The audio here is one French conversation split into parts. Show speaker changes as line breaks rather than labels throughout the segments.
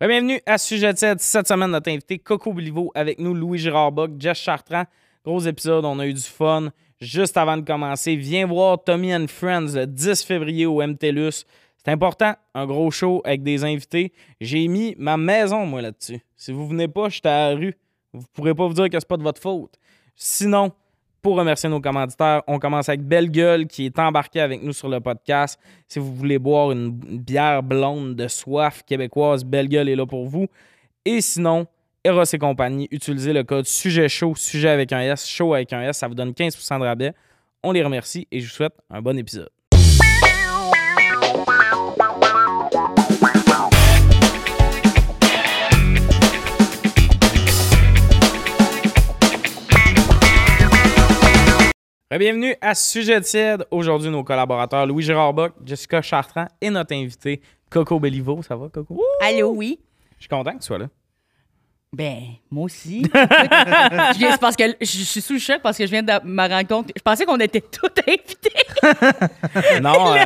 Bienvenue à Sujet 7. Cette semaine, notre invité Coco Bliveau avec nous, Louis Girard Bock, Jess Chartrand. Gros épisode, on a eu du fun. Juste avant de commencer, viens voir Tommy and Friends le 10 février au MTLUS. C'est important, un gros show avec des invités. J'ai mis ma maison, moi, là-dessus. Si vous venez pas, je suis à la rue. Vous pourrez pas vous dire que c'est pas de votre faute. Sinon, pour remercier nos commanditaires, on commence avec Belle Gueule qui est embarqué avec nous sur le podcast. Si vous voulez boire une bière blonde de soif québécoise, Belle Gueule est là pour vous. Et sinon, Eros et compagnie, utilisez le code sujet chaud, sujet avec un S, chaud avec un S, ça vous donne 15% de rabais. On les remercie et je vous souhaite un bon épisode. Bienvenue à Sujet tiède. Aujourd'hui, nos collaborateurs Louis Gérard Bock, Jessica Chartrand et notre invité Coco Bellivo. Ça va, Coco?
Allô, oui.
Je suis content que tu sois là.
Ben, moi aussi. Écoute, je viens- c'est parce que je je suis sous le choc parce que je viens de ma rencontre. Je pensais qu'on était tous invités.
Non, euh,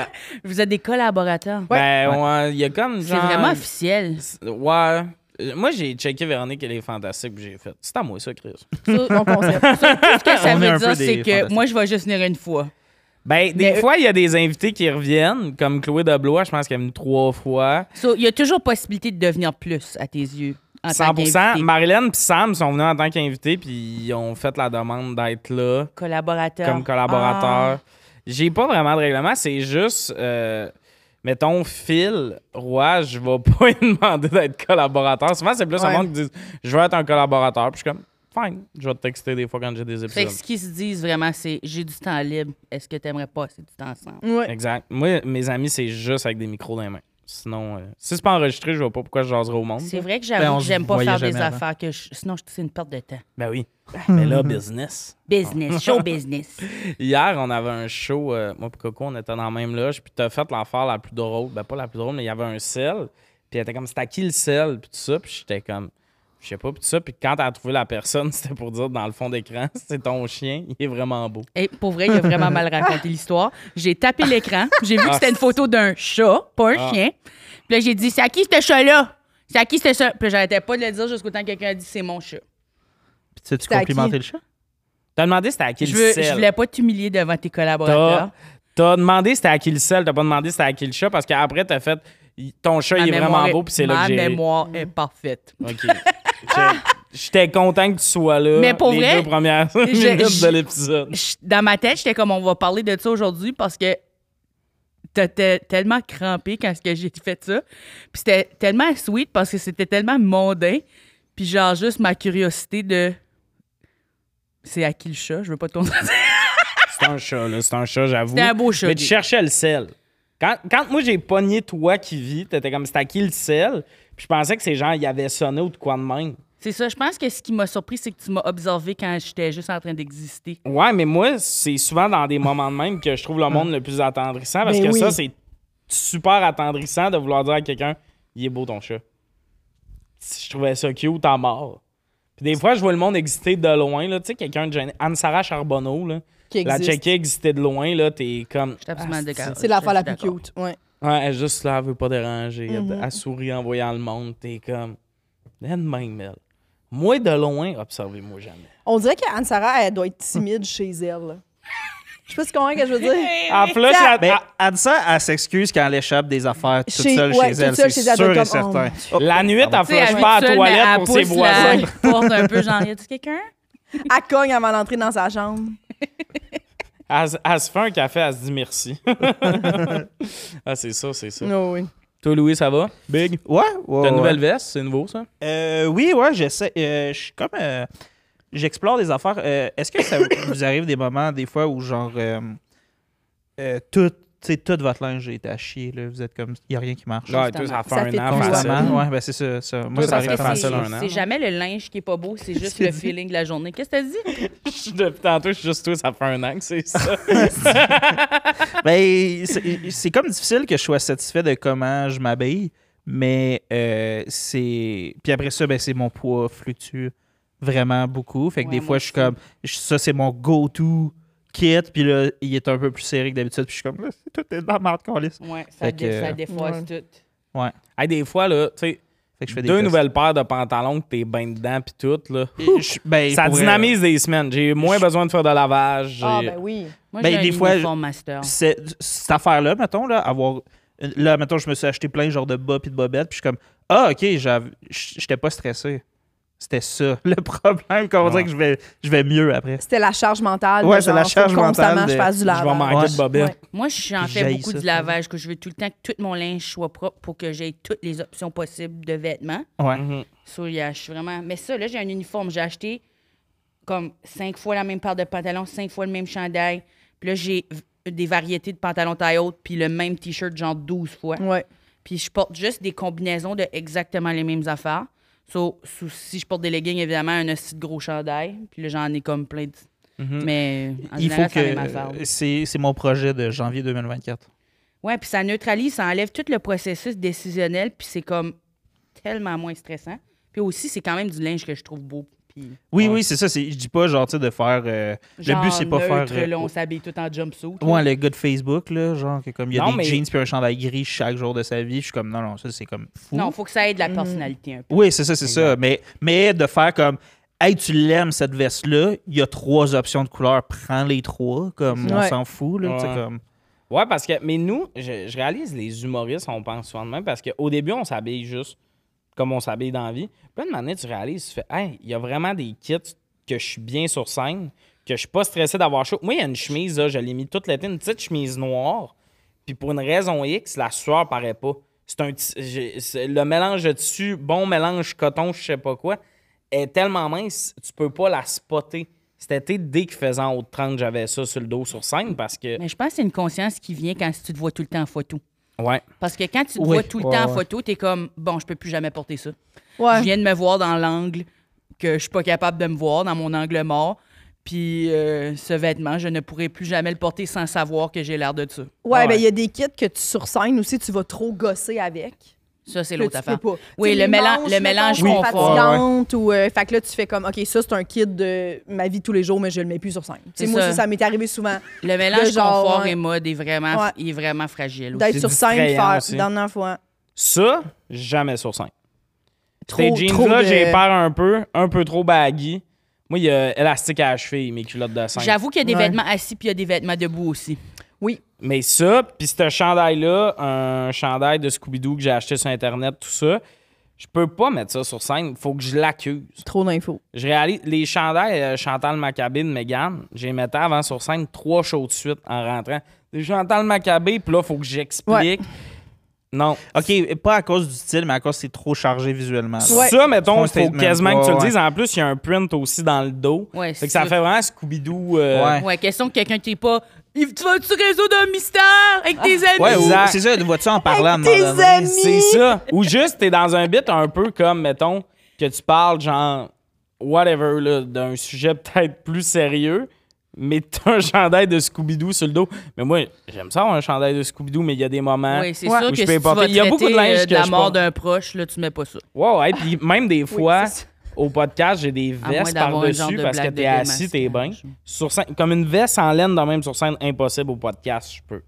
Vous êtes des collaborateurs.
ben, ouais, il y a comme
C'est
genre-
vraiment officiel.
C'est- Ouais. Euh, Moi, j'ai checké Véronique et les Fantastiques, puis j'ai fait. C'est à moi, ça, Chris.
Ça, on concept. Ça, tout ce que ça
On est
veut
un peu
dire,
des
c'est que
fantastiques.
moi, je vais juste venir une fois.
Ben, des
Mais- euh,
fois, il y a des invités qui reviennent, comme Chloé de Blois, je pense qu'elle est venue trois fois.
So, Il y a toujours possibilité de devenir plus à tes yeux. En
100
tant qu'invité.
Marilyn puis Sam sont venus en tant qu'invités, puis ils ont fait la demande d'être là
collaborateur. Ah.
comme collaborateur. J'ai pas vraiment de règlement, c'est juste. euh, Mettons, Phil, Roy, je vais pas lui demander d'être collaborateur. Souvent, c'est plus un
Ouais.
monde qui dit Je veux être un collaborateur. Puis je suis comme Fine, je vais te texter des fois quand j'ai des
Ah. Fait
épisodes.
que ce qu'ils se disent vraiment, c'est j'ai du temps libre. Est-ce que t'aimerais pas passer du temps ensemble?
Ouais.
Exact. Moi, mes amis, c'est juste avec des micros dans les mains. Sinon, euh, si c'est pas enregistré, je vois pas pourquoi je jaserais au monde.
C'est vrai que
Ben,
j'avoue
on
que
se
j'aime pas
voyait
faire des
jamais avant.
affaires que je- sinon je- c'est une perte de temps.
Ben oui. Mais là, business.
Business, show business.
Hier, on avait un show, euh, moi et Coco, on était dans la même loge, puis t'as fait l'affaire la plus drôle. Ben pas la plus drôle, mais il y avait un sel. Puis elle était comme, c'était à qui le sel? Puis tout ça, puis j'étais comme, je sais pas, puis tout ça. Puis quand elle a trouvé la personne, c'était pour dire dans le fond d'écran, c'est ton chien, il est vraiment beau.
Et pour vrai, il a vraiment mal raconté l'histoire. J'ai tapé l'écran. J'ai vu que c'était une photo d'un chat, pas un
Ah.
chien. Puis là, j'ai dit, c'est à qui ce chat-là? C'est à qui ce chat? Puis là, j'arrêtais pas de le dire jusqu'au temps que quelqu'un a dit, c'est mon chat.
Puis tu sais-tu
C'était à
complimenter
qui?
le chat?
T'as demandé c'était à qui
Je,
le
veux,
sel?
je voulais pas t'humilier devant tes
T'as
collaborateurs.
t'as demandé c'était à qui le sel, t'as pas demandé c'était à qui le chat, parce qu'après, t'as fait, il- ton chat,
Ma
il est
mémoire
vraiment beau, puis c'est là
Ma
que j'ai. ri.
mémoire est parfaite.
OK. Check. J'étais content que tu sois là.
Mais pour
les
vrai,
deux premières minutes
je-
de l'épisode.
Je- Dans ma tête, j'étais comme, on va parler de ça aujourd'hui parce que t'étais tellement crampé quand ce que j'ai fait ça. Puis c'était tellement sweet parce que c'était tellement mondain. Puis genre, juste ma curiosité de... C'est à qui le chat? Je veux pas te conduire.
C'est un chat, là. C'est un chat, j'avoue.
C'était un beau chat,
Mais tu
Guy.
cherchais le sel. Quand, quand moi, j'ai pogné toi qui vis, t'étais comme, c'était à qui le sel? Puis je pensais que ces gens, ils avaient sonné ou de quoi de même.
C'est ça, je pense que ce qui m'a surpris, c'est que tu m'as observé quand j'étais juste en train d'exister.
Ouais, mais moi, c'est souvent dans des moments de même que je trouve le monde le plus attendrissant parce
Hum. Ben
que
oui.
ça, c'est super attendrissant de vouloir dire à quelqu'un Il est beau ton chat. Je trouvais ça cute en mort. Puis des fois, je vois le monde exister de loin. là. Tu sais, quelqu'un de gêné. Anne-Sarah Charbonneau, là,
Qui
la
existe.
checker exister de loin, là, t'es comme. Ah,
Je suis absolument d'accord.
C'est l'affaire la
Je
plus
suis d'accord.
cute. Ouais.
Ouais, elle est juste là, elle veut pas déranger. Elle-
Mhm.
Elle sourit en voyant le monde. T'es comme. Elle de même, elle. Moi, de loin, observez-moi jamais.
On dirait qu'Anne-Sarah, elle doit être timide chez elle. là. Je sais pas si tu comprends ce que je veux dire.
En plus, ah, elle-
Ben, Anne ça, elle s'excuse quand elle échappe des affaires toute
Ah. Chez-
seule
ouais,
chez
toute
elle.
seule
C'est
chez elle,
sûr
comme, um,
et certain.
elle- la nuit, elle
Tu sais,
flush
elle
pas à la
vit seule, mais
toilette
elle
pour ses
pousse
voisins.
la porte un peu, genre, y a-tu quelqu'un?
Elle cogne avant d'entrer dans sa chambre.
Elle, se- elle se fait un café, elle se dit merci. ah, c'est ça, c'est ça.
Non, oui.
Toi, Louis, ça va? Big.
Ouais, ouais.
T'as une
ouais.
nouvelle veste, c'est nouveau, ça?
Euh, oui, ouais, j'essaie. euh, je suis comme. euh, J'explore des affaires. Euh, Est-ce que ça vous arrive des moments, des fois, où genre. euh, euh, tout, tu sais, tout votre linge est à chier, là. Vous êtes comme. Il n'y a rien qui marche.
Ouais,
toi,
ça fait
Ça
un
un fait an
an
tout. facile.
Constamment. Ouais, ben c'est ça. ça. Moi,
Toi,
ça
ça
arrive
fait
comme
facile,
ça.
un an.
C'est jamais le linge qui est pas beau, c'est juste le feeling de la journée. Qu'est-ce que t'as dit?
Depuis tantôt, je suis juste toi, ça fait un an que c'est ça.
Ben, c'est- c'est comme difficile que je sois satisfait de comment je m'habille, mais euh, c'est. Puis après ça, ben, c'est mon poids fluctue vraiment beaucoup. Fait que
Ouais,
des
moi
fois, je suis
aussi.
comme. je- Ça, c'est mon go-to kit, puis là, il est un peu plus serré que d'habitude, puis je suis comme. Là, C'est tout de la merde qu'on lisse.
Ouais, ça,
Fait que-
dé- ça défroise tout.
Hey, des fois, là, tu sais,
Fait que je fais des
Deux
tests.
nouvelles paires de pantalons que t'es bien dedans puis tout, là.
Et je- ben,
Ça
pour vrai,
dynamise des semaines. J'ai moins besoin de faire de lavage.
Ah,
j'ai-
ben oui.
Moi,
Ben,
j'ai
des
un
fois,
uniforme master.
c'est- cette affaire-là, mettons, là, avoir. Là, mettons, je me suis acheté plein genre de bas puis de bobettes, puis je suis comme Ah, ok, j'av- j- j'étais pas stressé. C'était ça le problème. Qu'on dirait que je vais, je vais mieux après.
C'était la charge mentale. de
Ouais, c'est la
genre, faut
charge
constamment
mentale de-
je fasse du
Je vais
lavage.
manquer
Ouais.
de bobette.
Moi, j'en fais
J'haïs
beaucoup
ça,
du
ça.
lavage, que je veux tout le temps que tout mon linge soit propre pour que j'ai toutes les options possibles de vêtements.
Ouais.
So, yeah, je suis vraiment... Mais ça, là, j'ai un uniforme. J'ai acheté comme cinq fois la même paire de pantalons, cinq fois le même chandail. Puis là, j'ai v- des variétés de pantalons taille haute, puis le même T-shirt, genre 12 fois.
Ouais.
Puis je porte juste des combinaisons de exactement les mêmes affaires. So, sous- si je porte des leggings, évidemment, un aussi de gros chandail. Puis là, j'en ai comme plein de... Mais en
Mhm. Il faut
général, c'est la même affaire.
que. euh, C'est c'est mon projet de janvier 2024.
Ouais, puis ça neutralise, ça enlève tout le processus décisionnel, puis c'est comme tellement moins stressant. Puis aussi, c'est quand même du linge que je trouve beau. Puis
Oui,
Ouais.
oui, c'est ça. c'est- Je dis pas genre, tu sais, de faire. euh, le
genre
but, c'est pas
neutre,
faire. euh,
là, on s'habille tout en jumpsuit. là.
Ouais, le gars de Facebook, là, genre, que comme il y a
Non,
des
mais-
jeans puis un chandail gris chaque jour de sa vie, je suis comme, non, non, ça, c'est comme fou.
Non, faut que ça aide la personnalité un peu.
Mhm. Oui, c'est ça, c'est ça. Mais, mais de faire comme, hey, tu l'aimes, cette veste-là, il y a trois options de couleurs, prends les trois, comme, on
Ouais.
s'en fout, là, tu sais,
Ouais.
comme.
Ouais, parce que. Mais nous, je, je réalise, les humoristes, on pense souvent de même parce qu'au début, on s'habille juste comme on s'habille dans la vie. Puis là, une manière, tu réalises, tu fais, hey, il y a vraiment des kits que je suis bien sur scène, que je suis pas stressé d'avoir chaud. Moi, il y a une chemise, là, je l'ai mis toute l'été, une petite chemise noire. Puis pour une raison X, la sueur paraît pas. C'est un ti- j'ai- c'est- le mélange de tissu, bon mélange coton, je sais pas quoi, est tellement mince, tu peux pas la spotter. Cet été, dès qu'il faisait en haut de 30, j'avais ça sur le dos sur scène parce que.
Mais je pense que c'est une conscience qui vient quand tu te vois tout le temps en photo.
Ouais.
Parce que quand tu te
Oui,
vois tout le
ouais,
temps en
ouais.
photo, t'es comme, bon, je peux plus jamais porter ça.
Ouais.
Je viens de me voir dans l'angle que je suis pas capable de me voir, dans mon angle mort. Puis euh, ce vêtement, je ne pourrai plus jamais le porter sans savoir que j'ai l'air de ça.
Ouais,
Ouais.
ben il y a des kits que tu sur scène aussi, tu vas trop gosser avec.
Ça, c'est
Là,
l'autre
tu
affaire.
peux pas.
Oui,
Tu sais,
le
les
mélan-
manches,
le mélange
mettons, sont
confort.
fatigantes ou euh, fait que là tu fais comme OK, ça c'est un kit de ma vie de tous les jours mais je le mets plus sur scène. Tu
C'est
sais, moi
ça.
ça, ça m'est arrivé souvent
Le mélange
Le genre,
confort
ouais.
et mode est vraiment,
Ouais.
il est vraiment fragile. aussi.
d'être
c'est
sur scène et
distrayant
faire
aussi.
dernière fois.
Ça, jamais sur scène.
Trop
Ces jeans
trop
là,
de-
j'ai peur un peu, un peu trop baggy. Moi, il y a élastique à la cheville, mes culottes de scène.
J'avoue qu'il y a des
Ouais.
vêtements assis puis il y a des vêtements debout aussi.
Oui,
Mais ça, puis ce chandail-là, un chandail de Scooby-Doo que j'ai acheté sur Internet, tout ça, je peux pas mettre ça sur scène. Faut que je l'accuse.
trop d'infos.
Je réalise, les chandails euh, Chantal Maccabé de Mégane, j'ai mettais avant sur scène trois shows de suite en rentrant. Des Chantal Maccabé, puis là, faut que j'explique. Non.
Ok, pas à cause du style, mais à cause c'est trop chargé visuellement. là.
Ouais.
Ça, mettons,
Font
faut
statement.
quasiment que tu
Ouais,
le
ouais.
dises. En plus, il y a un print aussi dans le dos.
Ouais,
fait que
c'est
ça
ça.
fait vraiment Scooby-Doo. euh,
Ouais.
Ouais, question que quelqu'un qui est pas. Yves, Tu vas-tu résoudre un mystère avec tes
Ah.
amis?
Ouais, ou-
Exact.
c'est ça, vois-tu en parlant à un
Avec
moment
tes
donné?
amis.
C'est ça. Ou juste, t'es dans un bit un peu comme, mettons, que tu parles, genre, whatever, là, d'un sujet peut-être plus sérieux, mais t'as un chandail de Scooby-Doo sur le dos. Mais moi, j'aime ça, avoir un chandail de Scooby-Doo, mais il y a des moments
Oui, c'est
où
sûr que
je
si
peux
tu vas
porter.
traiter
Il y a beaucoup de linge
euh,
que
la
je
mort
porte.
d'un proche, là, tu mets pas ça.
Ouais, ouais, puis même des fois,
c'est ça.
au podcast, j'ai des
À moins
vestes
d'avoir un genre
par-dessus
de
parce que
blague de
t'es assis, t'es bien.
démasquage.
Sur scène, comme une veste en laine, dans même sur scène, impossible au podcast, je peux.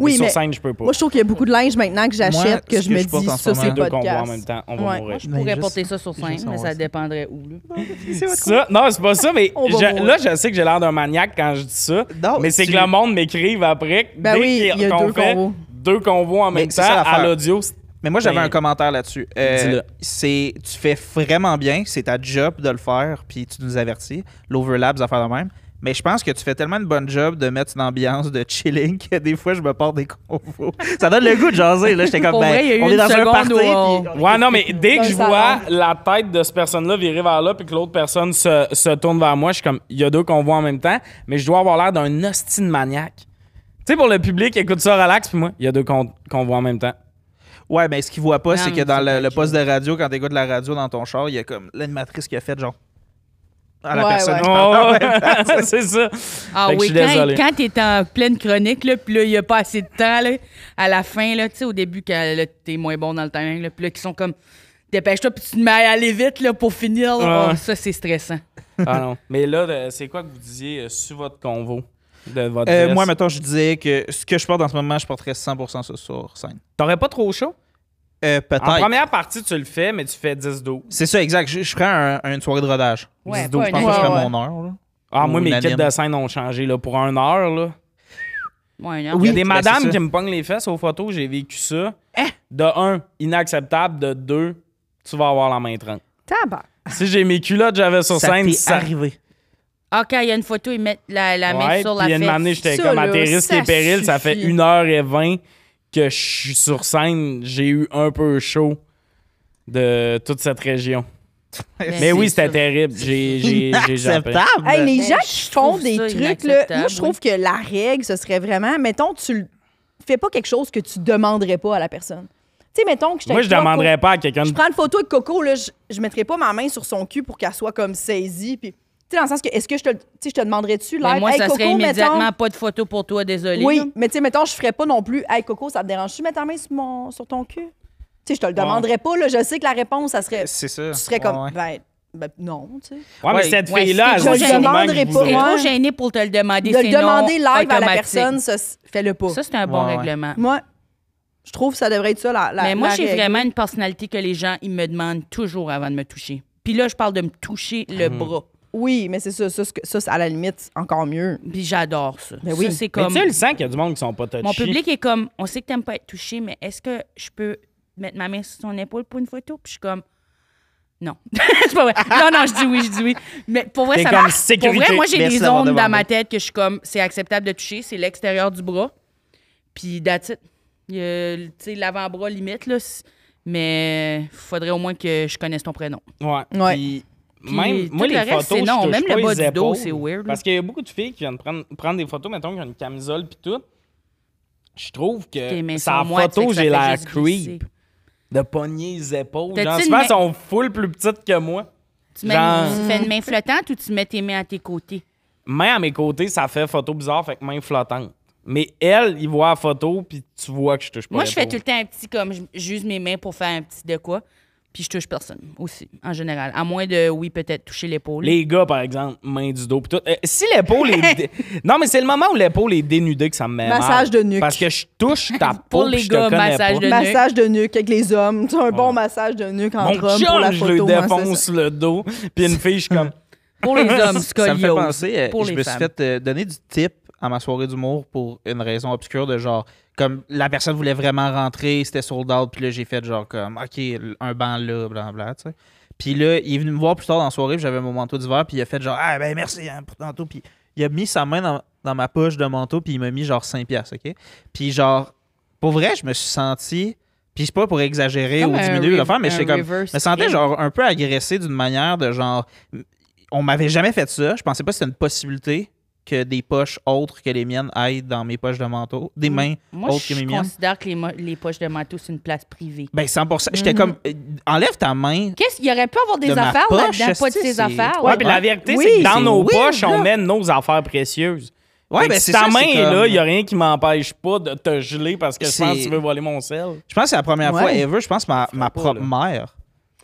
Oui,
sur
mais
scène, je peux pas.
Moi je trouve qu'il y a beaucoup de linge maintenant que
Moi,
j'achète que
ce
je
que
me
je porte
dis
en ce
ça
moment-
c'est
Les
deux qu'on voit en
podcast.
même temps, on va
Ouais.
mourir.
Je
Mais
pourrais
juste-
porter ça sur
juste
scène, mais
savoir
ça
ça.
dépendrait où. Là.
Ça, non, c'est pas ça, mais
On va
je-
voir.
là, je sais que j'ai l'air d'un maniaque quand je dis ça.
Non,
mais c'est
tu-
que le monde m'écrive après. que
Ben
dès
oui,
qu'il-
il y a
qu'on
deux
fait
convos.
Deux convois en
Mais
même temps
c'est ça l'affaire.
à l'audio. c'est-
Mais moi, j'avais
Ben,
un commentaire là-dessus.
dis-le.
Euh, c'est tu fais vraiment bien, c'est ta job de le faire, puis tu nous avertis. L'overlap, ça faire la même. Mais je pense que tu fais tellement une bonne job de mettre une ambiance de chilling que des fois, je me porte des convos. Ça donne le goût de jaser. Là, j'étais comme,
Pour
ben,
vrai, il y a eu
on
une
est dans un
seconde
party.
où on-
puis-
Ouais, non, mais dès que
Dans
je
le
vois
salon.
la tête de cette personne-là virer vers là, puis que l'autre personne se, se tourne vers moi, je suis comme, il y a deux convois en même temps, mais je dois avoir l'air d'un hostile maniaque. Tu sais, pour le public, écoute ça relax, puis moi, il y a deux con- convois en même temps.
Ouais, mais ce qu'ils voient pas,
Non,
c'est que
mais c'est
dans le,
pas
le
chill.
poste de radio, quand t'écoutes la radio dans ton char, il y a comme l'animatrice qui a fait genre. À la
Ouais,
personne
ouais.
qui parle en
Oh,
même temps.
c'est ça.
Ah
Fait que
oui,
je suis
quand,
désolé.
quand t'es en pleine chronique, là, puis là, il y a pas assez de temps, là, à la fin, là, tu sais, au début, quand là, t'es moins bon dans le timing, là, puis là, qui sont comme, dépêche-toi, puis tu te mets à aller vite, là, pour finir, là.
Ouais.
Oh, ça, c'est stressant.
Ah non. Mais là, euh, c'est quoi que vous disiez euh, sur votre convo de votre
Euh,
veste?
moi, mettons, je disais que ce que je porte en ce moment, je porterais 100% ça sur scène.
T'aurais pas trop chaud?
Euh,
En
Peut-être.
première partie, tu le fais, mais tu fais 10-12.
C'est ça, exact. Je, je ferais un- une soirée de rodage.
Ouais,
Dix-douze,
pas
je pense
une
que je ferais
heure.
mon heure. là.
Ah, moi,
Ou
mes kits
unanime.
de scène ont changé là, pour une heure. Là.
Ouais,
Il y a
non.
des
ben, c'est
madames
ça. Hein?
qui me pognent les fesses aux photos, j'ai vécu ça. De un, inacceptable. De deux, tu vas avoir la main 30.
Tabac.
Si j'ai mes culottes, j'avais sur scène,
t'est
ça.
arrivé.
Ah, quand il y a une photo, ils mettent la,
Ah,
la mettent
Ouais,
sur
puis
la
il y a une
fesse.
manée, j'étais
Ça,
comme
là,
atterrisse
ça
les périls, ça fait
suffit.
1h20 que je suis sur scène, j'ai eu un peu chaud de toute cette région. Mais
Ben, C'est
oui, c'était
ça.
terrible. J'ai j'ai j'ai jappé.
Inacceptable.
Hey, les
Ben,
gens
je
qui font
trouve
des
ça
trucs, là, moi,
inacceptable,
je trouve que la règle, ce serait vraiment. Mettons, tu le- fais pas quelque chose que tu demanderais pas à la personne. Tu sais, mettons que je
Moi, je
t'invite
demanderais pas à quelqu'un
Je
de
prends une photo avec Coco, là, je, je mettrais pas ma main sur son cul pour qu'elle soit comme saisie. Puis, tu sais, dans le sens que, est-ce que je te, le- tu sais, je te demanderais-tu, là,
Mais Ben, moi,
hey,
ça
Coco,
serait immédiatement
mettons-
pas de photo pour toi, désolé. là.
Oui, mais tu sais, mettons, je ferais pas non plus, hey, Coco, ça te dérange-tu, de mettre ta main sur, mon, sur ton cul? Tu sais, je te le demanderais pas, là, je sais que la réponse, ça serait.
C'est ça.
Tu serais comme,
Ouais, ouais.
ben, ben, non, tu sais.
Ouais, mais
Ouais.
cette
Ouais,
fille-là,
c'est
elle
trop
dit sûrement que
gênant.
je
Je
vous
T'es
aime.
Ouais.
trop gêné pour te le demander.
De
c'est
le
non
demander live à la
automatique.
personne, ça, s- fais-le pas.
Ça, c'est un bon
Ouais, ouais.
règlement.
Moi, je trouve que ça devrait être ça, la, la
Mais moi,
la
j'ai
règle.
vraiment une personnalité que les gens, ils me demandent toujours avant de me toucher. Puis là, je parle de me toucher
Ah.
le bras.
Oui, mais c'est ça, ça, ce que- ça, c'est à la limite, encore mieux.
Puis j'adore ça.
Ben oui.
Ça, c'est
Mais
comme...
tu sais, le sent qu'il y a du monde qui sont pas touchés.
Mon public est comme, on sait que t'aimes pas être touché, mais est-ce que je peux mettre ma main sur ton épaule pour une photo? Puis je suis comme, non. c'est pas vrai. Non, non, je dis oui, je dis oui. Mais pour vrai,
T'es
ça
comme
marche.
sécurité.
Pour vrai, moi, j'ai
Merci
des
d'avoir
zones dans
demandé.
ma tête que je suis comme, c'est acceptable de toucher, c'est l'extérieur du bras. Puis that's it. Il y a, Tu sais, l'avant-bras limite, là. c- Mais faudrait au moins que je connaisse ton prénom.
Ouais.
Ouais.
Puis
Puis
même,
tout
moi,
le
les
reste,
photos,
c'est
je
non.
touche
Même
pas
le bas
les
du dos,
épaules.
c'est weird, là.
Parce qu'il y a beaucoup de filles qui viennent prendre, prendre des photos, mettons, qui ont une camisole puis tout. Je trouve
Euh,
Tes mains
que
sont
sa
moites, fait
photo,
que ça
j'ai
fait
l'air
juste glisser.
creep de pogner les épaules.
T'as-tu
Genre,
une
souvent,
main-
elles sont full plus petites que moi.
Tu, mets-
Genre-
tu fais une main flottante ou tu mets tes mains à tes côtés?
Main à mes côtés, ça fait photo bizarre, fait que main flottante. Mais elle, il voit la photo, puis tu vois que je touche pas
Moi, je fais tout
l'épaule.
le temps un petit comme. je- J'use mes mains pour faire un petit de quoi. Puis je touche personne aussi, en général. À moins de, oui, peut-être toucher l'épaule.
Les gars, par exemple, main du dos pis tout. Euh, si l'épaule est. dé- Non, mais c'est le moment où l'épaule est dénudée que ça me met mal.
Massage de nuque.
Parce que je touche ta peau.
Pour
pis
les
je
gars,
te connais
massage
pas.
de
Massage de nuque avec les hommes. Tu sais, un bon massage de nuque
Mon
entre hommes pour la
chum, je le
photo. hein, c'est ça.
défonce le dos. Puis une fille, je suis comme.
Pour les hommes,
Ça me fait
scoliose.
penser, euh,
Pour
je
les
me
femmes.
suis fait euh, donner du tip à ma soirée d'humour pour une raison obscure de genre, comme la personne voulait vraiment rentrer, c'était sold out, puis là j'ai fait genre comme, ok, l- un banc là, blablabla, tu sais. Puis là, il est venu me voir plus tard dans la soirée, puis j'avais mon manteau d'hiver, puis il a fait genre, ah ben merci hein, pour ton manteau, puis il a mis sa main dans, dans ma poche de manteau, puis il m'a mis genre 5 piastres, ok? Puis genre, pour vrai, je me suis senti, puis c'est pas pour exagérer
Comme
ou
un
diminuer
re-
l'affaire, mais
un
j'étais comme,
reverse
je me sentais
crime.
genre un peu agressé d'une manière de genre, on m'avait jamais fait ça. Je pensais pas que c'était une possibilité que des poches autres que les miennes aillent dans mes poches de manteau, des mains
Moi,
autres que mes
je
miennes.
considère que les, mo- les poches de manteau, c'est une place privée.
Ben 100%, j'étais comme euh, enlève ta main.
Qu'est-ce qu'il aurait pu avoir des
De ma
affaires
poche,
là-dedans, pas de
esti,
ses
c'est-
affaires?
Ouais,
Ouais.
puis la vérité,
Oui,
c'est que dans
c'est
nos
weird,
poches, on
là.
met nos affaires précieuses.
Ouais,
Fait que
ben
si
c'est
ta
ça,
main
c'est
est là,
comme-
il n'y a rien qui m'empêche pas de te geler parce que je
C'est-
pense que tu veux voler mon sel.
Je pense que c'est la première fois
Ouais.
ever, je pense que ma, ma
pas,
propre
là.
mère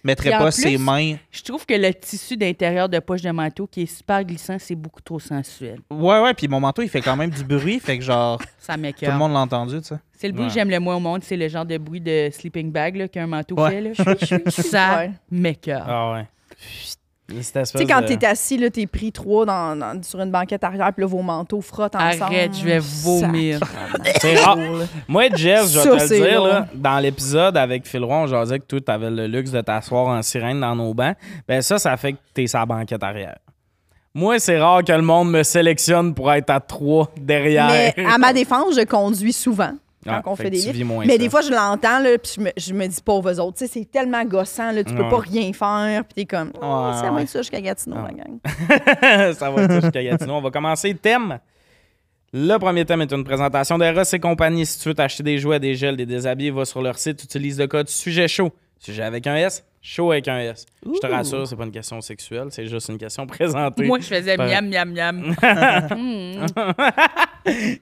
mettrait
Puis en
pas ses
plus-
mains.
Je trouve que le tissu d'intérieur de poche de manteau qui est super glissant, c'est beaucoup trop sensuel.
Ouais ouais, puis mon manteau il fait quand même du bruit, fait que genre tout
Ça
le
m'écoeure.
monde l'a entendu, tu sais.
C'est le bruit que j'aime le moins au monde, c'est le genre de bruit de sleeping bag là, qu'un manteau
Ouais.
fait. Là. ça
Ouais.
m'écoeure.
Ah ouais. Tu
Tu sais, quand t'es assis, là, t'es pris trois dans, dans- sur une banquette arrière, puis là, vos manteaux frottent Ah. ensemble.
Arrête, je vais vomir.
C'est rare. Moi, Jeff, je vais
Ça,
te le
c'est
dire,
long.
là, dans l'épisode avec Phil Roy, on jasait que toi, t'avais le luxe de t'asseoir en sirène dans nos bancs. Ben ça, ça fait que t'es sa banquette arrière. Moi, c'est rare que le monde me sélectionne pour être à trois derrière.
Mais à ma défense, je conduis souvent quand
Ah,
on fait,
que
des
tu
livres.
vis moins
Mais
ça.
des fois, je l'entends, là, puis je me, je me dis pas aux autres. Tu sais, c'est tellement gossant, là, tu peux
Ouais.
pas rien faire, puis t'es comme, oh,
Ouais,
c'est à
ouais.
moi de ça jusqu'à Gatineau,
Ah.
la gang.
ça va être jusqu'à Gatineau. On va commencer. Thème. Le premier thème est une présentation d'Eros et compagnie. Si tu veux t'acheter des jouets, des gels, des déshabillés, va sur leur site, utilise le code sujet chaud. Sujet avec un S, chaud avec un S. Je te rassure, c'est pas une question sexuelle, c'est juste une question présentée.
Moi, je faisais
Par-
miam, miam, miam.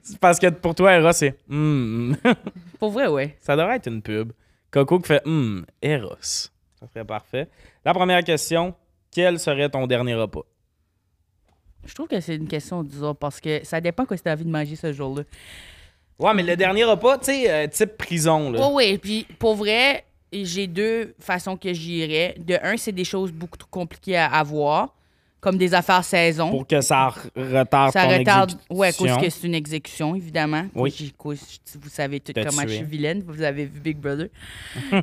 C'est Parce que pour toi, Eros, c'est Hmm.
Pour vrai, ouais.
Ça devrait être une pub. Coco qui fait Hmm, Eros. Ça serait parfait. La première question quel serait ton dernier repas
Je trouve que c'est une question bizarre parce que ça dépend quoi si t'as envie de manger ce jour-là. Oh,
Ouais, mais le dernier repas, tu sais, euh, type prison. Là.
Oui, oui. Puis pour vrai, j'ai deux façons que j'irais. De un, c'est des choses beaucoup trop compliquées à avoir, comme des affaires saison.
Pour que ça r- retarde
ça
ton
retarde.
exécution.
Oui, cause que c'est une exécution, évidemment.
Oui.
Cause- cause- tu- vous savez tout
T'as
comment
tué.
je suis vilaine. Vous avez vu Big Brother.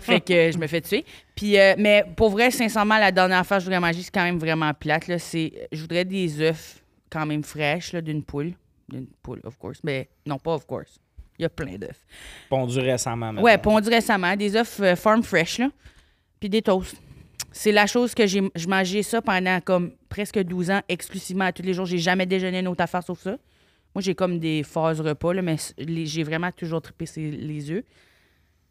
fait que euh, je me fais tuer. Puis, euh, mais pour vrai, sincèrement, la dernière fois, je voudrais manger, c'est quand même vraiment plate. Là. C'est, je voudrais des œufs quand même fraîches là, d'une poule. D'une poule, of course. Mais non, pas of course. Il y a plein d'œufs.
Pondu récemment. mettons.
Ouais, pondu récemment. Des œufs euh, farm fresh, là. Puis des toasts. C'est la chose que j'ai je mangeais ça pendant comme presque 12 ans, exclusivement à tous les jours. J'ai jamais déjeuné une autre affaire sauf ça. Moi, j'ai comme des phases repas, là, mais c- les- j'ai vraiment toujours trippé c'est les œufs.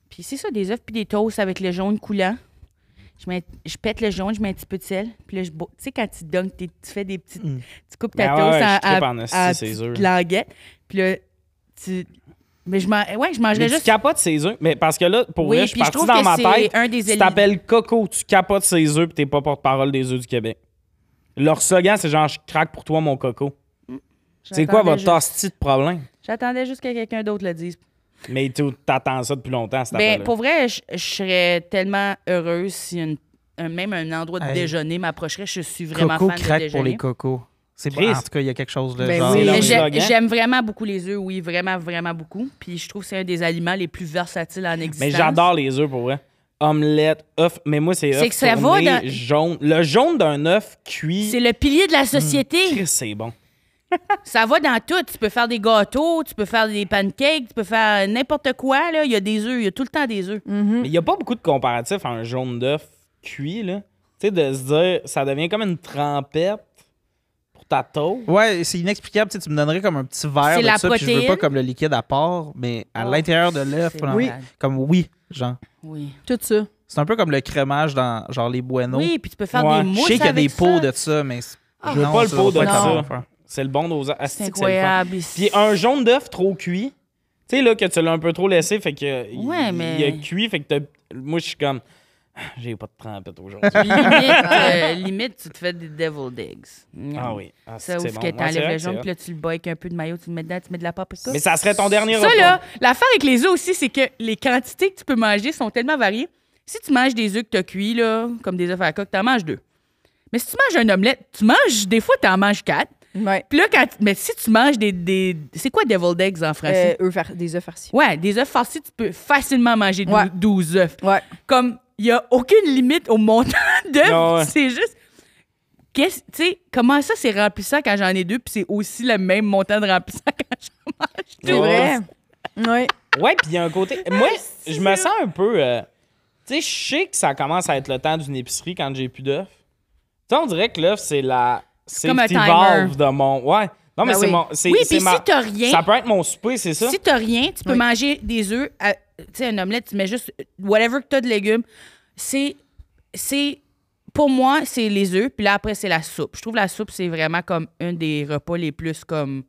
Puis c'est ça, des œufs puis des toasts avec le jaune coulant. Je, mets- je pète le jaune, je mets un petit peu de sel. Puis là, je bo- Tu sais, quand tu dunks, t'es- tu fais des petites.
Mm.
Tu coupes ta
Ben ouais,
toast
ouais, je
en,
trippe
en-
en esti,
en
ces
petites
œufs.
languettes. Puis là, tu. Mais je, man- ouais, je
Mais
mangerais
tu
juste
capotes ses œufs. Mais parce que là, pour
Oui,
vrai, je suis
puis je
parti
trouve
dans
que
ma
c'est
tête.
un des
tu
éléments-
t'appelles Coco, tu capotes ses œufs, puis t'es pas porte-parole des œufs du Québec. Leur slogan, c'est genre, je craque pour toi, mon Coco. C'est quoi
J'attendais
votre
juste-
hostie de problème?
J'attendais juste que quelqu'un d'autre le dise.
Mais tu- t'attends ça depuis longtemps, cette
Ben,
affaire-là.
pour vrai, je, je serais tellement heureuse si une- un- même un endroit de
Hey.
déjeuner m'approcherait. Je suis vraiment
Coco
fan de
craque
déjeuner.
pour les cocos. C'est
Chris.
bon. En tout cas, il y a quelque chose de
Ben
genre.
oui,
leur
mais j'ai-
slogan.
j'aime vraiment beaucoup les œufs, oui, vraiment, vraiment beaucoup. Puis je trouve que c'est un des aliments les plus versatiles en existence.
Mais j'adore les œufs pour vrai. Omelette, œuf, mais moi c'est œuf
C'est que ça
tourné,
va dans-
jaune. Le jaune d'un œuf cuit,
C'est le pilier de la société.
Chris, c'est bon.
Ça va dans tout. Tu peux faire des gâteaux, tu peux faire des pancakes, tu peux faire n'importe quoi. Là. Il y a des œufs, il y a tout le temps des œufs.
Mais il n'y a pas beaucoup de comparatifs à un jaune d'œuf cuit là. Tu sais de se dire ça devient comme une trempette pour ta taupe.
Ouais, c'est inexplicable. Tu, sais, tu me donnerais comme un petit verre
C'est
de
la
ça, puis je veux
protéine.
pas comme le liquide à part, mais à
Oh,
l'intérieur de l'œuf,
c'est
là,
Oui.
comme oui, genre.
Oui.
Tout ça.
C'est un peu comme le crémage dans genre les buenos.
Oui, puis tu peux faire
Ouais.
des
Je
mousses
sais qu'il y a
avec
des pots
ça.
de ça, mais c'est-
Ah. Je veux
non,
pas le
ça
pot de
va pas être la
ça.
bonne affaire.
C'est le bon dosage. Ah,
C'est
c'est que c'est le fun.
incroyable.
Puis un jaune d'œuf trop cuit. Tu sais là que tu l'as un peu trop laissé fait que il-
Ouais,
il,
mais-
a cuit fait que t'as- moi je suis comme j'ai pas de trempette aujourd'hui.
limite, euh, limite, tu te fais des devil eggs.
ah oui. Ah,
Ça,
c'est
ouf
bon.
que
Ouais, c'est
t'enlèves
vrai
le
que c'est
jaune,
hot.
puis là, tu le bats avec un peu de maillot, tu le mets dedans, tu mets de la paprika.
Mais ça serait ton dernier
Ça,
repas.
là, l'affaire avec les œufs aussi, c'est que les quantités que tu peux manger sont tellement variées. Si tu manges des œufs que t'as cuits, là, comme des œufs à la coque, t'en manges deux. Mais si tu manges un omelette, tu manges, des fois, t'en manges quatre.
Ouais.
Puis là, quand, mais si tu manges des. des c'est quoi deviled eggs en français?
Euh, eux faire des œufs farcis.
Ouais, des œufs farcis, tu peux facilement manger dou-
Ouais.
12 œufs.
Ouais.
comme il n'y a aucune limite au montant d'œufs.
Ah ouais.
C'est juste. Qu'est-ce, tu sais, comment ça c'est remplissant quand j'en ai deux, puis c'est aussi le même montant de remplissant quand j'en mange deux.
C'est vrai. Ouais.
Ouais, puis il y a un côté.
Ah,
Moi, je me sens un peu. euh, Tu sais, je sais que ça commence à être le temps d'une épicerie quand j'ai plus d'œuf. Tu sais, on dirait que l'œuf, c'est la. C'est
comme un timer.
valve de mon. Ouais. Non, mais
Ben
c'est
oui.
mon. c'est-
Oui,
c'est
puis
ma-
si t'as rien-
Ça peut être mon souper, c'est ça?
Si t'as rien, tu peux
Oui.
manger des œufs, à- tu sais, un omelette, tu mets juste whatever que t'as de légumes. C'est, c'est, pour moi, c'est les œufs, puis là après c'est la soupe. Je trouve la soupe c'est vraiment comme un des repas les plus comme.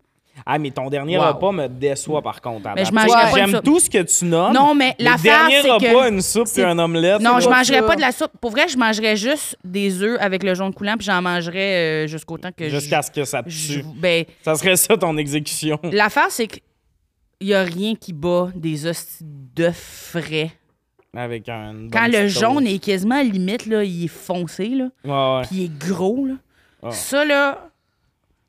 Ah, mais ton dernier
Wow.
repas me déçoit par contre. Adam.
Mais je
Tu sais,
mangerais
pas
une
J'aime
soupe.
tout ce que tu nommes.
Non, mais
le
l'affaire,
dernier
c'est que
repas, une soupe
Ah, c'est-
et un omelette.
Non, je
là.
mangerais
ça.
pas de la soupe. Pour vrai, je mangerais juste des œufs avec le jaune coulant, puis j'en mangerais euh, jusqu'au temps que
Jusqu'à ce que ça te
je-
tue.
je- ben,
Ça serait ça ton exécution.
l'affaire, c'est qu'il y a rien qui bat des hosties d'œufs frais.
Avec un.
Quand le jaune est quasiment à la limite, là, il est foncé, là,
Ouais, ouais.
puis il est gros, là.
Ah.
Ça, là...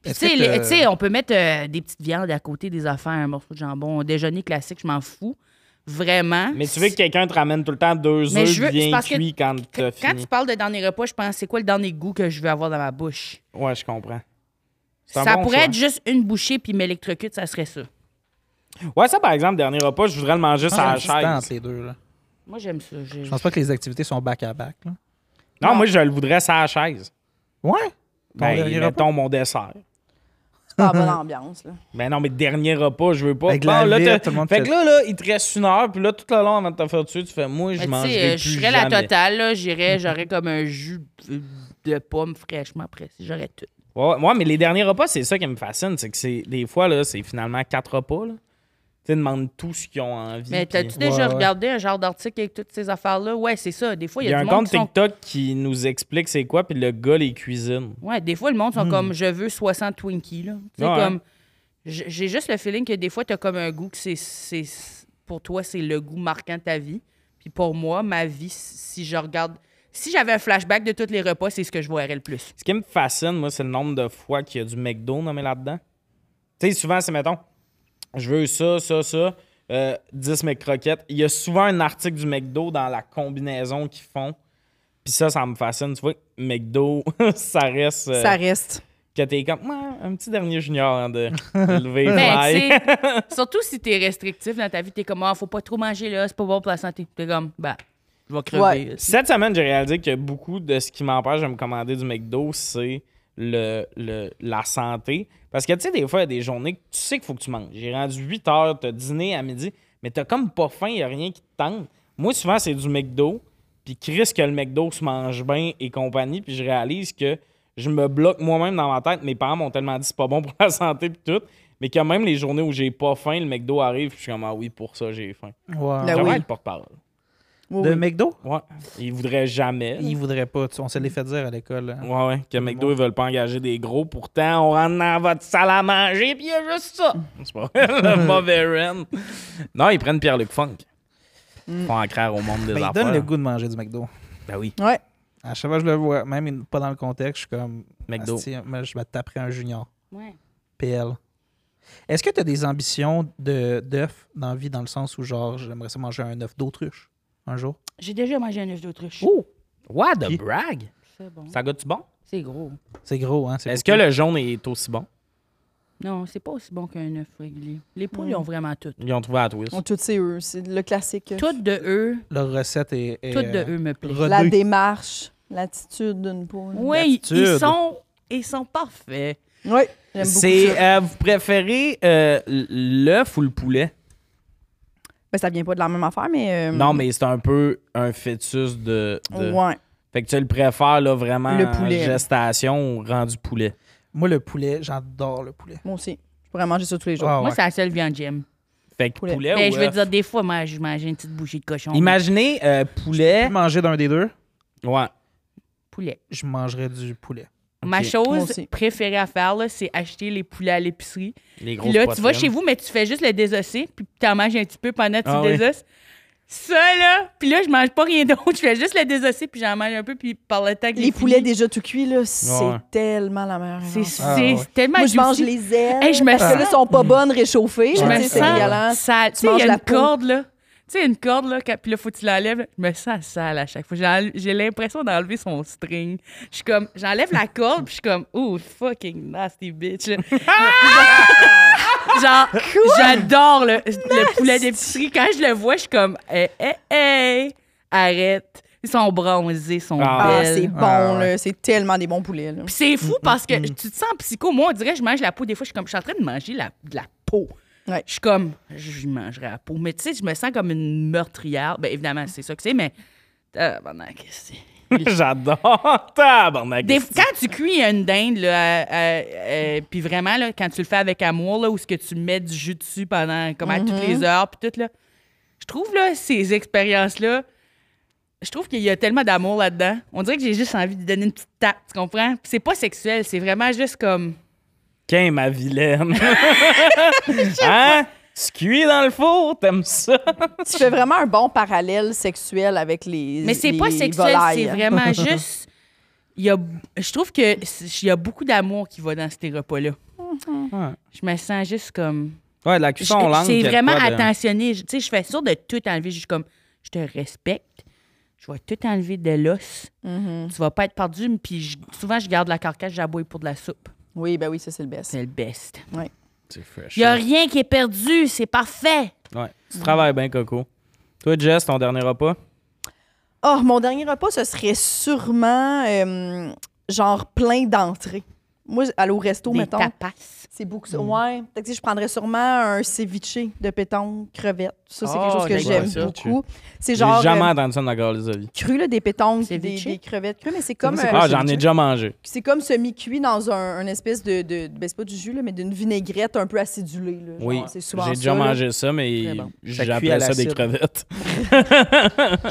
Tu
Est-ce
sais,
que
les-
t'as-
tu sais, on peut mettre euh, des petites viandes à côté des affaires, un morceau de jambon, un déjeuner classique, je m'en fous. Vraiment.
Mais tu veux que quelqu'un te ramène tout le temps deux
Mais
œufs
je veux- c'est
bien
parce que
cuits quand
Quand,
t'as
quand
fini.
tu parles de dernier repas, je pense, c'est quoi le dernier goût que je veux avoir dans ma bouche?
Ouais, je comprends. C'est un
Ça
bon
pourrait
choix.
être juste une bouchée puis m'électrocute, ça serait ça.
Ouais, ça, par exemple, dernier repas, je voudrais le manger sur la
Ah, c'est
chaise.
distant, ces deux, là.
Moi, j'aime ça. j'ai-
Je pense pas que les activités sont back à back. Là.
Non, moi, je le voudrais sur la chaise.
Ouais.
Ben,
dernier
mettons
repas?
mon dessert.
C'est pas la bonne ambiance, là.
Ben non, mais dernier repas, je veux pas.
Avec
Bon,
la
là,
vitre,
t'as-
tout le monde
fait que
fait-
là, là, il te reste une heure, puis là, tout le long, avant de te faire tuer, tu fais, moi, je
Mais tu
mange
sais, euh,
plus
je serais la
jamais.
totale, là. J'irais, j'aurais comme un jus de- de pomme fraîchement pressé. J'aurais tout.
Ouais, ouais, mais les derniers repas, c'est ça qui me fascine. C'est que c'est des fois, là, c'est finalement quatre repas. Là. Tu sais, demande tout ce qu'ils ont envie.
Mais
puis-
t'as-tu déjà
ouais.
regardé un genre d'article avec toutes ces affaires-là? Ouais, c'est ça. Des fois,
Il y a
du
un
monde
compte
qui sont-
TikTok qui nous explique c'est quoi, puis le gars les cuisine.
Ouais, des fois, le monde sont comme je veux 60 Twinkies. Là. Tu sais,
Hmm. Ouais.
comme. j- J'ai juste le feeling que des fois, t'as comme un goût que c'est. c'est- Pour toi, c'est le goût marquant de ta vie. Puis pour moi, ma vie, si je regarde. Si j'avais un flashback de tous les repas, c'est ce que je verrais le plus.
Ce qui me fascine, moi, c'est le nombre de fois qu'il y a du McDo nommé là-dedans. Tu sais, souvent, c'est mettons, je veux ça, ça, ça, euh, 10 McCroquettes. Il y a souvent un article du McDo dans la combinaison qu'ils font. Puis ça, ça me fascine. Tu vois, McDo, ça reste. euh,
Ça reste.
Que t'es comme, Ouais, un petit dernier junior hein, de, de lever.
Ben,
Ouais.
tu sais, surtout si t'es restrictif dans ta vie, t'es comme, ah, faut pas trop manger là, c'est pas bon pour la santé. T'es comme, bah, je vais crever.
Ouais.
Cette semaine, j'ai réalisé que beaucoup de ce qui m'empêche de me commander du McDo, c'est le, le- la santé. Parce que, tu sais, des fois, il y a des journées que tu sais qu'il faut que tu manges. J'ai rendu 8 heures, t'as dîné à midi, mais t'as comme pas faim, il n'y a rien qui te tente. Moi, souvent, c'est du McDo, puis Chris, que le McDo se mange bien et compagnie, puis je réalise que je me bloque moi-même dans ma tête. Mes parents m'ont tellement dit c'est pas bon pour la santé, puis tout. Mais quand même, les journées où j'ai pas faim, le McDo arrive, puis je suis comme, ah oui, pour ça, j'ai faim.
Ben
J'aimerais
oui.
être porte-parole.
Oui,
De
oui.
McDo?
Ouais. Ils voudraient jamais. là.
Ils voudraient pas. tu- On se l'est fait dire à l'école. hein.
Ouais, ouais, que McDo, ils veulent pas engager des gros. Pourtant, on rentre dans votre salle à manger, puis il y a juste ça. C'est pas vrai, le mauvais Ren. Non, ils prennent Pierre-Luc Funk. Pour en craire au monde des
Ben, ils
affaires.
donnent le goût de manger du McDo.
Ben oui,
Ouais.
À chaque fois que je le vois, même une- pas dans le contexte, je suis comme.
McDo.
Asti, moi, je me taperais un junior.
Ouais.
PL. Est-ce que tu as des ambitions de- d'œufs dans la vie, dans le sens où, genre, j'aimerais ça manger un œuf d'autruche un jour?
J'ai déjà mangé un œuf d'autruche.
Oh! What the
Puis-
brag!
C'est bon.
Ça goûte-tu bon?
C'est gros.
C'est gros, hein? c'est
Est-ce que
beaucoup.
le jaune est aussi bon?
Non, c'est pas aussi bon qu'un œuf régulier. Les poules, ils ont vraiment tout.
Ils ont trouvé à Twist.
On tout c'est eux, c'est le classique.
Toutes de eux,
Leur recette est. est,
toutes de
euh,
eux me plaisent.
rodée.
La démarche, l'attitude d'une poule.
Oui, ils-
l'attitude.
ils sont, ils sont parfaits.
Oui, j'aime beaucoup
C'est,
ça.
euh, vous préférez euh, l- l'œuf ou le poulet?
Ben, ça vient pas de la même affaire, mais...
Hum.
euh,
Non, mais c'est un peu un fœtus de. de-
Ouais.
Fait que tu le préfères, là, vraiment,
Le
en
poulet.
gestation ou rendu poulet?
Moi, le poulet, j'adore le poulet.
Moi aussi. Je pourrais manger ça tous les jours.
Ah,
Moi,
ouais.
c'est la seule viande que j'aime.
Fait que poulet,
Poulet.
ou
Mais Ben, je veux
œuf?
dire, des fois, moi, je mange une petite bouchée de cochon.
Imaginez euh, poulet.
Puis manger d'un des deux,
Ouais.
Poulet.
je mangerais du poulet.
Ma
Moi
chose
aussi.
préférée à faire, là, c'est acheter les poulets à l'épicerie.
Les
Puis là, tu vas chez vous, mais tu fais juste le désosser, puis t'en manges un petit peu pendant que tu
Ah
le
oui.
désosses. Ça, là, puis là, je mange pas rien d'autre. Je fais juste le désosser, puis j'en mange un peu, puis par le temps que
Les
j'ai
poulets
fini,
déjà tout cuits, là, c'est
Ouais.
tellement la meilleure.
C'est
invention.
Ah,
c'est
ouais.
tellement
Moi, je mange
juicy.
les ailes.
Hey, je me
parce que
sens-
là, elles sont pas bonnes réchauffées.
Je
là,
me
tu sais, c'est
sens
dégueulasse.
sale. Tu sais,
manges
il y a
la
une
peau.
corde, là. Tu sais, une corde, là, quand- puis là, faut que tu l'enlèves. Je me sens sale à chaque fois. J'en- J'ai l'impression d'enlever son string. Je suis comme, j'enlève la corde, puis je suis comme, oh, fucking nasty bitch.
Ah!
Genre, j'adore le, le poulet d'épicerie. Quand je le vois, je suis comme, hey, hey, hey, arrête. Ils sont bronzés, ils sont
Ah,
Ah,
belles.
c'est bon,
Ah, ouais.
là. C'est tellement des bons poulets, là.
Puis c'est fou parce que tu te sens psycho. Moi, on dirait que je mange la peau. Des fois, je suis comme, je suis en train de manger la, de la peau.
Ouais.
Je suis comme, je je mangerai la peau. Mais tu sais, je me sens comme une meurtrière. Bien, évidemment, c'est ça que c'est, mais. Tabarnak, qu'est-ce que c'est?
J'adore. Tabarnak.
Des- quand tu cuis une dinde, là, euh, euh, euh, puis vraiment, là, quand tu le fais avec amour, là, où ce que tu mets du jus dessus pendant, comme à toutes les heures, puis tout, là, je trouve, là, ces expériences-là, je trouve qu'il y a tellement d'amour là-dedans. On dirait que j'ai juste envie de donner une petite tape, tu comprends? Puis c'est pas sexuel, c'est vraiment juste comme...
Qu'est ma vilaine. hein? Tu cuis dans le four, t'aimes ça?
tu fais vraiment un bon parallèle sexuel avec les
Mais c'est pas
les
sexuel,
volailles. hein.
c'est vraiment juste. Il y a, je trouve que c'est- il y a beaucoup d'amour qui va dans ces repas-là.
Ouais.
Je me sens juste comme.
Ouais, de la
je-
cuisson en langue.
C'est
y a de
vraiment
quoi de-
attentionné. Je- Tu sais, je fais sûr de tout enlever. Je suis comme, je te respecte. Je vais tout enlever de l'os.
Mhm.
Tu vas pas être perdu. Puis je- souvent, je garde la carcasse, j'aboie pour de la soupe.
Oui, ben oui, ça, c'est le best.
C'est le best.
C'est fresh. hein.
Il y a rien qui est perdu. C'est parfait.
Ouais. Tu travailles bien, Coco. Toi, Jess, ton dernier repas?
Oh, mon dernier repas, ce serait sûrement euh, genre plein d'entrées. Moi, aller au resto,
Des
mettons.
tapas.
C'est beaucoup ça. Ouais. Fait que, tu sais, je prendrais sûrement un ceviche de pétanque, crevette. Ça, c'est
Oh,
quelque chose que
j'aime
j'aime
ça.
beaucoup. C'est
J'ai
genre
jamais
euh,
entendu ça dans la gare des olives.
cru, là, des pétanques, des,
Ceviche?
des crevettes crues, mais c'est comme,
C'est
euh,
Ah,
quoi,
j'en ai
ceviche?
déjà mangé.
c'est comme semi-cuit dans un, un espèce de, de- ben, c'est pas du jus, là, mais d'une vinaigrette un peu acidulée. là. Genre,
Oui,
c'est souvent
j'ai
ça,
déjà
là.
mangé ça, mais
Très bon.
Ça cuit à
j'appelais ça des
l'acide.
crevettes.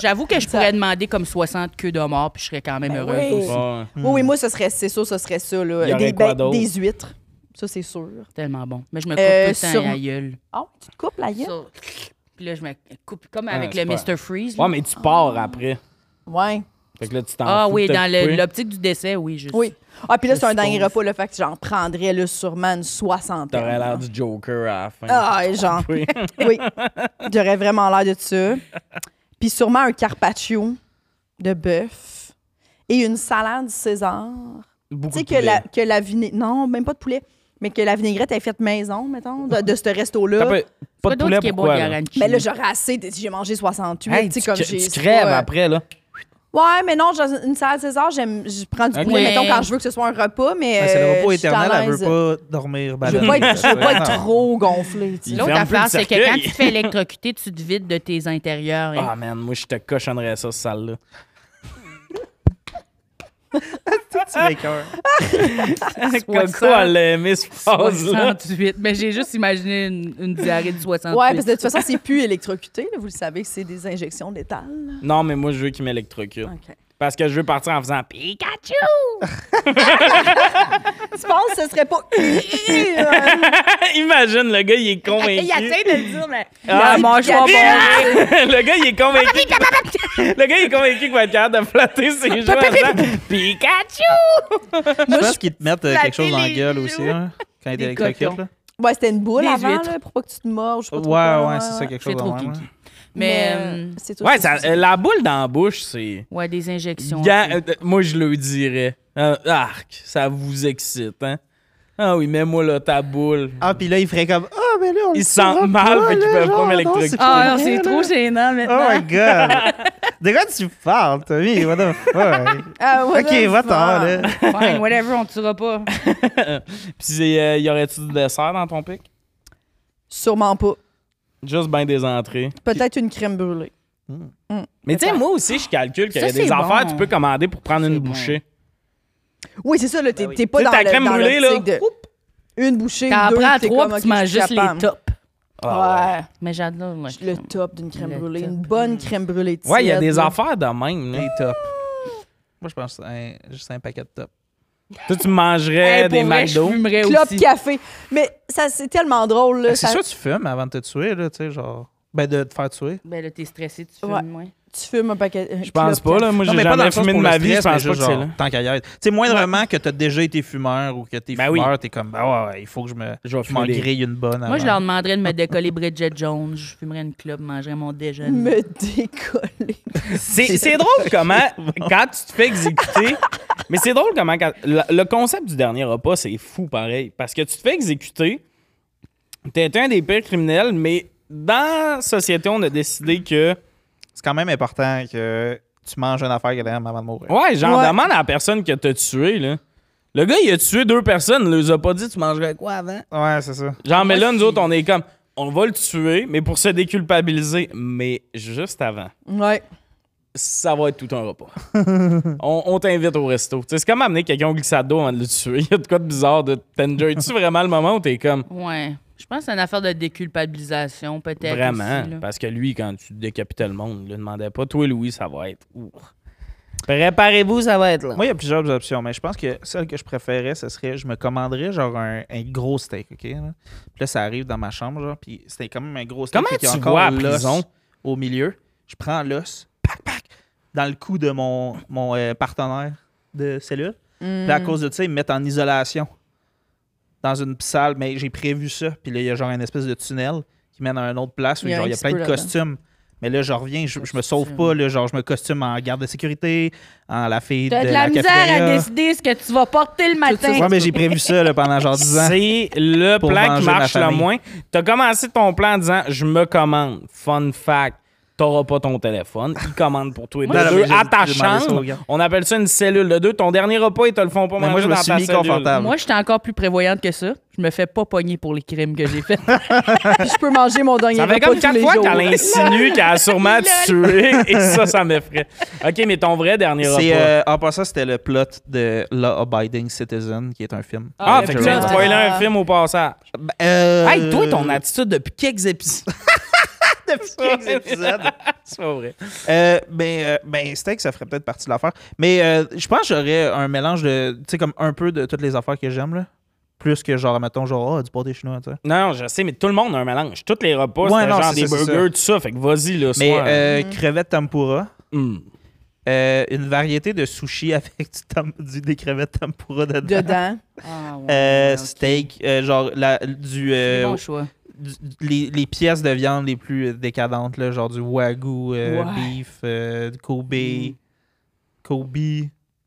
J'avoue que je
Ça-
pourrais demander comme 60 queues de mort, puis je serais quand même
Ben
heureuse
oui.
aussi.
Ouais.
Oui, oui, moi, ce serait, c'est ça, ce serait ça. Là.
Mm. Il y aurait
Des,
quoi
ben,
d'autre?
des huîtres. Ça, c'est sûr.
Tellement bon. Mais je me coupe
Euh,
tout le temps
sur-
la gueule.
Ah, tu te coupes la gueule?
Sur- Puis là, je me coupe comme
Ah,
avec
c'est
le
pas-
Mr. Freeze. là.
Ouais, mais tu pars après.
Ouais.
Fait que là, tu t'en
ah
fous
oui,
de
dans le-
t'occuper.
l'optique du décès, oui. Juste.
Oui. Ah, puis là,
Je
c'est un dernier
suppose.
repas, là. Fait que j'en prendrais, là, sûrement une soixantaine.
T'aurais
là.
l'air du Joker à la fin.
Ah, et genre.
Oui.
Oui. J'aurais vraiment l'air de ça. Puis sûrement un carpaccio de bœuf et une salade César. Tu
Beaucoup
sais
de
que
poulet.
la, que la vinaig- Non, même pas de poulet. Mais que la vinaigrette est faite maison, mettons, de, de ce resto-là.
T'as pas, pas
Pas
de poulet,
d'autre qui est bon,
pourquoi? là?
Garanchi.
Mais là, j'aurais assez. de- J'ai mangé 68.
Hey,
tu
tu
sais, comme
cr-
j'ai.
tu
c'est
crèves
pas, euh,
après, là.
Ouais, mais non, j'ai une salade César, j'aime, je prends du
Ok.
poulet, mettons,
Mais-
quand je veux que ce soit un repas, mais.
Ben, c'est
euh,
le
je
repos
suis à
éternel, elle
l'aise.
veut pas dormir
Je veux
banane.
pas être, je veux pas être trop gonflé, tu sais.
Il
L'autre
ferme plus
affaire,
le
c'est que
cercueil.
quand tu te fais électrocuter, tu te vides de tes intérieurs. hein.
Ah, man, moi, je te cochonnerais ça, ce sale-là.
Petit cœur.
Comme quoi, elle a aimé ce phrase-là.
68. Mais j'ai juste imaginé une, une diarrhée de 68.
Ouais, parce que de toute façon, c'est plus électrocuté, là, vous le savez, c'est des injections létales.
Non, mais moi, je veux qu'il m'électrocute.
OK.
Parce que je veux partir en faisant Pikachu!
Tu penses que ce serait pas. Euh,
Imagine, le gars, il est convaincu.
il essaie de le dire, mais.
Ah,
Ah, mâchoire
Gabriel!
bondée.
le gars, il est convaincu. le gars, il est convaincu qu'il va être capable de flatter ses joues en faisant Pikachu!
Je pense qu'ils te mettent euh, quelque chose dans la
les
gueule
joues.
aussi, hein, quand ils
Des
t'électrocutent. là.
ouais, c'était une boule
Des
avant,
huîtres.
là, pour pas que tu te mords. je sais pas
Ouais,
trop quoi,
ouais, c'est ça, quelque
C'est
chose
trop
de même,
kinky.
là.
Mais. euh,
euh, c'est tout.
Ouais,
c'est
ça-
tout.
euh, la boule dans la bouche, c'est.
Ouais, des injections.
Ga- euh, euh, moi, je le dirais. Euh, arc, ça vous excite, hein? Ah oui, mets-moi là ta boule.
Ah, puis là, ils feraient comme Ah, mais là, on
Ils se sentent mal, fait qu'ils peuvent pas m'électrocuter.
Ah, non, c'est trop gênant
Oh
maintenant.
my god! De quoi tu parles, Tommy? What the fuck?
Ah, ouais,
ok,
là,
va-t'en, là.
Fine, whatever, on te tuera pas.
Puis, euh, y aurait-tu du dessert dans ton pic?
Sûrement pas.
Juste ben des entrées.
Peut-être une crème brûlée.
Mais tu sais, moi aussi, je calcule qu'il y a
Ça,
des
c'est
affaires
bon.
tu peux commander pour prendre une
C'est bon.
bouchée.
Oui, c'est ça, là, t'es t'es pas
Ben Tu sais,
dans
ta
le-
crème
dans
brûlée, là.
l'optique de- Une bouchée,
T'en
deux,
prends
t'es
trois,
comme,
puis tu
OK, je
manges
suis
juste les
capable.
tops.
Ah
Ouais.
Mais j'adore, moi. je-
Le top d'une crème
Le
brûlée.
top.
Une bonne crème brûlée.
ouais. Ouais, il y a
tiède,
des
là.
affaires de même. là.
Les top. Moi, je pense que c'est un- juste un paquet de top.
Euh,
Toi, tu mangerais
Hey, pour
des
vrai,
McDo.
Je fumerais
Clope
aussi.
café. Mais ça, c'est tellement drôle,
Ben,
là.
C'est
ça-
sûr que tu fumes avant de te tuer, là, tu sais, genre. Ben, de te faire tuer.
Ben là, t'es stressé, tu
Ouais.
fumes moins.
Tu fumes un paquet. un
Je pense
clope
pas, là. Moi,
Non,
j'ai
mais pas dans
jamais
le sens
fumé de
pour le
ma vie. Je
stress,
pense
mais
pas que
juste
c'est
genre,
là.
Tant qu'à y être. Tu sais, moindrement que t'as déjà été fumeur ou que t'es
Ben oui.
fumeur, t'es comme, ah ouais, il faut que je me.
Je vais
Je m'en
fumer des-
grille une
Ah
bonne.
Moi, je
avant.
leur demanderais de me décoller Bridget Jones. Je fumerais une clope, mangerais mon déjeuner.
Me décoller.
C'est c'est drôle comment, quand tu te fais exécuter, mais c'est drôle comment, quand- le, le concept du dernier repas, c'est fou pareil. Parce que tu te fais exécuter, t'es un des pires criminels, mais dans la société, on a décidé que,
C'est quand même important que tu manges une affaire que t'aimes avant de mourir.
ouais, j'en
Ouais.
demande à la personne que t'as tué, là. Le gars, il a tué deux personnes, il les a pas dit, tu mangerais quoi avant?
Ouais, c'est ça.
Genre, mais
Moi,
là, nous
si-
autres, on est comme, on va le tuer, mais pour se déculpabiliser, mais juste avant.
Ouais.
ça va être tout un repas. on on t'invite au resto. Tu sais, c'est comme amener quelqu'un au glissade d'eau avant de le tuer. Il y a de quoi de bizarre de t'enjoy. tu vraiment le moment où t'es comme
Ouais. Je pense que c'est une affaire de déculpabilisation, peut-être.
vraiment?
aussi, là.
Parce que lui, quand tu décapitais le monde, il ne demandait pas. Toi, Louis, ça va être. Ouh. Préparez-vous, ça va être là.
Moi, il y a plusieurs options, mais je pense que celle que je préférais, ce serait je me commanderais genre un, un gros steak, OK? là. Puis là, ça arrive dans ma chambre, genre, puis c'était quand même un gros steak.
Comment
puis qu'il y a
tu
encore
vois à
l'os
prison?
Au milieu, je prends l'os, pac, pac, dans le cou de mon, mon euh, partenaire de cellule. Puis
Hmm.
à cause de ça, ils me mettent en isolation dans une salle, mais j'ai prévu ça. Puis là, il y a genre une espèce de tunnel qui mène à une autre place où
Il y a
genre,
un
il y a
petit
plein
peu
de
là-dedans.
costumes. Mais là, je reviens, je, je me sauve
Costume.
pas. Là, genre, je me costume en garde de sécurité, en la fille de,
T'as de
la,
la, misère à
cafétéria.
décider ce que tu vas porter le matin.
Ouais, mais j'ai prévu ça là, pendant genre 10 ans.
C'est le
Pour
plan
venger
qui
ma
marche le
famille.
moins. T'as commencé ton plan en disant Je me commande. Fun fact. T'auras pas ton téléphone. Il commande pour toi. De
Moi, j'avais-
deux,
j'ai-
à ta
j'ai demandé ça
chambre,
au gars.
on appelle ça une cellule. De deux, ton dernier repas, ils te le font pas
Mais
manger
moi, je me
dans
suis
ta
mis
cellule.
confortable.
Moi, j'étais encore plus prévoyante que ça. Je me fais pas pogner pour les crimes que j'ai faits.
Puis je peux manger mon dernier
Ça fait
repas
comme
tous
quatre
les
fois
jours.
qu'elle insinue qu'elle a sûrement tué et ça, ça m'effraie. OK, mais ton vrai dernier
C'est,
repas.
euh, en passant, c'était le plot de Law Abiding Citizen, qui est un film.
Ah,
le
fait que
plot.
tu as spoilé un
Ah.
film au passage.
Ben, euh,
Hey, toi, ton attitude depuis quelques épisodes.
depuis quelques épisodes.
C'est pas vrai.
Euh, ben, euh, ben, steak, ça ferait peut-être partie de l'affaire. Mais euh, je pense que j'aurais un mélange de, tu sais, comme un peu de toutes les affaires que j'aime, là. Plus que genre, mettons, genre, ah, du pâté chinois, tu sais.
Non, non, je sais, mais tout le monde a un mélange. Tous les repas,
Ouais,
c'est
non,
genre
c'est
des
ça, c'est
burgers, tout ça. Fait que vas-y, là,
Mais
soir.
euh,
Mm-hmm.
crevettes tempura,
Hmm.
euh, une variété de sushi avec du tam- du- des crevettes tempura dedans.
Dedans.
Ah, ouais,
Euh,
ok.
Steak, euh, genre la, du,
C'est
euh,
bon choix.
du- les, les pièces de viande les plus euh, décadentes, là, genre du wagyu, euh,
Ouais.
beef, euh, Kobe,
Mm.
Kobe.
Oui,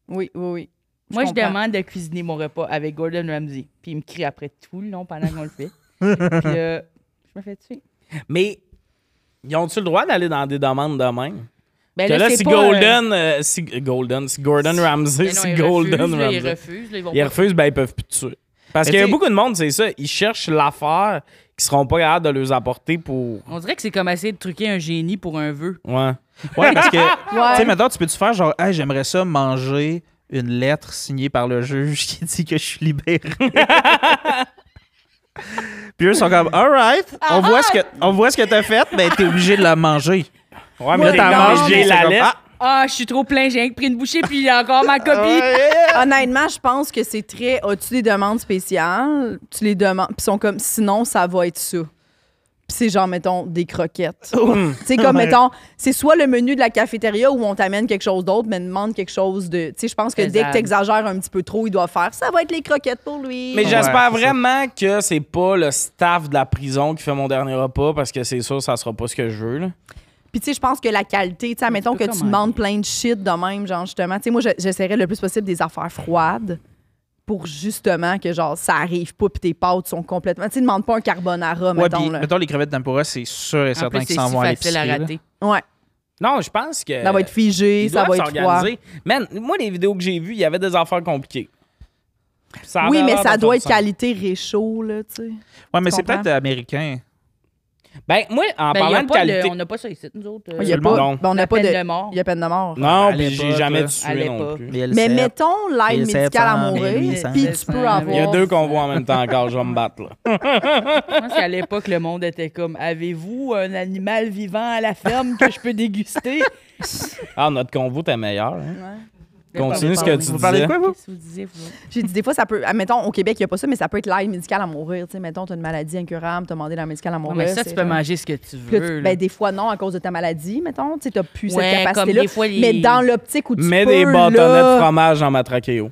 oui, oui.
Moi, je
comprends.
demande de cuisiner mon repas avec Gordon Ramsay. Puis il me crie après tout le long pendant qu'on le fait. Puis euh, je me fais tuer.
Mais ils ont-tu le droit d'aller dans des demandes de même?
Ben,
que là,
c'est
si
pas, euh,
Golden, euh, si Golden, si Gordon Ramsay,
ben non,
si
ils
Golden
refusent, là,
Ramsay.
Ils refusent. là, ils vont
Ils
pas-
refusent, ben ils peuvent plus te tuer. Parce
Mais
qu'il y a
t'sais-
beaucoup de monde, c'est ça, ils cherchent l'affaire qu'ils seront pas capables de leur apporter pour.
On dirait que c'est comme essayer de truquer un génie pour un vœu.
Ouais.
Ouais, parce que, tu sais,
Ah, Ouais.
maintenant, tu peux-tu faire genre, hey, j'aimerais ça manger une lettre signée par le juge qui dit que je suis libéré. Puis eux sont comme, alright,
Ah,
on voit ce que, on voit ce que t'as fait, mais t'es obligé de la manger.
Ouais,
Là,
mais
t'en
t'as
manges,
mangé
mais c'est
la
comme,
lettre.
Ah, je suis trop plein, j'ai rien que pris une bouchée, puis il y a encore
Ah
ma copie.
Honnêtement, je pense que c'est très. As-tu des demandes spéciales? Tu les demandes. Puis ils sont comme, sinon, ça va être ça. Puis c'est genre, mettons, des croquettes. tu sais, comme,
Ouais.
mettons, c'est soit le menu de la cafétéria où on t'amène quelque chose d'autre, mais demande quelque chose de. Tu sais, je pense que dès
Faisable.
que t'exagères un petit peu trop, il doit faire. Ça va être les croquettes pour lui.
Mais
Ouais,
j'espère
c'est ça.
vraiment que c'est pas le staff de la prison qui fait mon dernier repas parce que c'est sûr, ça sera pas ce que je veux. Là.
Puis, tu sais, je pense que la qualité, tu sais, mettons que
peu
tu
comment-
demandes plein de shit de même, genre, justement. Tu sais, moi, je- j'essaierais le plus possible des affaires froides pour justement que, genre, ça arrive pas, puis tes pâtes sont complètement. Tu sais, demande pas un carbonara,
Ouais,
mettons,
puis,
là.
mettons, les crevettes tempura, c'est sûr et
En
certain
plus,
qu'ils
c'est
s'en
si
vont à
facile à
l'épicerie. là.
rater.
Ouais.
Non, je pense que.
Ça va être figé,
ils
ça va
doivent
être froid.
euh, s'organiser. Man, moi, les vidéos que j'ai vues, il y avait des affaires compliquées. Ça
Oui,
avait
mais
l'air
ça
de
doit
faire
être
du sens.
qualité réchaud, là, tu sais.
Euh,
Ouais, mais
Tu
c'est
comprends?
peut-être américain.
Ben, moi, en
Ben, y a
parlant de
pas
qualité.
on n'a pas ça ici, nous autres. euh,
Il y a
Seulement
pas,
non.
ben, on
la
n'a pas
peine
de.
de mort.
Il y a peine de mort.
Non,
À
puis j'ai
l'époque,
jamais
là.
À
tué
l'époque.
non plus.
Mais mettons l'aide
1700,
médicale à mourir,
1800.
puis tu peux avoir.
Il y a deux convois en même temps encore, je vais me battre là.
Je pense qu'à l'époque, le monde était comme Avez-vous un animal vivant à la ferme que je peux déguster
Ah, notre convoi, t'es meilleur. hein.
Je
Continue
vais
ce
parler.
que tu
Vous parlez de
disais.
quoi, vous?
Qu'est-ce que vous disiez, vous autres?
J'ai dit, des fois, ça peut. ah, Mettons, au Québec, il n'y a pas ça, mais ça peut être l'aide médicale à mourir. Tu sais, mettons, tu as une maladie incurable, tu as demandé la médicale à
Non,
mourir.
mais ça, tu
c'est
peux
genre-
manger ce que tu veux.
Puis là, tu-
là.
ben, des fois, non, à cause de ta maladie, mettons. Tu n'as plus
Ouais,
cette
comme
capacité-là.
des fois, les-
Mais dans l'optique où tu
Mets
peux.
des bâtonnets de
là,
fromage dans ma trachéo.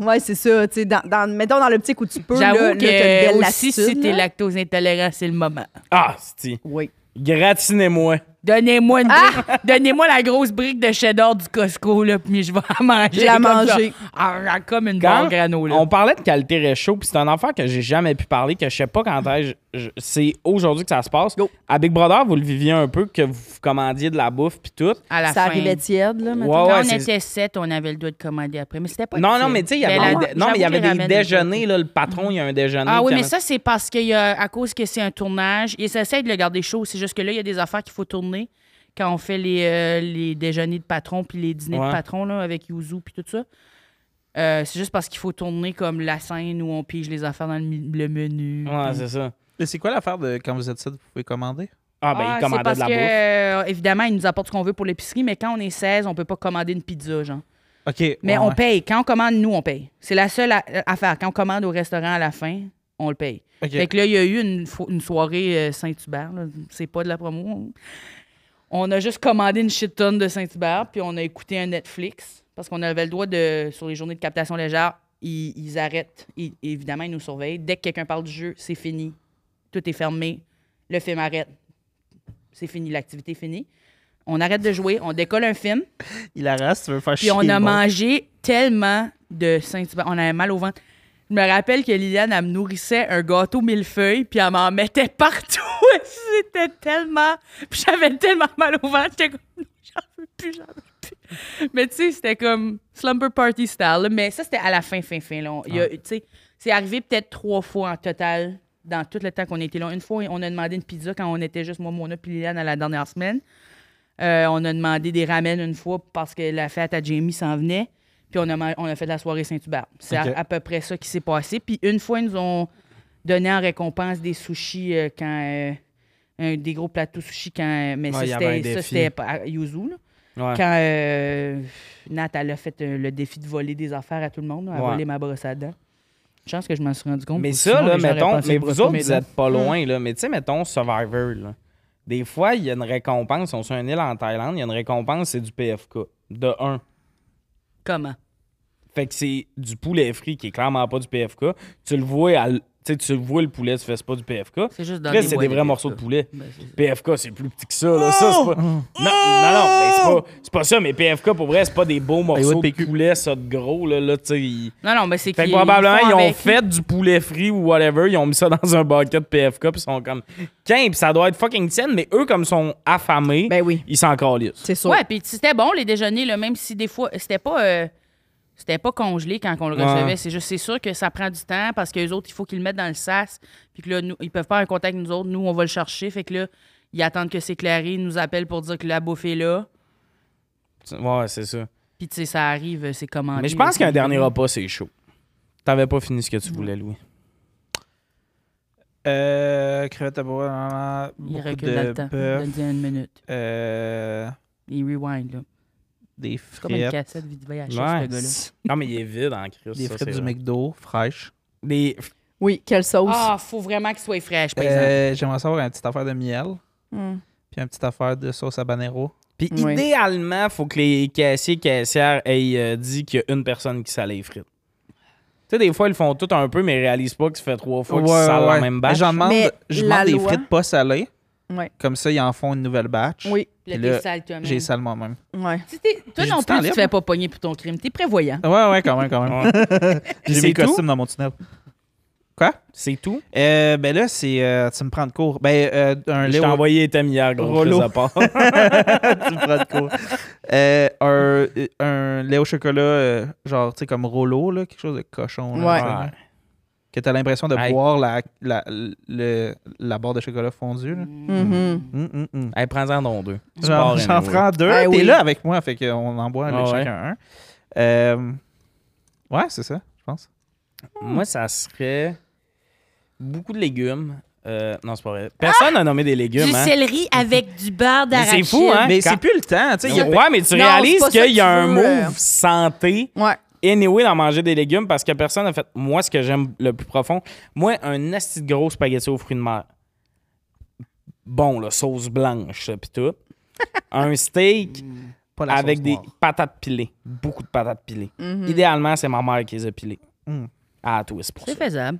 Ouais, c'est ça. tu sais, Dans, dans, mettons, dans l'optique où tu peux. là, là,
J'avoue
t'as une
que
belle
aussi, si
lassitude,
t'es
là.
lactose intolérant, c'est le moment.
Ah, c'est
Oui.
Gratinez-moi.
Donnez-moi une
Ah!
brique- donnez-moi la grosse brique de cheddar du Costco, là, puis je vais la manger.
Je la
comme ça,
manger.
en- en- comme une
Quand
barre granola.
on parlait de qualité réchaud, puis c'est un affaire que j'ai jamais pu parler, que je sais pas quand est-ce- je- c'est aujourd'hui que ça se passe.
Go.
À Big Brother, vous le viviez un peu, que vous commandiez de la bouffe, puis tout.
À la
Ça
fin.
arrivait tiède, là, mettons.
Ouais,
Quand
ouais,
on
c'est-
était sept, on avait le droit de commander après. Mais c'était pas
Non,
utile.
non, mais tu sais, il y avait,
Ben,
la-
la-
non, mais il y
j'avoue
avait
qu'ils
des
ramènent des
déjeuners, là, le patron, il y a un déjeuner.
Ah oui,
qui
mais
amène-
ça, c'est parce qu'il y a, à cause que c'est un tournage, ils essayent de le garder chaud. C'est juste que là, il y a des affaires qu'il faut tourner quand on fait les, euh, les déjeuners de patron puis les dîners
Ouais.
de patron là, avec Yuzu puis tout ça. Euh, c'est juste parce qu'il faut tourner comme la scène où on pige les affaires dans le, mi- le menu.
Ouais,
puis-
c'est ça.
Mais c'est quoi l'affaire de quand vous êtes ça, vous pouvez commander?
Ah, ben,
Ah,
il
c'est
commandait
parce
de la
que,
bouffe.
euh, évidemment, ils nous apportent ce qu'on veut pour l'épicerie, mais quand on est 16, on peut pas commander une pizza, genre.
OK.
Mais
ouais,
on
ouais.
paye. Quand on commande, nous, on paye. C'est la seule a- affaire. Quand on commande au restaurant à la fin, on le paye.
OK.
Fait que là, il y a eu une, fo- une soirée euh, Saint-Hubert. là. C'est pas de la promo. On a juste commandé une shit tonne de Saint-Hubert, puis on a écouté un Netflix. Parce qu'on avait le droit de, sur les journées de captation légère, ils, ils arrêtent. Ils- évidemment, ils nous surveillent. Dès que quelqu'un parle du jeu, c'est fini. Tout est fermé. Le film arrête. C'est fini. L'activité est finie. On arrête de jouer. On décolle un film.
Il la reste, tu veux faire chier.
Puis on
le
a
monde.
mangé tellement de Saint-Hubert. On avait mal au ventre. Je me rappelle que Liliane, elle me nourrissait un gâteau millefeuille, puis elle m'en mettait partout. C'était tellement. Puis j'avais tellement mal au ventre. J'étais comme, non, j'en veux plus, j'en veux plus. Mais tu sais, c'était comme Slumber Party style. là. Mais ça, c'était à la fin, fin, fin. Là. On- il y a- tu sais, C'est arrivé peut-être trois fois en total dans tout le temps qu'on était là. Une fois, on a demandé une pizza quand on était juste moi, Mona, puis Liliane à la dernière semaine. Euh, on a demandé des ramen une fois parce que la fête à Jamie s'en venait. Puis on a, man- on a fait de la soirée Saint-Hubert. C'est à-
Ok.
à, peu près ça qui s'est passé. Puis une fois, ils nous ont donné en récompense des sushis euh, quand. euh, un- des gros plateaux sushis quand. euh, Mais
Ouais,
ça,
il y avait un
c'était- ça,
défi.
c'était pas- à Yuzu. là.
Ouais.
Quand euh, Nat, elle a fait euh, le défi de voler des affaires à tout le monde, là, à
Ouais.
voler ma brosse à dents. chance que je m'en suis rendu compte.
Mais
parce que
ça,
sinon,
là,
les gens auraient
mettons,
pensé
mais
que
vous
Brosco
autres,
m'aidait.
vous êtes pas loin, là. Mais tu sais, mettons Survivor, là. Des fois, il y a une récompense. On est sur une île en Thaïlande, il y a une récompense, c'est du PFK. De un.
Comment?
Fait que c'est du poulet frit qui est clairement pas du PFK. Tu le vois, à l- tu sais, tu le vois le poulet, tu fais c'est pas du PFK.
C'est juste dans
Après,
des
c'est
boîtes
des
de
vrais morceaux de
pizza.
poulet.
Ben, c'est ça. Mmh.
PFK, c'est plus petit que ça. Là. Ça, c'est pas... Non, non, non, mais c'est pas, c'est pas ça. Mais PFK, pour vrai, c'est pas des beaux morceaux de
PQ.
poulet, ça, de gros. Là, là, tu sais, ils-
Non, non, mais c'est
Fait que
qu'ils-
probablement,
font
ils ont
avec-
fait du poulet frit ou whatever. Ils ont mis ça dans un bucket PFK, puis ils sont comme... Tiens, puis ça doit être fucking tienne, mais eux, comme sont affamés,
Ben oui,
ils s'en calissent.
c'est sûr.
Ouais, puis c'était bon les déjeuners, là, même si des fois, c'était pas. euh, c'était pas congelé quand on le recevait.
Ouais.
C'est juste, c'est sûr que ça prend du temps parce que les autres, il faut qu'ils le mettent dans le sas. Puis que là, nous, ils peuvent pas avoir un contact avec nous autres. Nous, on va le chercher. Fait que là, ils attendent que c'est clairé. Ils nous appellent pour dire que la bouffe est là.
Ouais, c'est ça.
Puis, tu sais, ça arrive, euh, c'est commandé.
Mais je pense
là,
qu'un
puis-
dernier repas, c'est chaud. T'avais pas fini ce que tu voulais, Louis.
Euh, crevette à bois, nan, nan,
Il
beaucoup
recule dans
de
le temps.
bœuf,
Donne-y une minute.
euh,
Il rewind, là.
des
C'est comme une
frites,
cassette vidéo VHS,
Ouais.
ce gars-là.
Non, mais il est vide en crise.
des
ça,
frites
c'est
du
vrai.
McDo fraîches.
Des...
Oui, quelle sauce.
Ah, faut vraiment qu'il soit fraîche, par exemple.
Euh, J'aimerais savoir une petite affaire de miel,
Hmm.
Mm.
puis une petite affaire de sauce habanero.
Puis
Oui.
idéalement, faut que les caissiers caissières aient euh, dit qu'il y a une personne qui sale les frites. Tu sais, des fois, ils le font tout un peu, mais ils réalisent pas que ça fait trois fois qu'ils
Ouais,
salent
ouais.
la même
Mais
batch.
J'en demande,
Mais
je
la
demande des
loi-
frites pas salées.
Ouais.
Comme ça, ils en font une nouvelle batch.
Oui,
Le
là,
thé sale, toi-même.
J'ai sale moi-même.
ouais.
Si t'es- Toi
J'ai
non
du temps
plus, tu te
libre.
fais pas pogner pour ton crime. T'es prévoyant.
Ouais, ouais, quand même, quand même.
Ouais. Puis
J'ai
c'est
mes
tout?
costumes dans mon tunnel. Quoi?
C'est tout.
Euh, ben là, c'est. euh, tu me prends de court. Ben, euh, un
Je t'ai
Léo.
envoyé les thèmes hier, gros.
Rollo.
Chris, à part.
tu me prends de court. Euh, un, un lait au chocolat, euh, genre, tu sais, comme Rollo, là, quelque chose de cochon. là,
Ouais.
genre, là. Que t'as l'impression de
Hey.
boire la, la, le- la barre de chocolat fondu. là.
Mhm.
Hum, hum, hum.
hey, prends-en donc deux.
J'en,
Mm. Sport
j'en
anyway.
prends deux.
Ah
T'es
oui.
là avec moi, fait qu'on en boit
Ah
là,
ouais.
chacun un. Euh, ouais, c'est ça, je pense.
Moi, ça serait beaucoup de légumes. Euh, non, c'est pas vrai. Personne n'a nommé des légumes, hein?
céleri avec du beurre
Mais c'est fou, hein?
Mais
Quand-
c'est plus le temps, tu sais. il y a-
Ouais, mais tu
Non, c'est
réalises
pas ça
qu'il
que
y a
tu
un
veux,
move
euh.
santé
Ouais.
anyway d'en manger des légumes parce que personne n'a fait. Moi, ce que j'aime le plus profond, moi, un asti de gros spaghetti aux fruits de mer. Bon, là, sauce blanche, ça, pis tout. un steak
Pas la sauce
avec des
noire.
patates pilées. Beaucoup de patates pilées. Idéalement, c'est ma mère qui les a pilées.
Mm.
Ah, tout, c'est pour ça.
C'est faisable.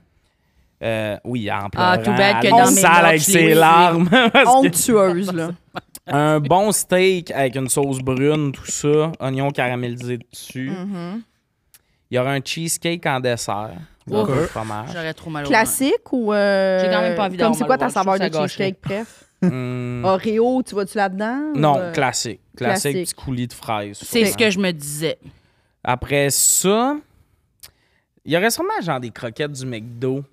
Euh, oui, en pleurant.
Ah, too bad que
elle
dans
est
mes
sale
notes,
avec
j'ai
ses
oublié.
larmes. parce que-
Onctueuse, là.
un bon steak avec une sauce brune, tout ça, oignon caramélisé dessus. Il y aura un cheesecake en dessert.
Mm-hmm. Ouf.
Le fromage.
J'aurais trop mal au
Classique ou. euh,
J'ai quand même pas envie
Comme
d'avoir
c'est quoi ta
mal au ventre,
saveur
je
de
trouve ça
cheesecake, bref?
Hmm.
Oreo, tu vas-tu là-dedans?
Non,
ou, euh,
classique. Classique, petit
classique.
coulis de fraises.
ventre. C'est
sûrement.
ce que je me disais.
Après ça, il y aurait sûrement genre des croquettes du McDo.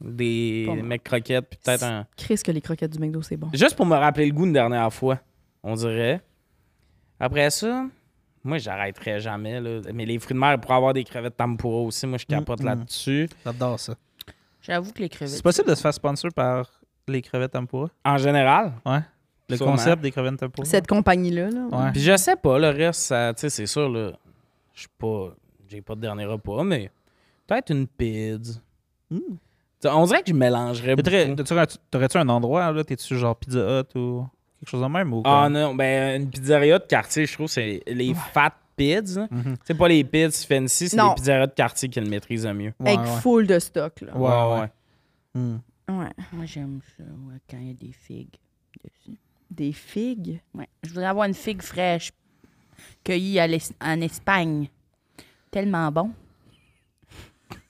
Des
Pas mal.
mecs croquettes, puis peut-être un.
Chris, que les croquettes du McDo, c'est bon.
Juste pour me rappeler le goût une dernière fois, on dirait. Après ça, moi, j'arrêterai jamais. là. Mais les fruits de mer, pour avoir des crevettes tempura aussi, moi, je capote
Mm-hmm.
Mm, mm.
là-dessus.
J'adore ça.
J'avoue que les crevettes.
C'est possible de se faire sponsor par les crevettes tempura.
En général.
Le
Sûrement.
concept des crevettes tempura.
Cette compagnie-là, là.
Ouais.
Puis je sais pas, le reste, ça, tu sais, c'est sûr, là, je suis pas. J'ai pas de dernier repas, mais peut-être une pizza.
Mm.
Tu sais, On dirait que je mélangerais
Mais t'aurais-
beaucoup.
t'aurais- T'aurais-tu un endroit, là? T'es-tu genre Pizza Hut ou quelque chose de même? Ou
Ah
comme-
non, ben une pizzeria de quartier, je trouve, c'est les fat pizzas.
Mhm.
C'est pas les pizzas fancy, c'est
Non.
les pizzerias de quartier qui le maîtrisent le mieux.
Ouais,
Avec
ouais.
full de stock, là.
Ouais, ouais. Hmm.
Ouais.
Moi, j'aime ça ouais, quand il y a des figues dessus.
Des figues.
Ouais. Je voudrais avoir une figue fraîche cueillie à l'Es- en Espagne. Tellement bon.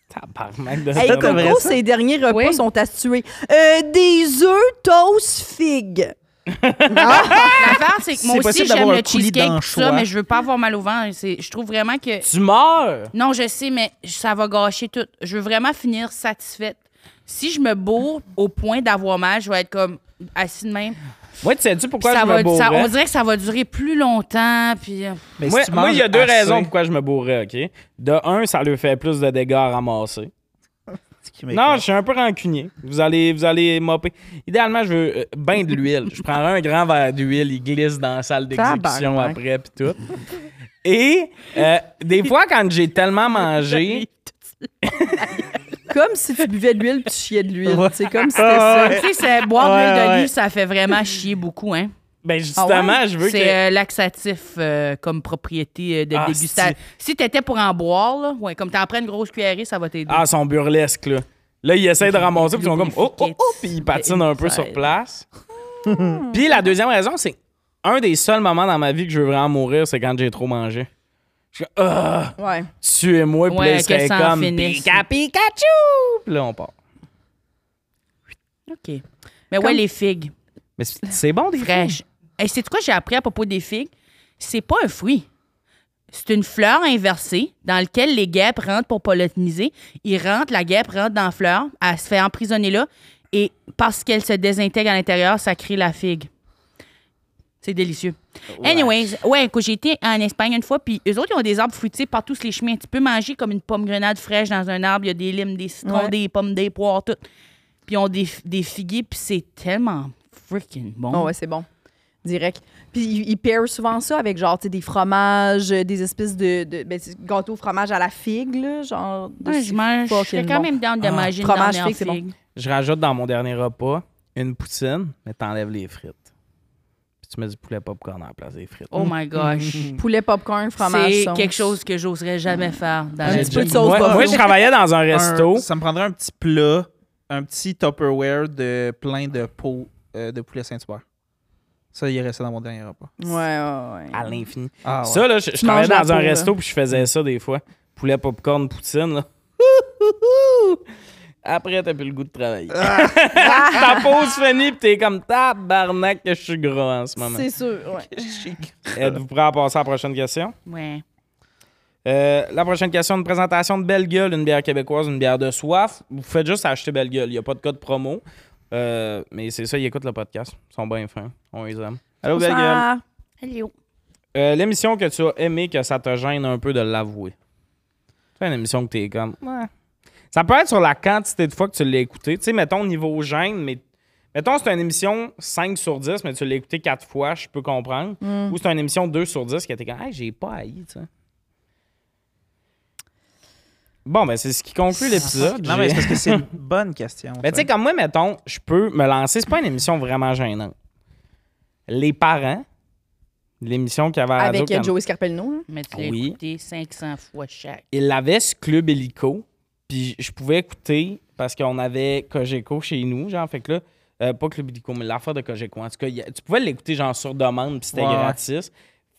Tabarnak de
Hey,
ça.
t'aimerais
Coco,
ça?
ses derniers repas
Oui.
sont à se tuer. Euh, des œufs toast figues.
L'affaire, c'est que moi
C'est
aussi,
possible
j'aime
d'avoir
le
un coulis
cheesecake, tout ça,
d'anchois.
mais je veux pas avoir mal au ventre. C'est- Je trouve vraiment que.
Tu meurs!
Non, je sais, mais ça va gâcher tout. Je veux vraiment finir satisfaite. Si je me bourre au point d'avoir mal, je vais être comme assis de même.
Moi, tu sais-tu
Puis
pourquoi
ça
je me
va, ça-
bourrais?
on dirait que ça va durer plus longtemps. Puis euh,
Mais si
Moi,
tu
moi, il y a
manges
deux
assez,
raisons pourquoi je me bourrais, OK? De un, ça lui fait plus de dégâts à ramasser.
ce qui
Non,
m'écoeure.
je suis un peu rancunier. Vous allez, vous allez mopper. Idéalement, je veux euh, ben de l'huile. Je prendrais un grand verre d'huile, il glisse dans la salle d'exécution
Tabarnak.
après, puis tout. Et euh, des fois, quand j'ai tellement mangé,
Comme si tu buvais de l'huile puis tu chiais de l'huile.
Ouais.
C'est comme si c'était
Ah,
ça.
ouais.
Tu sais, c'est- boire de
Ouais,
l'huile d'olive,
ouais.
ça fait vraiment chier beaucoup, hein.
Ben justement, je veux
C'est
que.
euh, laxatif euh, comme propriété euh, de
Ah,
dégustation. Si t'étais pour en boire, là, ouais, comme t'en prends une grosse cuillerée, ça va t'aider.
Ah, ils sont burlesques, là. Là, ils essayent de ramasser, puis ils sont comme, oh, oh, oh, puis ils patinent un peu
Ça
sur
aide.
place. puis la deuxième raison, c'est un des seuls moments dans ma vie que je veux vraiment mourir, c'est quand j'ai trop mangé. Je suis comme, ah,
Ouais.
tuez-moi, puis
Ouais,
là, ils
que
seraient
ça en
comme,
finisse.
Pika, Pikachu! Puis là, on part.
OK. Mais
Comme-
ouais, les figues
Mais c'est c'est bon, des
fraîches. Et c'est quoi j'ai appris à propos des figues? C'est pas un fruit. C'est une fleur inversée dans laquelle les guêpes rentrent pour polliniser. Ils rentrent, la guêpe rentre dans la fleur, elle se fait emprisonner là, et parce qu'elle se désintègre à l'intérieur, ça crée la figue. C'est délicieux. Anyways, ouais, écoute, j'ai été en Espagne une fois, puis eux autres, ils ont des arbres fruitiers partout sur les chemins. Tu peux manger comme une pomme grenade fraîche dans un arbre. Il y a des limes, des citrons,
Ouais.
des pommes, des poires, tout. Puis ils ont des, des figuiers, puis c'est tellement freaking bon.
Oh, ouais, c'est bon. Direct. Puis ils ils pairent souvent ça avec genre tu sais, des fromages, euh, des espèces de, de ben, c'est gâteau au fromage à la figue, là, genre. de-
Ouais, je mange. Je serais
fucking
quand
bon.
même down de
Ah,
manger une
fromage
dernière
figue, c'est bon.
figue.
Je rajoute dans mon dernier repas une poutine, mais t'enlèves les frites. Puis tu mets du poulet popcorn à la place des frites.
Oh my gosh.
Poulet, popcorn, Mm-hmm. fromage.
C'est
sauce.
quelque chose que j'oserais jamais faire dans
Un
la
petit peu de
vie.
sauce
moi,
buffalo.
moi, je travaillais dans un
Un-
resto.
ça me prendrait un petit plat, un petit Tupperware de plein de pots euh, de poulet Saint-Hubert. Ça, il est resté dans mon dernier repas.
Ouais, ouais, ouais.
à l'infini.
Ah, ouais.
Ça, là, je, je
Tu
travaillais
manges la
dans un
peau, là.
resto puis je faisais ça des fois. Poulet, popcorn, poutine, là. Après, t'as plus le goût de travailler.
Ah.
Ta pause finie puis t'es comme tabarnak que je suis gros en ce moment.
C'est sûr, ouais.
Êtes-vous prêts à passer à la prochaine question?
Ouais.
Euh, la prochaine question, une présentation de Belle Gueule, une bière québécoise, une bière de soif. Vous faites juste acheter Belle Gueule. Il n'y a pas de code promo. Euh, mais c'est ça, ils écoutent le podcast. Ils sont bien fins. On les aime. Allô, Belle Gueule.
Ça-
Hello.
Euh, L'émission que tu as aimée, que ça te gêne un peu de l'avouer. C'est une émission que t'es comme. Ouais. Ça peut être sur la quantité de fois que tu l'as écoutée. Tu sais, mettons niveau gêne, mais. Mettons, c'est une émission 5 sur 10, mais tu l'as écoutée 4 fois, je peux comprendre.
Mm.
Ou c'est une émission 2 sur 10 qui était comme, hey, j'ai pas haï, tu sais. Bon, ben, c'est ce qui conclut l'épisode.
Non, mais
J'ai-
c'est parce que c'est une bonne question.
mais tu sais, comme moi, mettons, je peux me lancer. C'est pas une émission vraiment gênante. Les parents, l'émission qu'il y avait à
Avec euh,
Radio-Can-
Joey Scarpellino, là.
Mais tu l'as
Ah Oui.
écouté 500 fois chaque.
il avait ce club hélico, puis je pouvais écouter parce qu'on avait Cogeco chez nous, genre, fait que là, euh, pas Club Hélico, mais l'affaire de Cogeco. En tout cas, il y a- tu pouvais l'écouter genre sur demande, puis c'était
Ouais, ouais.
gratis.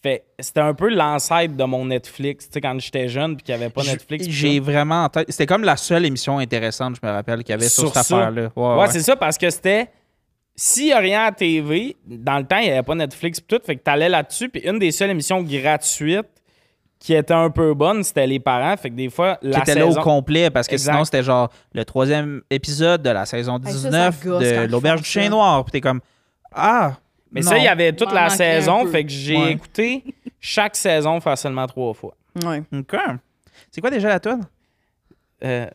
Fait c'était un peu l'ancêtre de mon Netflix, tu sais, quand j'étais jeune, puis qu'il n'y avait pas
J-
Netflix. puis
J'ai
tout.
vraiment en tête. C'était comme la seule émission intéressante, je me rappelle, qu'il y avait sur,
Sur
cette
ça.
affaire-là. Ouais,
Ouais,
ouais.
c'est ça, parce que c'était. Si Orient TV, dans le temps, il n'y avait pas Netflix pis tout, fait que t'allais là-dessus, puis une des seules émissions gratuites qui était un peu bonne, c'était Les Parents, fait que des fois,
qui
la
était là
saison...
au complet parce que
Exact.
sinon c'était genre le troisième épisode de la saison
ça, ça
19
gosse quand
de
ils
l'auberge
font
du chien
ça.
noir puis t'es comme ah
Mais
non.
ça, il y avait toute
M'en
la
manquait un
saison,
peu.
fait que j'ai
Ouais.
écouté chaque saison facilement trois fois.
Ouais.
Ok. c'est quoi déjà la toune
Euh,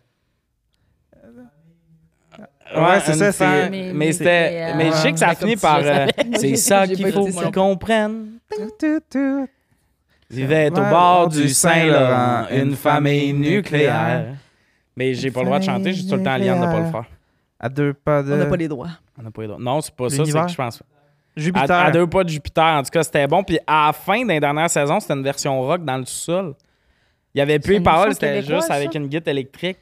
Ouais, c'est
une
ça,
fin-
c'est-
Mais,
mais
c'était.
c'est-
Mais je sais que ça
Ouais,
finit
comme
par.
tu
euh, c'est ça
J'ai
qu'il
pas
faut
écouté
qu'ils
ça.
comprennent.
Tu, tu.
Vivait au bord du Saint-Laurent, une famille nucléaire. Mais j'ai pas le droit de chanter, j'ai tout le temps à Liane de pas le faire.
à deux pas de
On n'a pas les droits.
On n'a pas eu le droit. Non, c'est pas ça, c'est
L'univers.
que je pense. À,
Jupiter
à deux pas de Jupiter, en tout cas, c'était bon. Puis à la fin des dernières saisons, c'était une version rock dans le sous-sol. Il y avait plus
C'est
les
une
paroles,
émission
c'était
québécoise,
juste
ça?
avec une guitare électrique.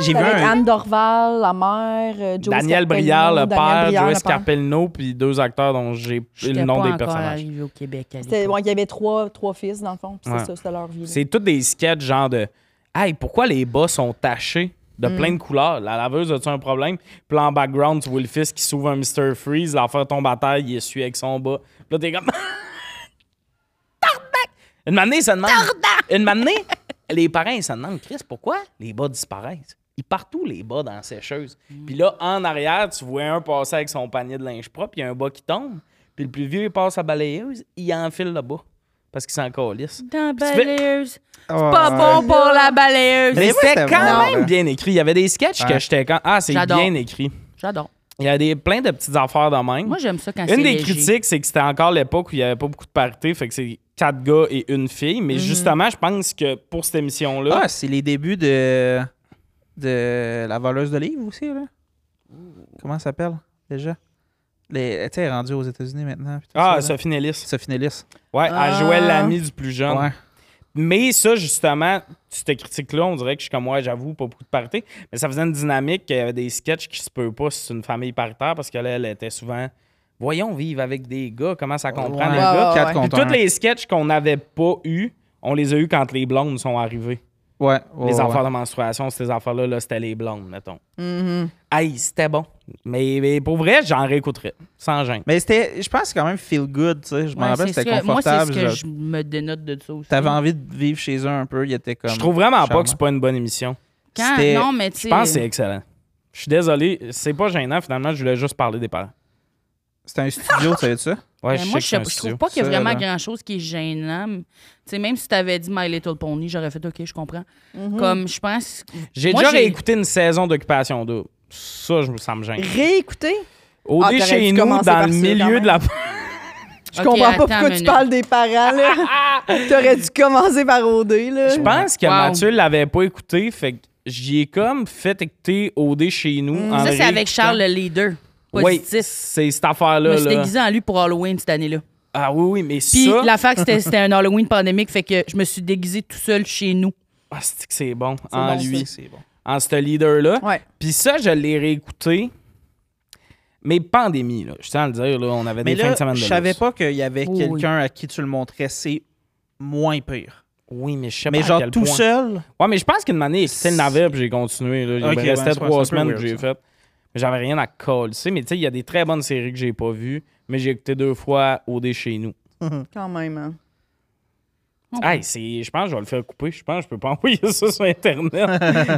j'ai vu
Avec
un
Anne Dorval, la mère, euh, Joey
Daniel
Scarpellino,
Briard, le
Daniel
père,
Briard,
Joey
le père.
Scarpellino, puis deux acteurs dont j'ai le
J'étais
nom
pas
des
encore
personnages.
arrivé au Québec à
C'était-
l'époque.
ouais, Il y avait trois, trois fils, dans le fond. puis
Ouais.
C'est ça, c'était leur vie. là.
C'est tous des sketchs genre de Hey, pourquoi les bas sont tachés de plein de couleurs La laveuse a-tu un problème Puis là, en background, tu vois le fils qui s'ouvre un Mr. Freeze, l'enfer tombe à terre, il essuie avec son bas. Puis là, t'es comme. Tardac Une année, ça demande. Une année, les parents, ils se demandent Chris, pourquoi les bas disparaissent Ils partent où les bas dans la sécheuse Puis là, en arrière, tu vois un passer avec son panier de linge propre, il y a un bas qui tombe. Puis le plus vieux, il passe à balayeuse, il enfile le bas parce qu'il s'en calisse.
Dans
tu fais-
balayeuse.
Oh,
Pas
ouais.
bon pour la balayeuse.
Mais
Mais
c'était
c'était
quand
vraiment-
même bien écrit. Il y avait des sketchs que
Ouais.
j'étais quand. Ah, c'est
J'adore.
bien écrit.
J'adore.
Il y a des, plein de petites affaires de même.
Moi, j'aime ça quand c'est
une des
léger.
critiques, c'est que c'était encore l'époque où il n'y avait pas beaucoup de parité. Fait que c'est quatre gars
Mhm.
et une fille. Mais justement, je pense que pour cette émission-là,
ah c'est les débuts de de la voleuse de livres aussi, là. Comment ça s'appelle, déjà? Les, tu sais, elle est rendue aux États-Unis maintenant. puis tout
Ah,
ça, là.
Sophie Nellis.
Sophie Nellis.
Ouais,
Ah.
elle jouait l'amie du plus jeune.
Ouais.
Mais ça, justement, cette critique-là, on dirait que je suis comme, ouais, j'avoue, pas beaucoup de parité. Mais ça faisait une dynamique qu'il y avait des sketchs qui se peut pas si c'est une famille paritaire parce qu'elle, elle était souvent, voyons, vivre avec des gars, comment ça comprend
Ouais.
les
Ouais,
gars.
ouais,
Quatre
ouais.
Puis
contre un.
tous les sketchs qu'on n'avait pas eus, on les a eus quand les blondes sont arrivées.
Ouais, Oh, ouais,
les
ouais.
affaires de menstruation, ces affaires-là, là, c'était les blondes, mettons.
Mhm.
Hey, c'était bon. Mais, mais pour vrai, j'en réécouterais, sans gêne.
Mais c'était, je pense, que c'est quand même feel good, tu sais. Je me
Ouais,
rappelle,
c'est
c'était
ce que- Moi, c'est
confortable.
ce que
je-
je me dénote de ça aussi.
T'avais envie de vivre chez eux un peu. Il était comme.
Je trouve vraiment pas
charmant.
que c'est pas une bonne émission.
Quand-
C'était-
Non, mais tu
Je
sais-
pense que c'est excellent. Je suis désolé, c'est pas gênant. Finalement, je voulais juste parler des parents.
C'était un studio, tu savais-tu ça?
Ouais,
Ben,
je
moi,
sais
je,
que c'est un
sais- je
studio.
trouve pas qu'il y a
Ça,
vraiment
là.
grand-chose qui est gênant. Tu sais, même si t'avais dit My Little Pony, j'aurais fait OK, je comprends.
Mm-hmm.
Comme, je pense.
J'ai
Moi,
déjà réécouté une saison d'Occupation Double. Ça, je, ça me gêne.
Réécouter?
Au
Ah,
dé
t'aurais dû
chez nous,
commencer
dans
par
le
ça,
milieu
quand
de la.
Je
Ok,
comprends pas
attends
pourquoi
une
tu
minute.
parles des parents, là. T'aurais dû commencer par OD, là.
Je pense que
Wow.
Mathieu l'avait pas écouté, fait que j'y ai comme fait écouter au dé chez nous.
Mm.
en
Ça, c'est avec
réécoutant.
Charles le leader.
Oui,
Positif.
c'est cette
Je me
affaire-là.
suis
là.
déguisé en lui pour Halloween cette année-là.
Ah oui, oui, mais
Puis
ça.
l'affaire, que c'était c'était un Halloween pandémique, fait que je me suis déguisé tout seul chez nous.
Ah, c'est que c'est bon en
bon,
lui,
C'est bon.
en ce leader-là.
Ouais.
Puis ça, je l'ai réécouté. Mais pandémie, là. Je tiens à le dire, là, on avait
Mais
des fins
là,
de semaine de
je savais
luxe.
pas qu'il y avait
Oui,
quelqu'un à qui tu le montrais, c'est moins pire.
Oui, mais je sais
Mais
pas à
genre
quel
tout
point.
seul.
Ouais, mais je pense qu'une année, c'était le navire, puis j'ai continué. Là.
Ok,
Il me
ouais,
restait
c'est
trois
un peu
semaines
weird,
que j'ai
ça.
faites. Mais j'avais rien à coller. Mais tu sais, il y a des très bonnes séries que j'ai pas vues, mais j'ai écouté deux fois au dé chez nous.
Quand même, hein.
Ah.
Hey, c'est- je pense que je vais le faire couper. Je pense que je peux pas envoyer ça sur Internet.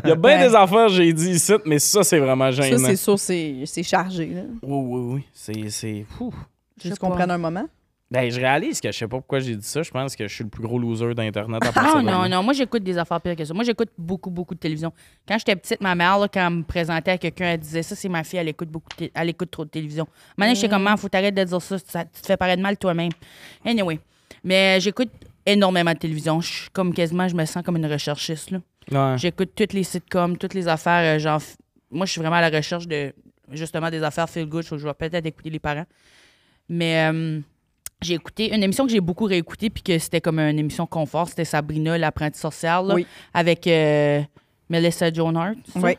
Il y a bien des affaires que j'ai dit ici, mais ça, c'est vraiment
Ça,
gênant.
c'est sûr, c'est c'est chargé, là.
oui, oui, oui. C'est- C'est. Ouh.
Je sais
Juste qu'on
pas.
prenne un moment.
Ben, je réalise que je sais pas pourquoi j'ai dit ça. Je pense que je suis le plus gros loser d'Internet à partir
Non,
de
Ah, non,
maintenant.
non. Moi, j'écoute des affaires pires que ça. Moi, j'écoute beaucoup, beaucoup de télévision. Quand j'étais petite, ma mère, là, quand elle me présentait à quelqu'un, elle disait ça, c'est ma fille, elle écoute beaucoup, de té- elle écoute trop de télévision. Maintenant, je sais comment, faut t'arrêter de dire ça, ça- tu te fais paraître mal toi-même. Anyway, mais j'écoute énormément de télévision. Je suis comme quasiment, je me sens comme une recherchiste. Là.
Ouais.
J'écoute toutes les sitcoms, toutes les affaires. euh, genre, f- moi, je suis vraiment à la recherche de justement des affaires feel good. Faut que Je vais peut-être écouter les parents. Mais euh, j'ai écouté une émission que j'ai beaucoup réécoutée, puis que c'était comme une émission confort. C'était Sabrina, l'apprentie sorcière, là,
Oui.
avec euh, Melissa Joan Hart. c'est ça?
Oui.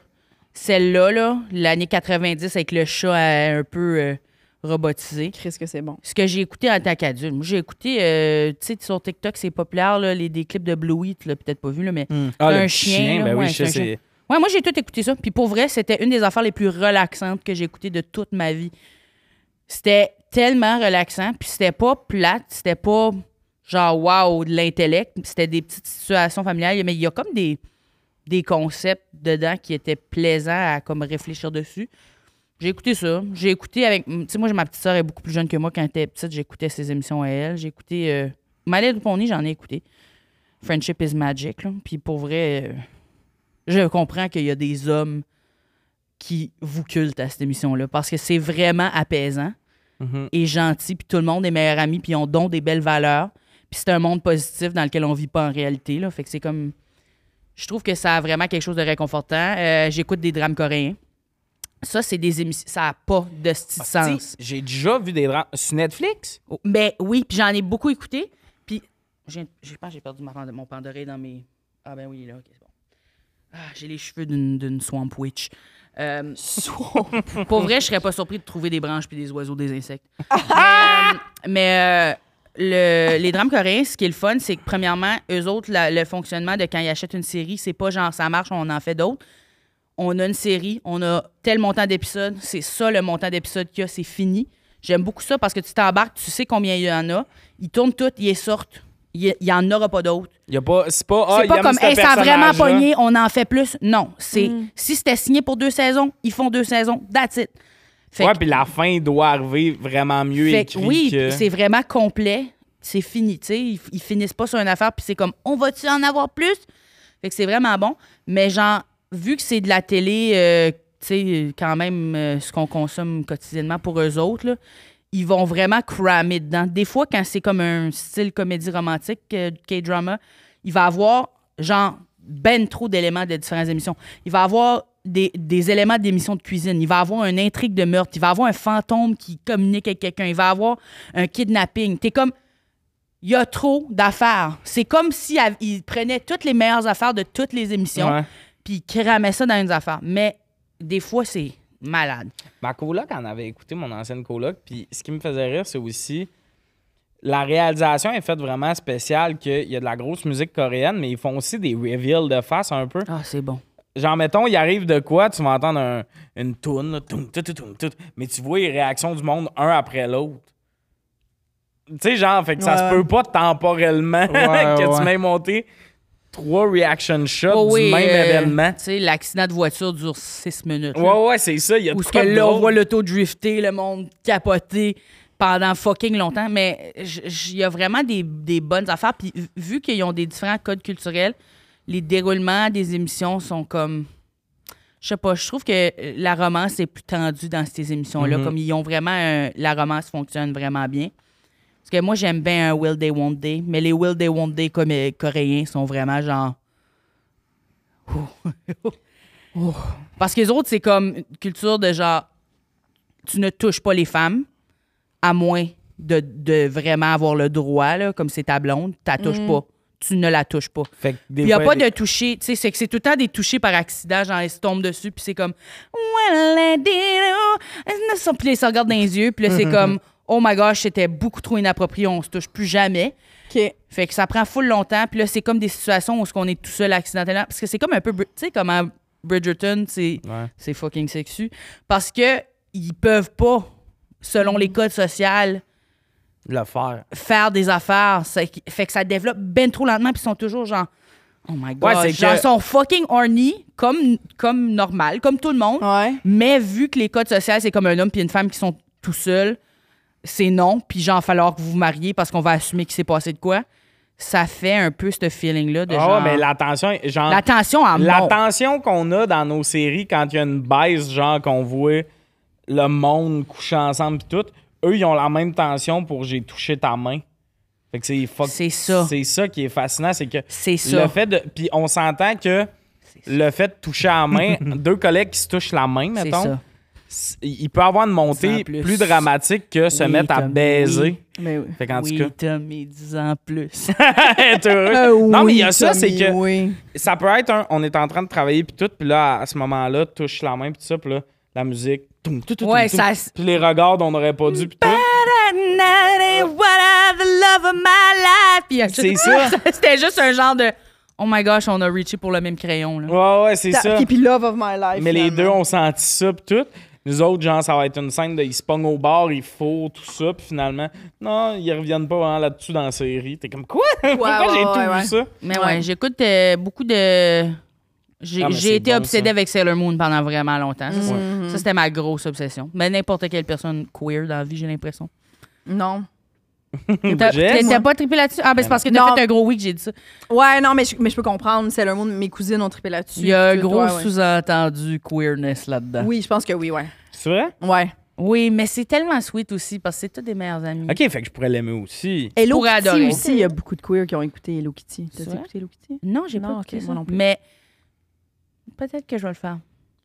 Celle-là, là, l'année 90, avec le chat euh, un peu euh, robotisé
Chris, que c'est bon.
ce que j'ai écouté en tant qu'adulte. Moi, j'ai écouté, euh, tu sais, sur TikTok, c'est populaire, là, les, des clips de Bluey, tu l'as peut-être pas vu,
Mm.
là, mais
Ah,
un
le
chien, là,
ben
ouais,
oui, je
c'est
sais,
un
c'est.
Ouais, moi, j'ai tout écouté ça. Puis pour vrai, c'était une des affaires les plus relaxantes que j'ai écoutées de toute ma vie. C'était tellement relaxant. Puis c'était pas plate. C'était pas genre, wow, de l'intellect. C'était des petites situations familiales. Mais il y a comme des, des concepts dedans qui étaient plaisants à comme réfléchir dessus. J'ai écouté ça. J'ai écouté avec. Tu sais, moi, j'ai- ma petite sœur elle est beaucoup plus jeune que moi quand elle était petite. J'écoutais ses émissions à elle. J'ai écouté. Euh, Malais du Pony, j'en ai écouté. Friendship is Magic. là. Puis pour vrai. euh, je comprends qu'il y a des hommes qui vous cultent à cette émission-là parce que c'est vraiment apaisant
Mhm.
et gentil, puis tout le monde est meilleur ami, puis ils ont donc des belles valeurs. Puis c'est un monde positif dans lequel on vit pas en réalité. Là. Fait que c'est comme. Je trouve que ça a vraiment quelque chose de réconfortant. Euh, J'écoute des drames coréens. Ça, c'est des émissions. Ça n'a pas de style
Ah,
sens.
t'sais, J'ai déjà vu des drames sur Netflix.
Oh, Ben oui, puis j'en ai beaucoup écouté. Puis j'ai- je pense que j'ai perdu ma pend- mon pandoré dans mes. Ah ben oui, il est là, ok, c'est bon. Ah, j'ai les cheveux d'une d'une swamp witch. Euh, pour vrai, je serais pas surpris de trouver des branches puis des oiseaux, des insectes. Euh, mais euh, le- les drames coréens, ce qui est le fun, c'est que premièrement, eux autres, la- le fonctionnement de quand ils achètent une série, c'est pas genre ça marche, on en fait d'autres. On a une série, on a tel montant d'épisodes, c'est ça le montant d'épisodes qu'il y a, c'est fini. J'aime beaucoup ça parce que tu t'embarques, tu sais combien il y en a. Ils tournent toutes, ils les sortent. Il y en aura pas d'autres.
Y a pas, c'est pas, ah,
C'est pas
il aime
comme,
ce
hey, ça a vraiment
personnage-là.
pogné, on en fait plus. Non, c'est si c'était signé pour deux saisons, ils font deux saisons, that's it. Fait
Ouais,
que-
puis la fin doit arriver vraiment mieux
fait que
écrit
oui,
que-
c'est vraiment complet, c'est fini, tu sais, ils, ils finissent pas sur une affaire puis c'est comme on va-tu en avoir plus Fait que c'est vraiment bon, mais genre vu que c'est de la télé euh, tu sais quand même euh, ce qu'on consomme quotidiennement pour eux autres là, ils vont vraiment cramer dedans. Des fois quand c'est comme un style comédie romantique euh, K-drama, il va avoir genre ben trop d'éléments de différentes émissions. Il va avoir des, des éléments d'émissions de cuisine. Il va avoir une intrigue de meurtre. Il va avoir un fantôme qui communique avec quelqu'un. Il va avoir un kidnapping. T'es comme. Il y a trop d'affaires. C'est comme s'il si av- il prenait toutes les meilleures affaires de toutes les émissions
Ouais.
puis il cramait ça dans une affaire. Mais des fois, c'est malade.
Ma coloc en avait écouté, mon ancienne coloc, puis ce qui me faisait rire, c'est aussi la réalisation est faite vraiment spéciale qu'il y a de la grosse musique coréenne, mais ils font aussi des reveals de face un peu.
Ah, c'est bon.
Genre, mettons, il arrive de quoi, tu vas entendre un- une toune, là, toum, tout, tout, tout, tout, mais tu vois les réactions du monde un après l'autre. Tu sais, genre, fait que ça
Ouais.
se peut pas temporellement que
ouais.
tu m'aies monté trois reaction shots
Oh
du même
euh,
événement.
Tu sais, l'accident de voiture dure six minutes. là.
Ouais, ouais, c'est ça. Il y a
Ou
de
ce que
quoi de
là, on
drôle.
voit l'auto drifter, le monde capoter pendant fucking longtemps. Mais j- j- il y a vraiment des, des bonnes affaires. Puis vu- vu qu'ils ont des différents codes culturels, les déroulements des émissions sont comme. Je sais pas, je trouve que euh, la romance est plus tendue dans ces émissions-là.
Mhm.
Comme ils ont vraiment. un- la romance fonctionne vraiment bien. Parce que moi, j'aime bien un Will Day, Won't Day. Mais les Will Day, Won't Day comme, euh, coréens sont vraiment genre. Parce que les autres, c'est comme une culture de genre, tu ne touches pas les femmes, à moins de, de vraiment avoir le droit, là, comme c'est ta blonde, tu la touches pas. Tu ne la touches pas.
Fait que des
Puis il n'y a
fois,
pas
des-
de toucher, tu sais, c'est que c'est tout le temps des touchés par accident, genre, ils se tombent dessus, puis c'est comme, Well, I did it. puis là, ils se regardent dans les yeux, puis là, c'est comme, oh my gosh, c'était beaucoup trop inapproprié, on se touche plus jamais.
OK.
Fait que ça prend full longtemps. Puis là, c'est comme des situations où on est tout seul accidentellement. Parce que c'est comme un peu. Bri- Tu sais, comment Bridgerton, c'est
Ouais.
c'est fucking sexu. Parce que ils peuvent pas, selon les codes sociaux,
le faire.
faire des affaires. Ça qui- fait que ça développe ben trop lentement. Puis ils sont toujours genre. Oh my god.
Ouais, c'est
genre,
que-
ils sont fucking horny, comme, comme normal, comme tout le monde.
Ouais.
Mais vu que les codes sociaux, c'est comme un homme puis une femme qui sont tout seuls, c'est non. Puis genre, falloir que vous vous mariez parce qu'on va assumer qu'il s'est passé de quoi. Ça fait un peu ce feeling-là de
Ah,
genre...
mais l'attention, est- genre,
La tension en
la
monte.
tension qu'on a dans nos séries quand il y a une baisse, genre qu'on voit le monde coucher ensemble pis tout, eux, ils ont la même tension pour j'ai touché ta main. Fait que c'est fuck-
C'est ça.
C'est ça qui est fascinant, c'est que
C'est
le
ça.
fait de. Puis on s'entend que le fait de toucher à la main, deux collègues qui se touchent la main,
C'est
mettons,
ça.
s- il peut avoir une montée
Sans plus.
plus. dramatique que se
Oui,
mettre à
Tommy,
baiser.
oui.
Mais oui.
Fait qu'en
oui, Ah
tout
Tommy, dis en plus.
cas, être heureux. Euh, non, mais il y a ça, c'est que.
Ah Oui.
Ça peut être un, on est en train de travailler puis tout, puis là à ce moment-là, touche la main puis tout ça, puis là la musique, toum, tout, tout,
Ouais,
toum,
ça
toum.
s-
puis les regards, on n'aurait pas dû puis tout.
Puis, euh,
C'est ça.
C'était juste un genre de... Oh my gosh, on a reaché pour le même crayon. Là.
Bah!
Ouais, ouais, c'est ça.
Et puis Love of My Life.
Mais les
finalement.
deux ont senti ça puis tout. Nous autres, genre, ça va être une scène de ils se pognent au bar, ils font tout ça, puis finalement, non, ils reviennent pas vraiment là-dessus dans la série. T'es comme quoi? Pourquoi
ouais,
j'ai tout
ouais,
vu
ouais.
ça?
Mais ouais,
Ouais.
j'écoute euh, beaucoup de. J'ai
Ah, mais
j'ai
c'est
été
bon,
obsédée
ça.
avec Sailor Moon pendant vraiment longtemps. Ça, c'est- ça, c'était ma grosse obsession. Mais n'importe quelle personne queer dans la vie, j'ai l'impression.
Non. Hum,
T'as
Jess?
t'as pas trippé là-dessus? Ah, ben c'est parce que t'as
Non.
fait un gros oui que j'ai dit ça.
Ouais, non, mais je, mais je peux comprendre. C'est le monde. Mes cousines ont trippé là-dessus.
Il y a un
Tout,
gros
ouais, ouais.
sous-entendu queerness là-dedans. Oui.
Oui, je pense que oui, ouais.
C'est vrai?
Ouais.
mais c'est tellement sweet aussi parce que c'est tous des meilleurs amis.
Ok, fait que je pourrais l'aimer aussi.
Hello
Pourrais
Kitty
adorer.
aussi. Il y a beaucoup de queers qui ont écouté Hello Kitty.
C'est
T'as
vrai?
écouté Hello Kitty?
Non, j'ai pas
Non,
écouté
ok,
ça.
moi non plus.
Mais peut-être que je vais le faire.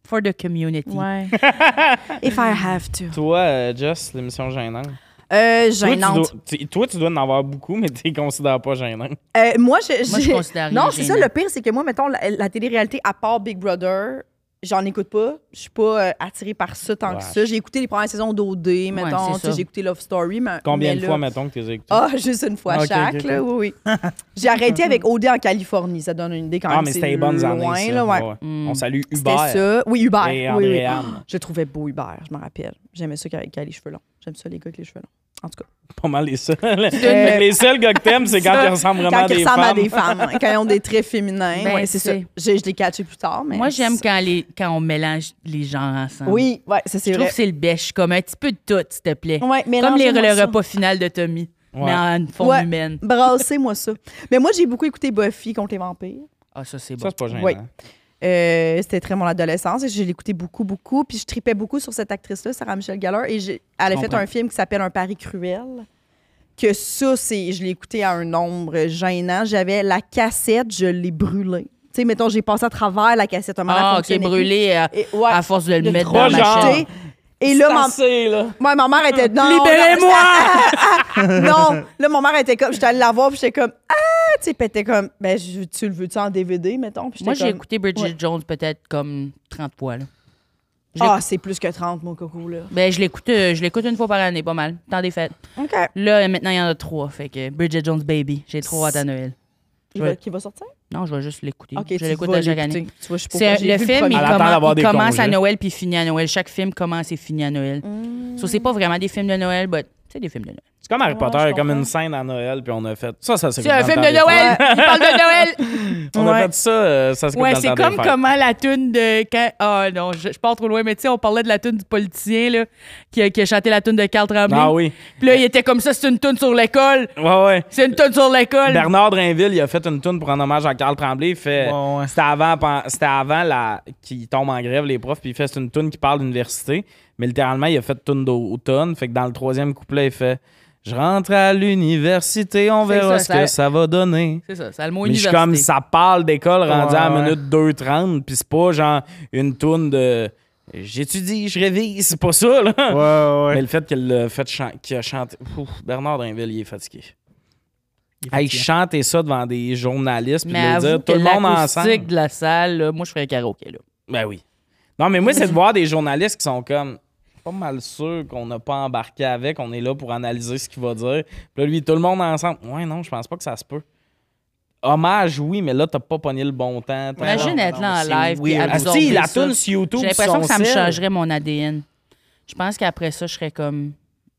For the community.
Ouais. If I have to.
Toi, euh, Jess, l'émission gênante.
Euh,
Toi, tu
gênante.
dois- tu- Toi, tu dois en avoir beaucoup, mais tu les considères pas gênant.
Euh, moi, je,
Moi, je
j'ai-
considère rien
Non, c'est ça.
gênant.
Le pire, c'est que moi, mettons, la, la télé-réalité, à part Big Brother, j'en écoute pas. Je suis pas euh, attirée par ça tant
Ouais.
que ça. J'ai écouté les premières saisons d'OD, mettons.
c'est
tu sais,
ça.
j'ai écouté Love Story. Mais,
Combien
mais
de
là-
fois, mettons, que tu les as écoutés?
Ah, juste une fois
Ah, ok,
chaque,
ok, ok.
là, oui, oui. J'ai arrêté avec OD en Californie. Ça donne une idée quand
Ah,
même.
mais
c'est
c'était les bonnes
loin,
années. ça.
là, ouais.
Ouais, ouais.
Mm.
On salue
C'était
Hubert
ça. Oui, Hubert.
et
oui, Ah. oui.
Andréane.
Je le trouvais beau Hubert, je me rappelle. J'aimais ça avec les cheveux longs. J'aime ça les gars avec les cheveux longs. En tout cas,
Pas mal les seuls. les seuls gars que t'aimes, c'est quand
Ça,
ils ressemblent vraiment
quand
à
ils
des
ressemblent
femmes.
à des femmes, hein, quand ils ont des traits féminins,
Ben,
ouais, c'est ça.
c'est-
Je, je l'ai catché plus tard, mais
Moi, j'aime
c'est-
quand, les, quand on mélange les genres ensemble.
Oui, ouais, ça c'est
Je trouve
vrai.
que c'est le bêche, comme un petit peu de tout, s'il te plaît.
Ouais,
comme les,
mélangez-moi
le
ça.
repas final de Tommy, mais
Ouais.
en forme
Ouais.
humaine.
Brassez-moi ça. Mais moi, j'ai beaucoup écouté Buffy contre les vampires.
Ah, ça, c'est bon.
Ça, c'est pas gênant.
Oui. Euh, c'était très mon adolescence et je l'écoutais beaucoup, beaucoup. Puis je tripais beaucoup sur cette actrice-là, Sarah Michelle Gellar. Et j'ai- elle a fait
comprends.
un film qui s'appelle Un pari cruel. Que ça, c'est, je l'ai écouté à un nombre gênant. J'avais la cassette, je l'ai brûlée. Tu sais, mettons, j'ai passé à travers la cassette. un moment, elle
Ah, ok,
fonctionnait plus.
brûlé euh,
Et, ouais,
à force de le
de
mettre
trop
dans la
Pas genre.
machine.
jeter. Et là, ma,
Assez, là.
ouais, ma mère était non. non,
Libérez-moi!
non, là, ma mère était comme, j'étais allée la voir, puis j'étais comme, ah, tu sais, puis elle était comme, ben, je- tu le veux-tu en DVD, mettons? Puis j'étais
Moi, j'ai
comme,
écouté Bridget
ouais.
Jones peut-être comme 30 fois. Là. j'ai
Ah, c'est plus que 30, mon coco, là.
Ben, je l'écoute euh, je l'écoute une fois par année, pas mal. Tant des fêtes.
OK.
Là, euh, maintenant, il y en a trois. Fait que Bridget Jones Baby, j'ai trop hâte à Noël.
Il
Ouais.
va, qui va sortir?
Non, je vais juste l'écouter.
OK,
je
tu
l'écoute
vas
à chaque année.
l'écouter. Tu vois, je sais pas
C'est
pourquoi
un-
j'ai
le
vu
film, il,
premier.
Elle attend
commen-
d'avoir
il
des
commence à
congés.
Noël puis finit à Noël. Chaque film commence et finit à Noël.
Mmh.
So, c'est pas vraiment des films de Noël, mais c'est des films de Noël.
C'est comme Harry
Ouais,
Potter,
je
il y a comme
comprends.
une scène à Noël, puis on a fait. Ça, ça c'est
C'est un film de Noël! Il parle de Noël!
On a
Ouais.
fait ça, euh, ça se coupe
Ouais,
dans le
c'est
temps des
comme
fêtes.
comment la tune de. quand- Ah non, je, je pars trop loin, mais tu sais, on parlait de la tune du politicien là, qui, a, qui a chanté la tune de Carl Tremblay.
Ah oui.
Puis là, il était comme ça, c'est une tune sur l'école!
Ouais, ouais.
C'est une tune sur l'école!
Bernard Drainville, il a fait une toune pour rendre hommage à Carl Tremblay. Il fait,
Ouais, ouais.
C'était avant, pen- c'était avant la, qu'il tombe en grève, les profs, puis il fait c'est une toune qui parle d'université. Mais littéralement, il a fait toune d'automne. Fait que dans le troisième couplet, il fait Je rentre à l'université, on
C'est
verra
ça,
ce que
ça-
ça va donner.
C'est ça, c'est le mot
Mais je suis
université.
comme ça parle d'école rendu à la
Ouais, ouais.
minute 2.30, puis c'est pas genre une toune de J'étudie, je révise, c'est pas ça, là.
Ouais, ouais,
Mais
ouais.
le fait qu'il l'a fait chan- qu'il a chanté. Ouf, Bernard Drinville, il est fatigué.
Il est
Hey,
fatigué.
chanter ça devant des journalistes, puis
Mais
de
avoue
dire
que
tout le monde
l'acoustique
ensemble.
de la salle, là, moi, je ferais un karaoké, là.
Ben oui. Non, mais moi, c'est de voir des journalistes qui sont comme pas mal sûrs qu'on n'a pas embarqué avec, on est là pour analyser ce qu'il va dire. Puis là, lui, tout le monde ensemble. Ouais, non, je pense pas que ça se peut. Hommage, oui, mais là, t'as pas pogné le bon temps. T'as-
Imagine
non,
être là
non,
en live
c'est
puis
weird.
Asti,
absorber
hein. la
ça.
toune sur YouTube,
J'ai l'impression
sur
que ça me
son cell,
changerait mon ADN. Je pense qu'après ça, je serais comme.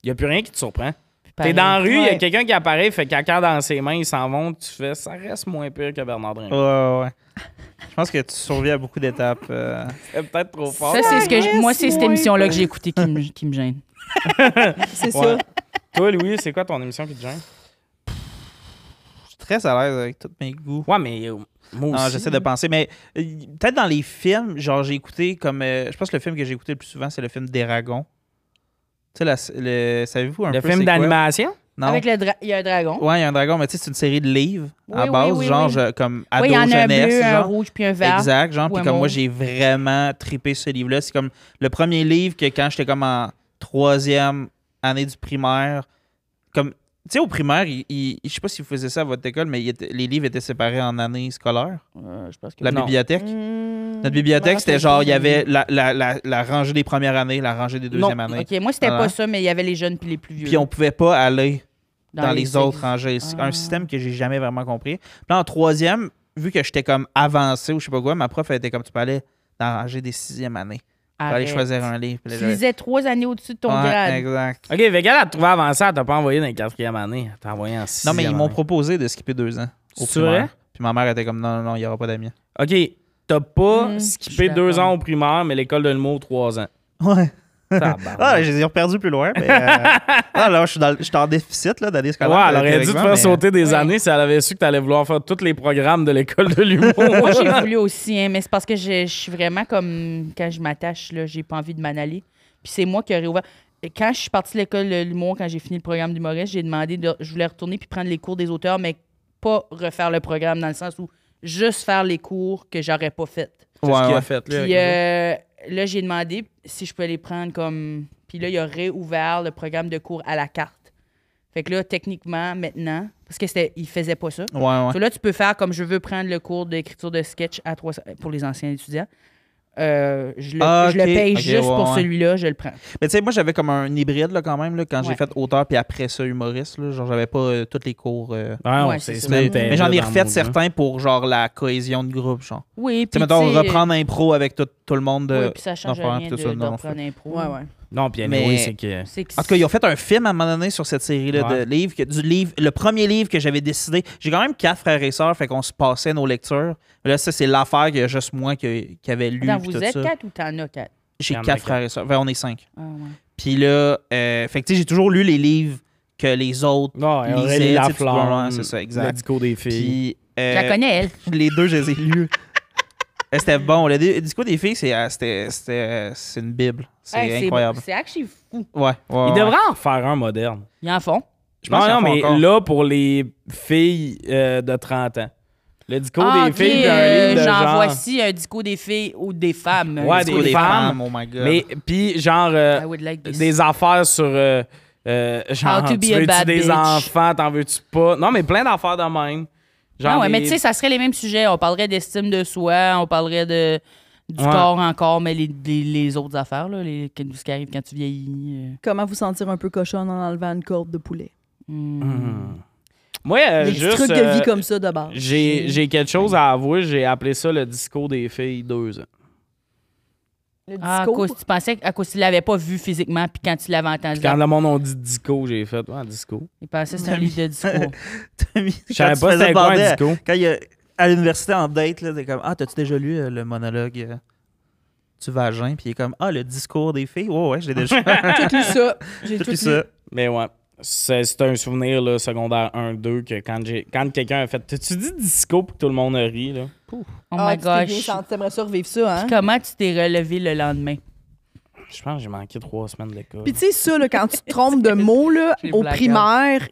Y a plus rien qui te surprend.
plus
T'es
pareil.
dans la rue, il y a
Ouais.
quelqu'un qui apparaît, fait caca dans ses mains, ils s'en vont, tu fais ça reste moins pire que Bernard Drinville.
Ouais, ouais, ouais. Je pense que tu survis à beaucoup d'étapes. euh.
C'est peut-être trop fort.
Ça, c'est ce que. je- Moi, Ah c'est cette
Ouais.
émission-là que j'ai écoutée qui me, qui me gêne.
Ah, C'est
Ouais.
ça.
Toi, Louis, c'est quoi ton émission qui te gêne?
Je suis très à l'aise avec tous mes goûts.
Ouais, mais euh, moi
Non,
aussi.
j'essaie de penser, mais euh, peut-être dans les films, genre j'ai écouté comme. euh, je pense que le film que j'ai écouté le plus souvent, c'est le film des Dragons. Tu sais, la- le, savez-vous un
Le
peu
film
c'est quoi?
d'animation?
Non.
Avec le dra- Il y a un dragon.
Ouais, il y a un dragon, mais tu sais, c'est une série de livres
Oui,
à
oui,
base,
oui,
genre
oui.
je- comme
Oui, il y en a un
ado-jeunesse.
bleu, un
genre.
rouge puis un vert.
Exact, genre.
ou
Puis
un
comme moi,
mauve.
j'ai vraiment tripé ce livre-là. C'est comme le premier livre que quand j'étais comme en troisième année du primaire, comme. Tu sais, au primaire, il- il- je sais pas si vous faisiez ça à votre école, mais il était- les livres étaient séparés en année scolaire.
Euh, je pense que
La
Non.
bibliothèque.
Mmh.
Notre bibliothèque, c'était
Ouais,
genre, il y avait la, la, la, la rangée des premières années, la rangée des deuxièmes années.
Ok, moi, c'était
Ah.
pas ça, mais il y avait les jeunes puis les plus vieux.
Puis on pouvait pas aller dans, les, autres
hein.
rangées. C'est
Ah.
un système que j'ai jamais vraiment compris. Puis là, en troisième, vu que j'étais comme avancé ou je sais pas quoi, ma prof, elle était comme, tu peux aller dans la rangée des sixièmes années. Tu peux aller choisir un livre. Puis là,
Tu
j'avais-
lisais trois années au-dessus de ton
Ouais,
grade.
Exact.
Ok, Vegal, elle te trouvait avancée, elle t'a pas envoyé dans la quatrième année, elle t'a envoyé en
Non,
sixième.
mais ils m'ont
année.
proposé de skipper deux ans. Au
C'est
primaire.
vrai?
Puis ma mère était comme, non, non, non, il n'y aura pas d'amis.
Ok, t'as pas
Hmm, je
skippé
suis
deux
d'accord.
ans au primaire, mais l'école de l'humour, trois ans.
Ouais.
Tabarnak.
Ah, je les ai reperdus plus loin. Mais, alors, je suis, dans- je suis en déficit là, d'année
Ouais,
scolaire.
elle aurait dû te
théoriquement,
faire
mais-
sauter des
Ouais.
années si elle avait su que t'allais vouloir faire tous les programmes de l'école de l'humour.
Moi, j'ai voulu aussi, hein, mais c'est parce que je je suis vraiment comme. Quand je m'attache, là, j'ai pas envie de m'en aller. Puis c'est moi qui aurais ouvert. Et Quand je suis partie de l'école de l'humour, quand j'ai fini le programme d'humoriste, j'ai demandé de. Je voulais retourner puis prendre les cours des auteurs, mais pas refaire le programme dans le sens où juste faire les cours que j'aurais pas fait.
C'est ce
Ouais,
qu'il a
ouais.
fait, là. avec
Puis euh, là, j'ai demandé si je pouvais les prendre comme. Puis là, il a réouvert le programme de cours à la carte. Fait que là, techniquement, maintenant, parce que c'était, il faisait pas ça.
Ouais, ouais.
So là, tu peux faire comme je veux prendre le cours d'écriture de sketch à 300 pour les anciens étudiants. Euh, je, le,
Ah,
je le
ok.
paye
Ok,
juste
ouais,
pour
ouais.
celui-là, je le prends.
Mais tu sais, moi, j'avais comme un hybride là, quand même, là, quand
Ouais.
j'ai fait auteur, puis après ça, humoriste. Là, genre, j'avais pas euh, tous les cours. euh,
nous. Non,
Ouais,
c'est
c'est
c'est
ça.
même
mais j'en ai
terrible dans
refait
le
certains pour, genre, la cohésion de groupe, genre.
Oui,
Tu
puis
sais, mettons,
tu sais,
reprendre impro avec tout, tout le monde.
oui,
euh,
puis ça change
d'en faire,
rien de,
puis tout ça,
de
non,
reprendre l'impro.
Ouais, ouais.
monde, là. Non, puis
Mais-
anyway, c'est que.
C'est que
En tout cas, ils ont fait un film à un moment donné sur cette série-là
Ouais.
de livres. que- du livre, le premier livre que j'avais décidé. J'ai quand même quatre frères et sœurs, fait qu'on se passait nos lectures. Mais là, ça, c'est l'affaire que juste moi qui, qui avait lu.
Attends,
puis
vous
tout
êtes
ça.
quatre ou t'en as quatre?
J'ai
Il y en a
quatre,
quatre.
frères et sœurs. Enfin, on est cinq.
Ah, ouais.
Puis là, euh, fait que tu sais, j'ai toujours lu les livres que les autres
Non,
Lisais,
Aurélie
tu sais, tu vois,
Laflamme.
ouais, c'est ça, exact.
Le dico des filles.
Puis, euh,
Je la connais, elle.
les deux, je les ai lus. Euh, C'était bon. Le di- disco des filles, c'est euh, c'était- c'était, euh, c'est une bible. C'est
Hey,
incroyable.
C'est actually fou.
Ouais, ouais, ouais.
Il devrait en faire un moderne.
Ils en font.
Je pense
Non,
qu'il
non,
en faut
mais
encore.
là, pour les filles euh, de 30 ans. Le discours
Ah,
des
ok,
filles d'un
euh,
livre de
genre,
genre.
voici un disco des filles ou des femmes.
Ouais,
Un
des
disco
femmes.
oh my god.
Mais puis genre euh,
I would like this.
des affaires sur euh, euh, genre
How to
tu
be a
veux-tu
bad
des
bitch.
enfants, t'en veux-tu pas Non, mais plein d'affaires de même. Genre
Ah ouais, mais
des-
tu sais, ça serait les mêmes sujets. On parlerait d'estime de soi, on parlerait de du
Ouais.
corps encore, mais les, les, les autres affaires, là, les, ce qui arrive quand tu vieillis.
Comment vous sentir un peu cochonne en enlevant une corde de poulet?
euh, hmm.
Moi euh,
Des petits
juste
trucs de
euh,
vie comme ça de base.
j'ai j'ai quelque chose à avouer, j'ai appelé ça le discours des filles deux ans.
Le
Ah, à
discours.
cause, tu pensais qu'à cause tu l'avais pas vu physiquement, puis quand tu l'avais entendu,
Puis Quand le monde on dit disco, j'ai fait ouais, disco.
il pensait que c'était un livre de discours.
Je savais pas c'était quoi un disco.
Quand il y a- à l'université en date, là, t'es comme Ah, t'as-tu déjà lu euh, le monologue euh, du vagin? Puis il est comme Ah, le discours des filles? Ouais, ouais, je l'ai déjà
Tout lu ça. J'ai
lu
tout lu.
ça.
Mais ouais. C'est c'est un souvenir là, secondaire 1-2 que quand, j'ai- quand quelqu'un a fait Tu dis disco pour que tout le monde rit. Là.
Oh
Ah,
my
tu t'es bien
gosh.
senti, T'aimerais ça revivre ça, hein?
Puis Comment tu t'es relevé le lendemain?
Je pense que j'ai manqué trois semaines d'école.
Puis tu sais, ça, là, quand tu te trompes de mots, là,
J'ai
au
blackout.
primaire,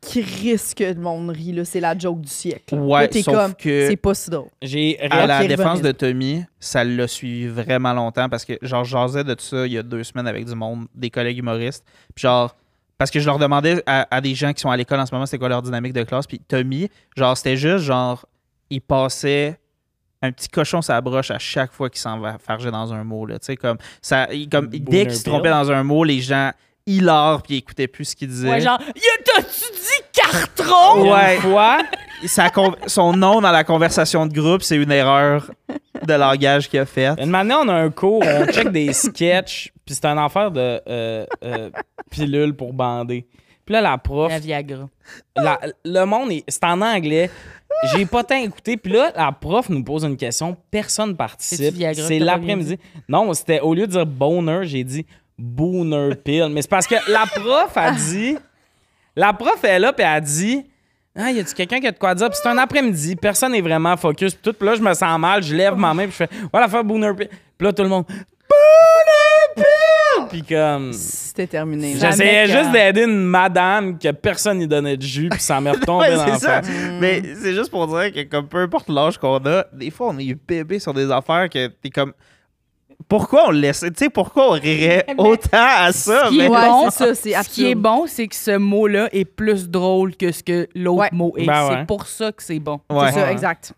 qui risque de mon rire, là, c'est la joke du siècle.
Ouais,
t'es
sauf
comme,
que
C'est pas si drôle.
J'ai
à
réalisé
qui
la
est
défense
revenu.
de Tommy, ça l'a suivi vraiment longtemps parce que genre je jasais de ça il y a deux semaines avec du monde, des collègues humoristes. Puis genre parce que je leur demandais à, à des gens qui sont à l'école en ce moment c'était quoi leur dynamique de classe. Puis Tommy, genre c'était juste genre il passait un petit cochon sa broche à chaque fois qu'il s'en va farger dans un mot là. Tu sais comme ça, il- comme dès
Booner
qu'il se
Bill.
trompait dans un mot, les gens hilarent puis ils écoutaient plus ce qu'il disait.
Ouais, genre, Y a- t'as-tu dit cartron?
Ouais.
une fois.
Sa con- son nom dans la conversation de groupe, c'est une erreur de langage qu'il a faite.
Une année, on a un cours, on check des sketchs, puis c'est un enfer de euh, euh, pilules pour bander. Puis là, la prof,
La Viagra.
la- le monde, est- c'est en anglais. J'ai pas tant écouté. Puis là, la prof nous pose une question, personne
C'est-tu
participe.
Viagra que
C'est
t'as pas
l'après-midi. Non, c'était au lieu de dire boner, j'ai dit booner pill. Mais c'est parce que la prof a dit. La prof est là, puis elle dit. Ah, y a-tu quelqu'un qui a de quoi dire? Puis c'est un après-midi, personne n'est vraiment focus. Puis tout, puis là, je me sens mal, je lève ma main, puis je fais, voilà, faire Booner Pill. Puis là, tout le monde, Booner Pill! Puis comme.
C'était terminé. là.
J'essayais
Jamais
juste
que-
d'aider une madame que personne n'y donnait de jus, puis ça m'est retombé
Ouais,
dans la
c'est ça.
face.
Mais c'est juste pour dire que, comme peu importe l'âge qu'on a, des fois, on est bébé sur des affaires que t'es comme. Pourquoi on le laissait? Tu sais, pourquoi on rirait autant à ça?
Ah,
Ce qui est
mais-
Ouais,
bon,
c'est ça, c'est
ce qui est
absurde.
bon, c'est que ce mot-là est plus drôle que ce que l'autre
Ouais.
mot est.
Ben ouais.
C'est pour ça que c'est bon.
C'est
Ouais.
ça, exact.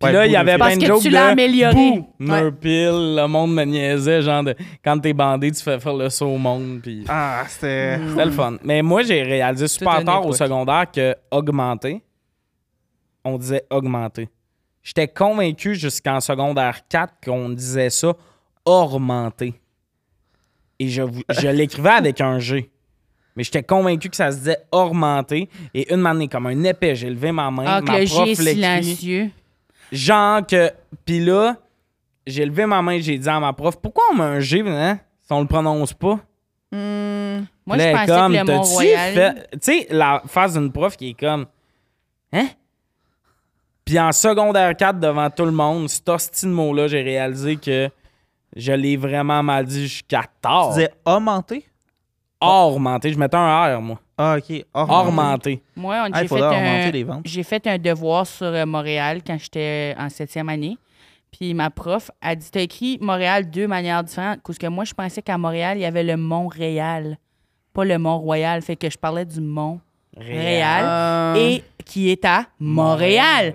Puis
Ouais,
là, il y
Booner
avait
Bill.
plein
Parce
de
que
jokes
tu
de
l'as amélioré.
Booner
Ouais.
Pill, le monde me niaisait, genre, de, quand t'es bandé, tu fais faire le saut au monde, puis
Ah, c'était.
c'était le fun. Mais moi, j'ai réalisé super
une
tard au
époque.
secondaire que augmenter, on disait augmenter. J'étais convaincu jusqu'en secondaire 4 qu'on disait ça augmenter. Et je, vous- je l'écrivais avec un G. Mais j'étais convaincu que ça se disait augmenter. Et une manée, comme un épée, j'ai levé ma main.
Ah, que
ma
le
prof
G est
l'écrit.
silencieux.
Genre que. Puis là, j'ai levé ma main, j'ai dit à ma prof, pourquoi on met un G hein, si on le prononce pas?
Hum,
Moi,
Là,
je
elle
pensais
comme,
que le
T'as-tu
Mont-Royal...
fait- Tu sais, la face d'une prof qui est comme. Hein? Puis en secondaire 4, devant tout le monde, cet hostie de mot-là, j'ai réalisé que je l'ai vraiment mal dit jusqu'à
Tu
tard.
disais augmenter?
Augmenté. Je mettais un R, moi.
Ah, ok.
Augmenté.
Moi, on-
Ah,
j'ai
il
fait
faudrait augmenter
un...
les ventes.
J'ai fait un devoir sur euh, Montréal quand j'étais euh, en septième année. Puis ma prof a dit T'as écrit Montréal de deux manières différentes. Parce que moi, je pensais qu'à Montréal, il y avait le Mont-Réal, pas le Mont-Royal. Fait que je parlais du Mont-Réal
euh,
et qui est à Montréal.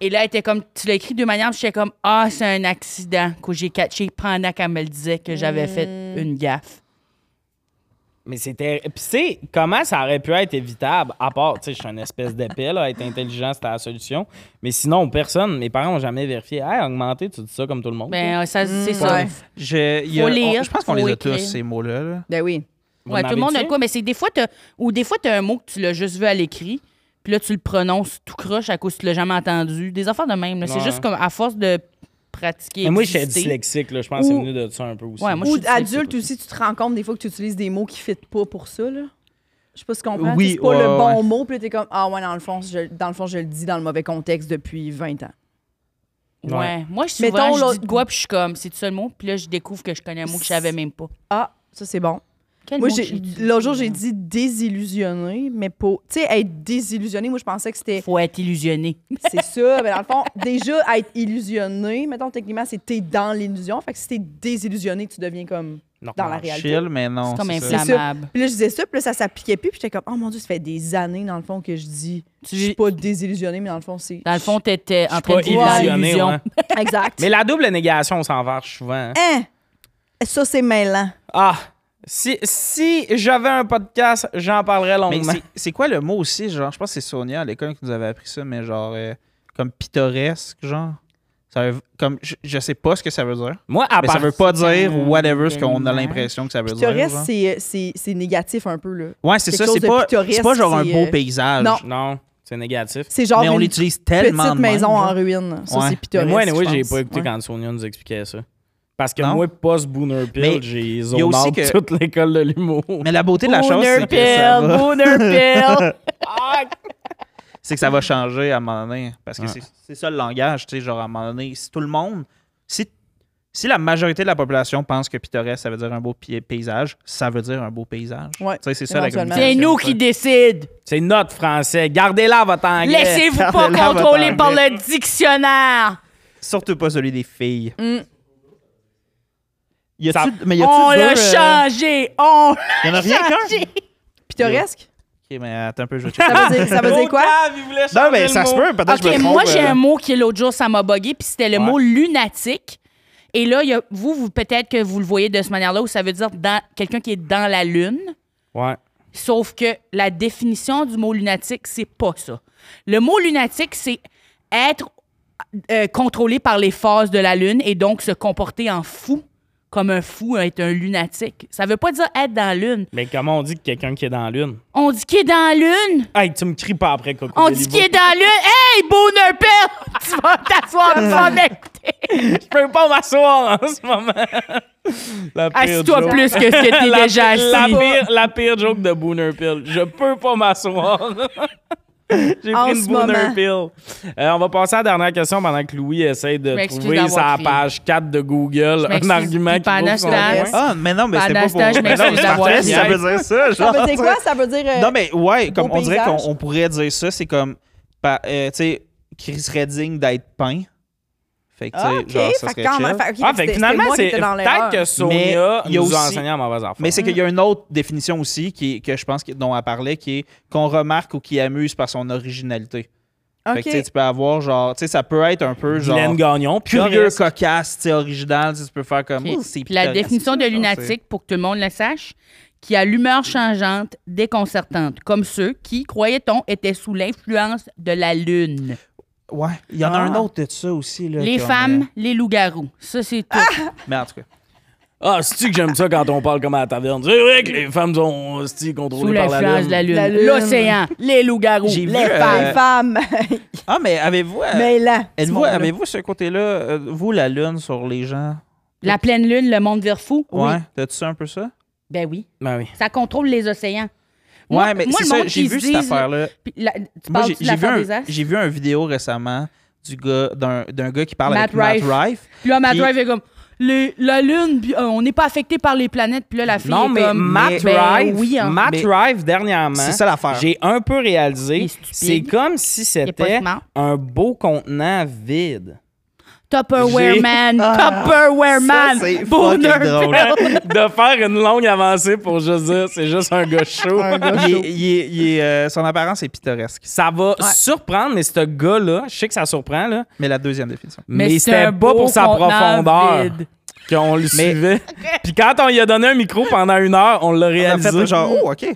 Et là, elle était comme Tu l'as écrit de deux manières. Puis j'étais comme Ah, c'est un accident que j'ai catché pendant qu'elle me le disait que j'avais
Hmm.
fait une gaffe.
Mais c'était. Puis, tu sais, comment ça aurait pu être évitable? À part, tu sais, je suis une espèce d'épée, là. Être intelligent, c'était la solution. Mais sinon, personne, mes parents n'ont jamais vérifié. Hey, augmenté, tu dis ça comme tout le monde.
Ben, euh, ça, c'est ça.
Hmm, ouais.
Je, il y a-
Faut lire,
on- je pense qu'on
faut
les a
écrire.
tous, ces mots-là. là.
Ben oui.
Vous
ouais,
en
tout le monde a
avez-tu?
de quoi, mais c'est des fois, t'as- ou des fois, t'as un mot que tu l'as juste vu à l'écrit, puis là, tu le prononces tout croche à cause que tu l'as jamais entendu. Des affaires de même, là. C'est
Ouais.
juste comme à force de pratiquer.
Mais moi, j'étais
exister.
dyslexique, là. Je pense que c'est
Ou-
venu de ça un peu aussi.
Ouais, moi, je
Ou
suis
adulte
dyslexique
aussi, tu te rends compte des fois que tu utilises des mots qui ne fitent pas pour ça, là. Je sais pas si tu comprends.
Oui,
c'est pas
ouais,
le bon
ouais.
mot, puis là, t'es comme Ah ouais, dans le fond, je, dans le fond, je le dis dans le mauvais contexte depuis 20 ans.
Ouais.
Ouais.
Moi, je souvent,
Mettons,
je
là-
dis de quoi, puis je suis comme, c'est tout ça le mot, puis là, je découvre que je connais un mot que je savais même pas.
Ah, ça c'est bon.
Quel
Moi,
mot
j'ai-
j'ai dit?
l'autre jour, j'ai dit désillusionné, mais pour. Tu sais, être désillusionné, moi, je pensais que c'était.
Faut être illusionné.
C'est ça, mais dans le fond, déjà, être illusionné, mettons, techniquement, c'est t'es dans l'illusion. Fait que si t'es désillusionné, tu deviens comme.
Normal.
la réalité.
Chill, mais non.
C'est comme
ça.
inflammable.
inflammable.
Puis là, je disais ça, puis là, ça s'appliquait plus, puis j'étais comme, oh mon Dieu, ça fait des années, dans le fond, que je dis.
Tu-
Je suis pas désillusionné, mais dans le fond, c'est.
Dans le fond, t'étais
Je
en
suis
train
pas
de vivre dans
illusionné.
l'illusion.
ouais.
Exact.
Mais la double négation, on s'en verge souvent. hein.
Hein? Ça, c'est mêlant.
Ah! Si, si j'avais un podcast, j'en parlerais
Mais
longuement.
c'est- c'est quoi le mot aussi, genre? Je pense que c'est Sonia à l'école qui nous avait appris ça, mais genre, euh, comme pittoresque, genre. Ça veut- comme, je, je sais pas ce que ça veut dire.
Moi, à
mais ça
part.
veut pas dire
euh,
whatever ce qu'on a
événement.
l'impression que ça veut dire. hein?
Pittoresque,
genre.
c'est- euh, c'est c'est négatif un peu, là.
Ouais, c'est
quelque
ça.
chose
C'est
de
pas,
pittoresque,
c'est pas genre un
c'est,
beau
euh,
paysage.
non.
Non, c'est négatif.
C'est genre
mais on
une
l'utilise tellement.
petite
de même,
maison en
genre.
ruine. Ça,
Ouais.
c'est
Mais
pittoresque.
moi, anyway, j'ai
je
pas écouté
pense.
quand Sonia nous expliquait ça. Parce que
Non?
moi, post-Booner Pill,
Mais
j'ai
y a
zone
aussi
out
que-
toute l'école de l'humour.
Mais la beauté de la chose, c'est que, ça va,
Bonheur pill.
c'est que ça va changer à un moment donné. Parce que
Ouais.
c'est- c'est ça le langage, tu sais, genre à un moment donné. Si tout le monde. Si, si la majorité de la population pense que pittoresque, ça veut dire un beau pi- paysage, ça veut dire un beau paysage.
Ouais,
Tu sais, c'est ça la
éventuellement.
communication,
C'est nous
tu sais.
qui décide.
C'est notre français. Gardez-la votre anglais.
Laissez-vous pas
Parlez-la, votre
contrôler par
anglais.
le dictionnaire.
Surtout pas celui des filles.
Mm.
Y a-tu-
Ça-
mais y a-tu
On l'a
deux, euh,
changé. On
y en a rien qu'un?
l'a
Pittoresque?
Ok, mais attends un peu, je vais
Ça veut dire, ça veut dire quoi?
Octave, il voulait
Non,
changer
mais
le
ça se
mot.
peut, peut-être que je
OK,
me
moi,
trompe,
j'ai
euh,
un mot qui, l'autre jour, ça m'a bugué, puis c'était le
Ouais.
mot lunatique. Et là, il y a- vous, vous peut-être que vous le voyez de cette manière-là, où ça veut dire dans- quelqu'un qui est dans la lune.
Ouais.
Sauf que la définition du mot lunatique, c'est pas ça. Le mot lunatique, c'est être euh, contrôlé par les phases de la lune et donc se comporter en fou, comme un fou être un lunatique. Ça veut pas dire être dans la lune.
Mais comment on dit que quelqu'un qui est dans la lune?
On dit qu'il est dans la lune.
Hey, tu me cries pas après, Coco.
On dit
Bellivo.
qu'il est dans la lune. Hey, bonheur père! Tu vas t'asseoir, tu vas m'écouter.
Je peux pas m'asseoir en ce moment. La pire
Assis-toi
joke.
Ah, plus que ce que t'es
La,
déjà assis.
la pire, la pire joke de Booner Pill. Je peux pas m'asseoir. J'ai
En
pris une
ce
Booner
moment.
Pill. Euh, on va passer à la dernière question pendant que Louis essaie de
Je m'excuse
trouver
d'avoir
sa
crié.
page 4 de Google
Je
un
m'excuse,
argument
puis
qui vaut
pendant
son
ce
point.
temps-
Ah, mais non, mais
Pendant
c'était pas
ce
pour...
temps, je
mais non,
m'excuse
mais
d'avoir
parfait,
dit.
si ça veut dire ça,
Ça
genre.
veut dire
tu
quoi? Ça veut dire. euh,
Non, mais ouais, comme
Beau
on dirait qu'on
paysage.
on pourrait dire ça, c'est comme, pa- euh, tu sais, qui serait digne d'être peint. Fait que, tu sais,
Ah, OK.
genre, ça
fait
serait
que quand
chill.
même- fait- ok,
Ah,
fait que
fait que
c'était-
finalement,
c'était moi qui
c'est
étais dans
peut-être que
l'erreur.
Sonia
Mais il y a
nous a
aussi-
enseigné à mauvaise affaire.
Mais c'est qu'il y a une autre définition aussi qui, que je pense que- dont elle parlait, qui est qu'on remarque ou qui amuse par son originalité. Fait que, tu sais,
OK.
tu peux avoir genre, tu sais, ça peut être un peu genre
Hum. Guylaine Gagnon,
curieux,
pittoresque.
cocasse, tu sais, original, tu sais, tu peux faire comme.
Ok.
Ouh, c'est
Puis la
pittoresque,
définition de
ça, tu sais.
lunatique, pour que tout le monde le sache, qui a l'humeur changeante, déconcertante, comme ceux qui, croyait-on, étaient sous l'influence de la lune.
Ouais, il y en a
Ah.
un autre de ça aussi. Là,
les
comme,
femmes, les loups-garous. Ça, c'est tout.
euh, mais en tout cas.
Ah, c'est-tu que j'aime ça quand on parle comme à la taverne? C'est vrai que les femmes sont c'est-tu,
sous
contrôlées par la
l'influence
lune.
de la
La
lune.
lune.
L'océan, les loups-garous,
J'ai
les
vu,
femmes.
euh,
Les femmes.
Ah, mais avez-vous. euh,
Mêlant. ce
Êtes-vous,
monde-là.
avez-vous ce côté-là, euh, vous, la lune sur les gens?
La pleine lune, le monde vers fou.
Ouais.
Oui.
T'as-tu ça un peu ça?
Ben oui.
Ben oui.
Ça contrôle les océans.
ouais, mais
moi,
c'est
le
ça,
monde
j'ai
qui
vu
se
cette
dise-
affaire-là.
Puis la- tu
Moi,
parles
j'ai,
de
j'ai
la
vu
Terre des
un,
Astres?
j'ai vu un vidéo récemment du gars, d'un, d'un gars qui parle
Matt
avec
Rife.
Matt Rife.
Puis là, Matt
Puis-
Drive est comme. Les- la lune, puis, euh, on n'est pas affecté par les planètes. Puis là, la fille
Non,
est
mais
comme,
Matt
ben
Rive,
oui, hein.
Matt
Mais-
Rife, dernièrement,
C'est ça l'affaire.
j'ai un peu
Il
réalisé,
est stupide.
c'est comme si
est pas
c'était
smart.
un beau contenant vide. J'ai-
Tupperware Man, Tupperware Man,
Ah, c'est
Bonheur
fucking drôle.
Bell.
De faire une longue avancée pour juste dire, c'est juste un gars chaud.
Il est- il est- il est, euh, son apparence est pittoresque.
Ça va surprendre, mais ce gars-là, je sais que ça surprend, là,
Mais la deuxième définition.
mais,
c'est
c'était
un
pas
beau
pour sa
contenant
profondeur
vide.
qu'on le
Mais-
suivait. Puis quand on lui a donné un micro pendant une heure, on l'a
On a
réalisé.
fait genre, oh, OK.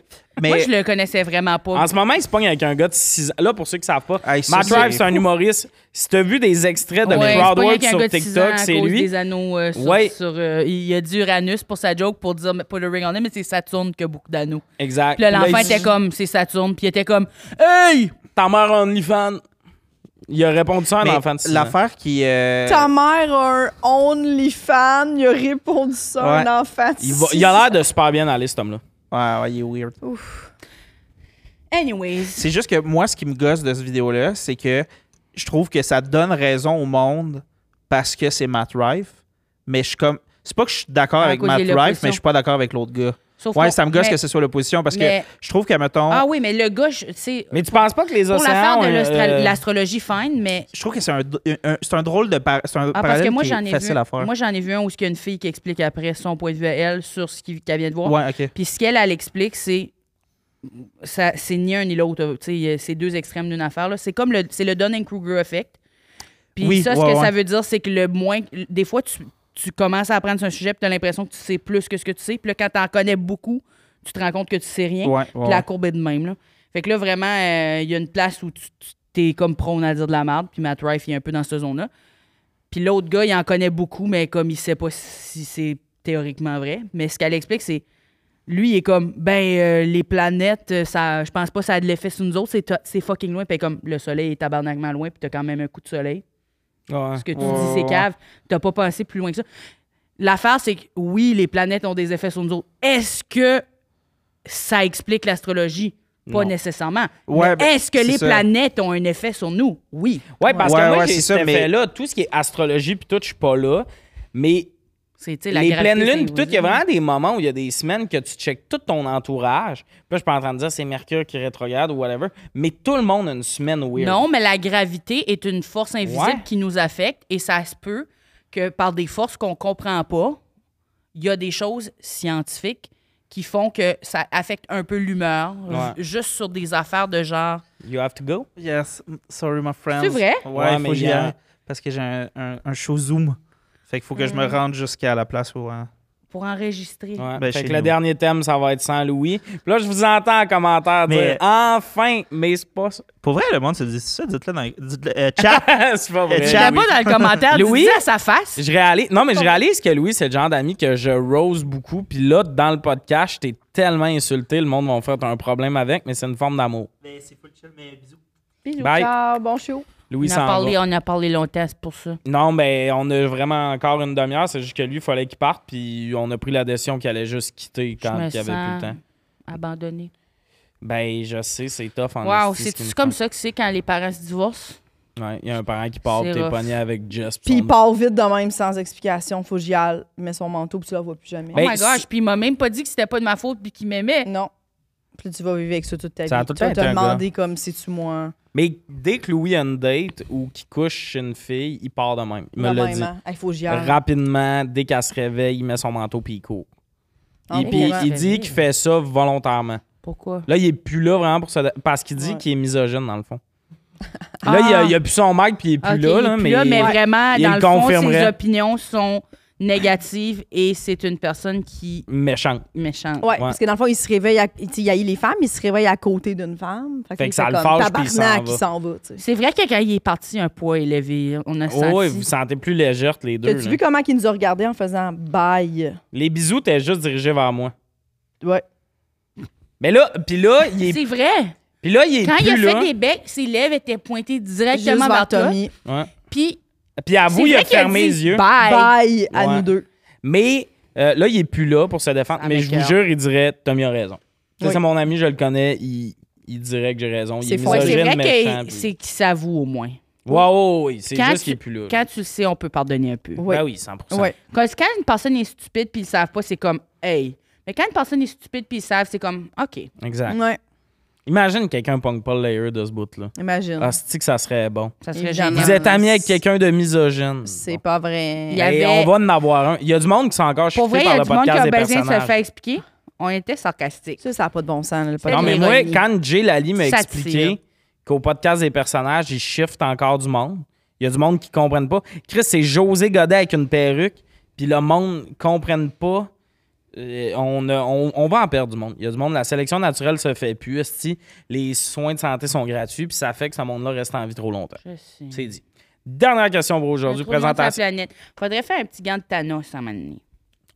Mais
Moi, je le connaissais vraiment pas.
En ce moment, il se pogne avec un gars de 6 ans. Là, pour ceux qui savent pas,
Hey, ça,
Matt
c'est
Rife, c'est un humoriste. Si t'as vu des extraits de
Ouais, c'est pas rien
Crowdwork
qu'un gars
sur
de six ans
TikTok,
à
c'est
cause
lui.
des anneaux euh, sur,
Ouais.
sur, euh, il y a dit Uranus pour sa joke pour dire mais pas le ring on est mais c'est Saturne qui a beaucoup d'anneaux.
Exact.
Puis là, l'enfant
il dit,
était comme c'est Saturne puis il était comme hey
Ta mère a OnlyFans. Il a répondu ça à un
mais
enfant de 6 ans.
l'affaire qui. euh,
Ta mère a un OnlyFan. Il a répondu ça à
Ouais.
un enfant. de
Il, va-
six
il a l'air de super bien aller, cet homme-là.
Ouais, ouais, il est weird.
anyways
C'est juste que moi, ce qui me gosse de cette vidéo-là, c'est que je trouve que ça donne raison au monde parce que c'est Matt Rife. Mais je suis comme. C'est pas que je suis d'accord
À
avec
cause
Matt
des
Rife,
locutions.
mais je suis pas d'accord avec l'autre gars.
Sauf
Ouais,
qu'on-
ça me gosse
mais-
que ce soit l'opposition parce
mais-
que je trouve que, mettons,
Ah oui, mais le gars, je- tu sais.
Mais tu penses pas que les
Pour l'affaire
océans.
de
euh,
l'astra-
euh,
l'astrologie, fine, mais.
je trouve que c'est un, un- c'est un drôle de par- c'est un
Ah, parce
parallèle
que moi,
qui
j'en
est
ai
facile
vu.
à faire.
Moi, j'en ai vu un où il y a une fille qui explique après son point de vue à elle sur ce qu'il- qu'elle vient de voir.
ouais, ok.
Puis ce qu'elle, elle explique, c'est. ça- C'est ni un ni l'autre. tu sais, C'est deux extrêmes d'une affaire. là. C'est comme le, c'est le Dunning-Kruger effect. Puis
Oui,
ça, ce
ouais,
que
ouais.
ça veut dire, c'est que le moins. Des fois, tu, tu commences à apprendre sur un sujet, puis tu as l'impression que tu sais plus que ce que tu sais. Puis là, quand tu en connais beaucoup, tu te rends compte que tu sais rien.
Ouais,
Puis
ouais,
la
ouais.
courbe est de même. Là. Fait que là, vraiment, euh, il y a une place où tu, tu- t'es comme prône à dire de la merde. Puis Matt Rife, il est un peu dans cette zone-là. Puis l'autre gars, il en connaît beaucoup, mais comme il sait pas si c'est théoriquement vrai. Mais ce qu'elle explique, c'est. Lui, il est comme, ben, euh, les planètes, euh, ça, je pense pas que ça a de l'effet sur nous autres, c'est, to- c'est fucking loin. Puis comme, le soleil est tabarnakement loin, puis t'as quand même un coup de soleil.
ouais.
Ce que tu
Ouais,
dis, c'est
ouais.
cave. T'as pas pensé plus loin que ça. L'affaire, c'est que oui, les planètes ont des effets sur nous autres. Est-ce que ça explique l'astrologie? Pas
Non.
nécessairement.
Ouais,
Mais
ben,
est-ce que
c'est
les
ça.
planètes ont un effet sur nous? Oui.
Ouais, parce
Ouais,
que moi,
ouais,
j'ai
c'est
cet
ça, mais-
effet-là. Tout ce qui est astrologie, puis tout, je suis pas là. Mais
C'est, tu sais, la
les
gravité,
pleines lunes, puis
c'est
tout, il y a
vas-y.
vraiment des moments où il y a des semaines que tu checkes tout ton entourage. Puis là, je suis pas en train de dire c'est Mercure qui rétrograde ou whatever. Mais tout le monde a une semaine weird.
Non, mais la gravité est une force invisible
Ouais.
qui nous affecte et ça se peut que par des forces qu'on comprend pas, il y a des choses scientifiques qui font que ça affecte un peu l'humeur,
Ouais.
ju- juste sur des affaires de genre.
You have to go.
Yes, sorry my friend.
C'est vrai?
Ouais,
Ouais,
faut
mais
que j'y
il y a-
aille parce que j'ai un, un, un show Zoom. Fait qu'il faut que je
Mm.
me rende jusqu'à la place où. hein.
pour enregistrer.
Ouais.
Ben,
fait que
chez
le
nous.
dernier thème, ça va être sans Louis. Puis là, je vous entends en commentaire
Mais-
dire enfin, mais c'est pas ça.
Pour vrai, le monde se dit ça, dites-le dans dites-le, euh, chat.
c'est pas vrai.
Euh,
T'as
Ah
pas
oui.
dans le commentaire,
Ben Louis?
dis à sa face.
Je réalise... Non, mais je réalise que Louis, c'est le genre d'ami que je rose beaucoup. Puis là, dans le podcast, je t'ai tellement insulté, le monde va me faire un problème avec, mais c'est une forme d'amour.
mais c'est full chill, mais bisous.
Bisous.
Bye.
Ciao, bon show.
Louis
on,
s'en
a
va.
parlé, on a parlé longtemps, c'est pour ça.
Non, mais on a vraiment encore une demi-heure. C'est juste que lui, il fallait qu'il parte. Puis on a pris la décision qu'il allait juste quitter quand
me
il y avait plus le
sens-
temps.
Abandonné.
Ben, je sais, c'est tough en
Wow,
esti, ce qu'il
c'est-tu
me
comme
fait.
ça que c'est quand les parents se divorcent?
Ouais, il y a un parent qui part,
C'est
puis t'es
rough.
pogné avec Jess.
Puis
son-
il part vite de même sans explication. Faut que j'y aille. Il met son manteau, puis tu la vois plus jamais.
Ben,
oh my
c'est-
gosh, puis il m'a même pas dit que c'était pas de ma faute puis qu'il m'aimait.
Non. Puis tu vas vivre avec ça toute ta
Ça a
vie.
tout le
tu vas
temps
te
été un gars.
demander comme si tu moi.
Mais dès que Louis a une date ou qu'il couche chez une fille, il part de même. Il me
de
l'a
même,
dit.
hein. Hey, faut que j'y aille.
Rapidement, dès qu'elle se réveille, il met son manteau puis il court.
En
Et puis,
courant.
il dit qu'il fait ça volontairement.
Pourquoi?
Là, il est plus là vraiment pour ça. Parce qu'il dit
Ouais.
qu'il est misogyne, dans le fond. Là, il, a,
Ah.
il a plus son mic puis il est plus
Ok,
là,
il
là,
est plus
mais.
là, mais vraiment,
il
dans
le
le fond, ses
confirmerait.
opinions sont négatives et c'est une personne qui
méchant.
méchante.
Ouais, parce que dans le fond, il se réveille, à, il, tu sais, il haït les femmes, il se réveille à côté d'une femme. Fait,
Fait
il
que ça
fait
le
comme
fâche, puis il s'en
tabarnak,
va.
il s'en va. tu sais.
C'est vrai que quand il est parti, un poids élevé, on a senti.
Oui, vous sentez plus légère les deux.
T'as-tu
là.
vu comment il nous a regardés en faisant bye?
Les bisous, t'es juste dirigé vers moi.
Ouais.
Mais là, puis là, il est,
C'est vrai.
puis là, il est
Quand
plus
il a
là.
fait des becs, ses lèvres étaient pointées
Juste
directement vers
vers
toi.
Tommy.
Ouais.
Puis
Puis avoue,
C'est
Ah, il a
vrai qu'il a
fermé
dit Bah.
les yeux.
Bye.
Bye à
Ouais.
nous deux.
Mais euh, là, il est plus là pour se défendre.
Ça
mais je vous
m'écoeure.
jure, il dirait Tommy a raison. Ça,
Oui.
C'est mon ami, je le connais. Il, il dirait que j'ai raison. Il est,
C'est faux.
Ouais,
misogyne,
c'est vrai
méchant.
que
puis-
c'est qu'il s'avoue au moins.
Ouais, ouais, ouais, c'est
Quand
juste
tu-
qu'il est plus là.
Quand tu le sais, on peut pardonner un peu.
Ouais.
Ben oui, 100
Ouais.
Quand, quand une personne est stupide puis ils le savent pas, c'est comme hey. Mais quand une personne est stupide puis ils savent, c'est comme OK.
Exact.
Ouais.
Imagine quelqu'un pong pas le layer de ce bout-là.
Imagine.
Ah, c'est-tu que ça serait bon.
Ça serait
Évidemment.
gênant.
Vous êtes ami avec quelqu'un de misogyne.
c'est
Bon.
pas vrai.
Il y a-
Et
avait-
on va en avoir un. Il y a du monde qui sont encore
Pour
chuté
vrai, il y
par
a
le
du monde qui
podcast
a
des
besoin de se
personnages.
faire expliquer. On était sarcastique.
Ça, ça n'a pas de bon sens. là, le
Non,
podcast.
mais
Quelle
moi,
ironie.
quand Jay Lally m'a
Ça
expliqué
tire.
qu'au podcast des personnages, ils shiftent encore du monde, il y a du monde qui ne comprennent pas. Chris, c'est José Godet avec une perruque, puis le monde ne comprenne pas. Euh, on, a- on- on va en perdre du monde. Il y a du monde, la sélection naturelle se fait plus. esti. Les soins de santé sont gratuits, puis ça fait que ce monde-là reste en vie trop longtemps.
Je sais.
C'est dit. Dernière question pour
Le
aujourd'hui,
trou du monde de la
présentation.
planète. Faudrait faire un petit gant de Thanos à un moment donné.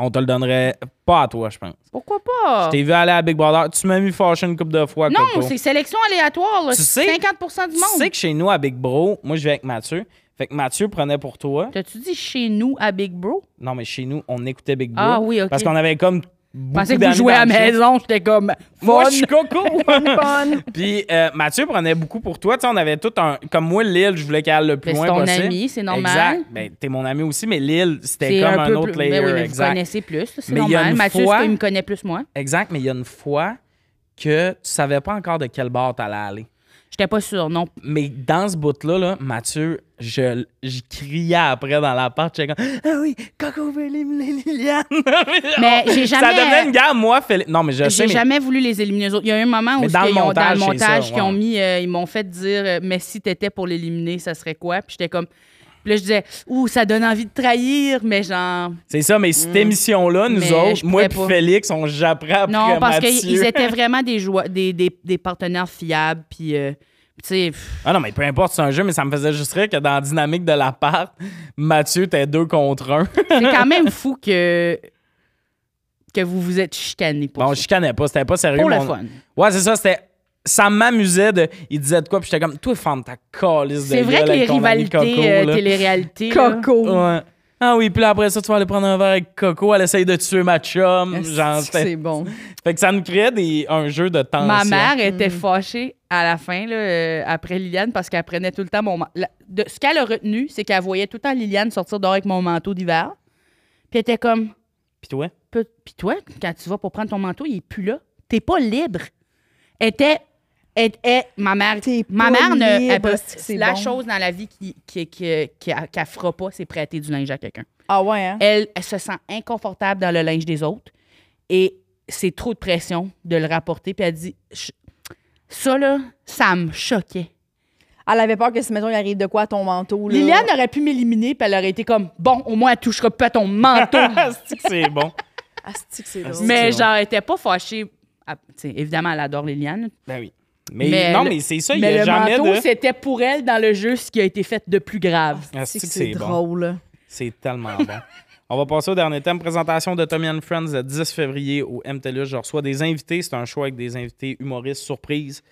On te le donnerait pas à toi, je pense.
Pourquoi pas?
Je t'ai vu aller à Big Brother. Tu m'as mis fâché une couple de fois,
Ah. Non,
Coco.
c'est sélection aléatoire. là.
Tu sais-
50 du
Tu sais
monde.
que chez nous, à Big Bro, moi, je vais avec Mathieu. Fait que Mathieu prenait pour toi.
T'as-tu dit chez nous à Big Bro?
Non, mais chez nous, on écoutait Big Bro.
Ah oui, ok.
Parce qu'on avait comme
Je
beaucoup
pensais que vous
d'amis
jouez à la
dans le show.
maison, j'étais comme
Moi,
fun.
je suis coco!
Fun.
Puis euh, Mathieu prenait beaucoup pour toi. Tu sais, on avait tout un. Comme moi, Lille, je voulais qu'elle aille le plus
Ben, c'est
loin
ton
possible.
ami, c'est normal.
Exact. Ben, t'es mon ami aussi, mais Lille, c'était comme un,
peu
autre
plus-
layer.
ben oui, mais vous
exact.
connaissez plus, c'est
Mais il y a
normal.
une
Mathieu,
fois-
c'est qu'il me connaît plus moi.
Exact, mais il y a une fois que tu savais pas encore de quel bord t'allais aller.
J'étais pas sûre, non.
Mais dans ce bout-là, là, Mathieu, je, je criais après dans l'appart. J'étais comme Ah oui, Coco veut éliminer Liliane.
Mais j'ai
Ça
jamais-
devenait une guerre, moi, Philippe. Non, mais je sais,
J'ai
mais
jamais voulu les éliminer. eux autres. Il y a eu un moment où
Mais
ils
dans le
ont- dans
montage,
le
c'est
montage,
ça,
qu'ils ont
ouais.
mis, euh, ils m'ont fait dire euh, Mais si t'étais pour l'éliminer, ça serait quoi? Puis j'étais comme. Puis là, je disais Ouh, ça donne envie de trahir, mais genre.
c'est ça. Mais cette émission-là, nous
Mais
autres,
je
moi et
pourrais pas.
Félix, on j'apprends après
Non, parce
Mathieu.
qu'ils étaient vraiment des, joie- des, des, des partenaires fiables. Puis, euh, tu sais, pff,
Ah non, mais peu importe, c'est un jeu, mais ça me faisait juste rire que dans la dynamique de l'appart, Mathieu, t'es deux contre un.
c'est quand même fou que, que vous vous êtes chicané pour
bon,
ça.
je chicanais pas, c'était pas sérieux.
Pour le
mais on-
fun.
Ouais, c'est ça, c'était. Ça m'amusait de. Il disait de quoi, puis j'étais comme, toi, ferme ta calice de
C'est vrai
gueule
que les
avec ton ami
rivalités,
Coco,
euh,
là.
télé-réalités. là,
Coco.
Ouais. Ah oui, puis là, après ça, tu vas aller prendre un verre avec Coco, elle essaye de tuer ma chum. Genre,
Est-ce que
c'était-
C'est bon.
fait que ça nous créait des... un jeu de tension.
Ma mère
Mm.
était fâchée à la fin, là, euh, après Liliane, parce qu'elle prenait tout le temps mon manteau. Ce qu'elle a retenu, c'est qu'elle voyait tout le temps Liliane sortir dehors avec mon manteau d'hiver. Puis elle était comme,
Puis toi?
Peu- puis toi, quand tu vas pour prendre ton manteau, il est plus là. T'es pas libre. Elle était. elle- elle- ma mère,
T'es
ma
pas
mère ne.
libre,
elle peut-
c'est que c'est
la
bon.
chose dans la vie qui, qui, qui- qui- qu'elle fera pas, c'est prêter du linge à quelqu'un.
Ah ouais, hein?
Elle, elle se sent inconfortable dans le linge des autres et c'est trop de pression de le rapporter. Puis elle dit Je- Ça, là, ça me choquait.
Elle avait peur que si, mettons, il arrive de quoi à ton manteau. Là.
Liliane aurait pu m'éliminer, puis elle aurait été comme Bon, au moins, elle touchera pas à ton manteau.
Ah, c'est-tu que c'est bon.
Asti que c'est
Asti.
drôle.
Mais
C'est
genre, elle était pas fâchée. Elle- tu sais, évidemment, elle adore Liliane.
Ben oui. Mais,
Mais
non,
le-
mais c'est ça, il y
Mais
a
le
jamais
manteau,
de.
c'était pour elle dans le jeu ce qui a été fait de plus grave.
Ah,
Asti
c'est-tu
que
que
c'est
c'est bon.
drôle.
C'est tellement bon. On va passer au dernier thème. Présentation de Tommy and Friends le 10 février au MTLUS. Je reçois des invités. C'est un show avec des invités humoristes surprises.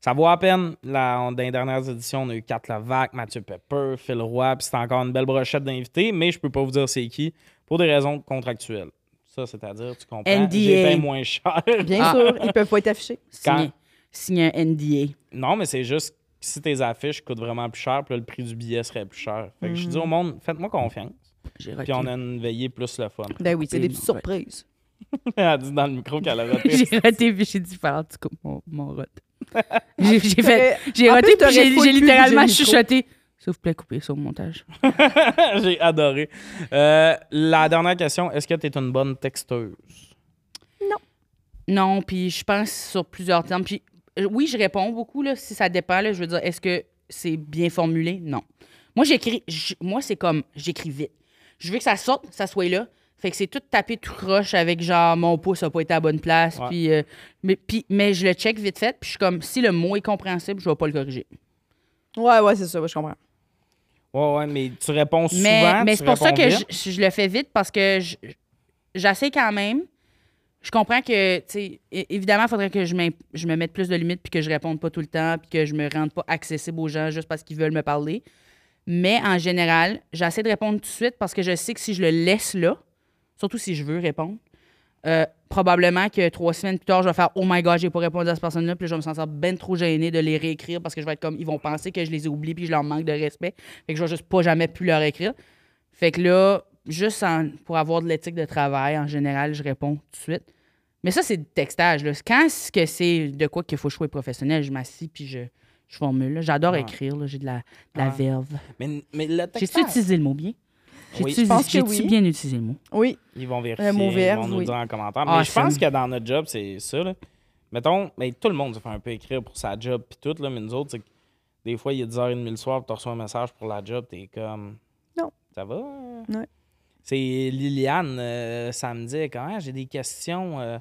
Ça vaut à peine. Là, on- dans les dernières éditions, on a eu Kat Lavac, Mathieu Pepper, Phil Roy. Puis c'est encore une belle brochette d'invités, mais je peux pas vous dire c'est qui pour des raisons contractuelles. Ça, c'est-à-dire, tu comprends,
NDA.
j'ai payé moins cher.
Bien sûr, ils peuvent pas être affichés.
Signer, signer un NDA.
Non, mais c'est juste que si tes affiches coûtent vraiment plus cher, puis là, le prix du billet serait plus cher. Fait que je dis au monde, faites-moi confiance.
J'ai
Puis
raté.
on a une veillée plus le fun.
Ben oui, c'est
Et
des
non,
petites surprises.
Elle a dit dans le micro qu'elle a raté.
J'ai raté, puis j'ai dit, falloir que tu coupes mon, mon rot. J'ai j'ai fait.
T'aurais-
J'ai
en
raté,
plus,
puis
t'aurais
j'ai
full
j'ai
pu
littéralement
bouger le micro.
chuchoté. S'il vous plaît, coupez ça au montage.
J'ai adoré. Euh, la dernière question, est-ce que tu es une bonne texteuse?
Non, puis je pense sur plusieurs termes. Puis euh, oui, je réponds beaucoup, là, si ça dépend. Là, je veux dire, est-ce que c'est bien formulé? Non. Moi, j'écris. j- Moi, c'est comme j'écris vite. Je veux que ça sorte, ça soit là. Fait que c'est tout tapé tout croche avec genre mon pouce a pas été à la bonne place.
Ouais.
Puis, euh, mais, puis, mais je le check vite fait. Puis je suis comme si le mot est compréhensible, je vais pas le corriger.
Ouais, ouais, c'est ça, ouais, je comprends.
Ouais, ouais, mais tu réponds souvent.
mais mais
tu
c'est pour ça
réponds
que je,
vite.
je le fais vite parce que je- j'essaie quand même. Je comprends que, tu sais, é- évidemment, il faudrait que je, m'im- je me mette plus de limites puis que je réponde pas tout le temps puis que je me rende pas accessible aux gens juste parce qu'ils veulent me parler. Mais en général, j'essaie de répondre tout de suite parce que je sais que si je le laisse là, surtout si je veux répondre, euh, probablement que trois semaines plus tard, je vais faire Oh my god, j'ai pas répondu à cette personne-là, puis là, je vais me sentir ben trop gênée de les réécrire parce que je vais être comme ils vont penser que je les ai oubliés puis je leur manque de respect. Fait que je vais juste pas jamais plus leur écrire. Fait que là, juste en- pour avoir de l'éthique de travail, en général, je réponds tout de suite. Mais ça, c'est du textage. Là. Quand est-ce que c'est de quoi qu'il faut choisir professionnel, je m'assis puis je, je formule. là. J'adore
Ouais.
écrire, là. j'ai de la, de la
Ah.
Ouais.
verve.
Mais, mais le
J'ai-tu
texteur,
utilisé le mot bien? J'ai-tu
Oui.
Je pense que
j'ai-tu
oui.
bien utilisé le mot?
Oui.
ils vont vérifier,
Euh,
Le mot
ils
verve,
vont nous
oui.
dire en commentaire. Mais
Ah,
je pense
c'est-
que dans notre job, c'est ça. Là. Mettons, mais tout le monde se fait un peu écrire pour sa job puis tout, là, mais nous autres, c'est que des fois, il est 10h30 le soir, tu reçois un message pour la job, t'es comme...
Non.
Ça va?
Ouais.
C'est Liliane, euh, samedi, elle dit, quand j'ai des questions euh,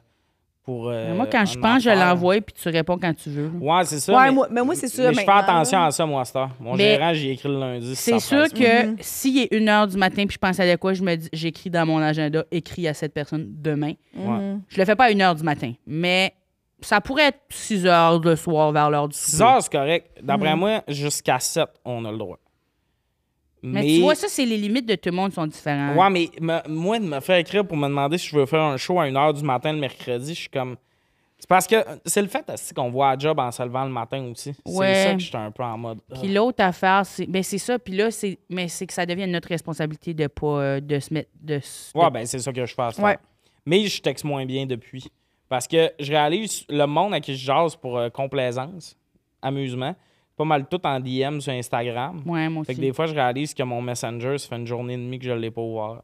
pour... euh,
Mais moi, quand je
un
pense, je
affaire.
l'envoie puis tu réponds quand tu veux. là.
Ouais, c'est ça.
Ouais, moi- mais moi, c'est sûr,
Mais je fais
maintenant,
attention
là.
à ça, moi, à cette heure. Mon
Mais
gérant, j'y écris le lundi. si
C'est
ça presse
sûr
pas.
que s'il est une heure du matin puis je pense à de quoi, je me dis, j'écris dans mon agenda, écris à cette personne demain.
Mhm.
Je le fais pas à une heure du matin, mais ça pourrait être 6 heures le soir vers l'heure du
6
souper.
heures, c'est correct. D'après moi, jusqu'à 7, on a le droit.
Mais, tu vois, ça, c'est les limites de tout le monde sont différentes.
Ouais, mais me- moi, de me faire écrire pour me demander si je veux faire un show à 1h du matin le mercredi, je suis comme. C'est parce que c'est le fait aussi qu'on voit à job en se levant le matin aussi.
Ouais.
C'est ça que j'étais un peu en mode. ah.
Puis l'autre affaire, c'est ben c'est ça. Puis là, c'est mais c'est que ça devient notre responsabilité de pas euh, de se mettre de. s- de-
Ouais, ben c'est ça que je fais à ce temps.
Ouais.
Mais je texte moins bien depuis. Parce que je réalise le monde à qui je jase pour euh, complaisance, amusement, pas mal tout en DM sur Instagram.
Ouais, moi
Fait que
aussi.
des fois, je réalise que mon Messenger, ça fait une journée et demie que je l'ai pas ouvert.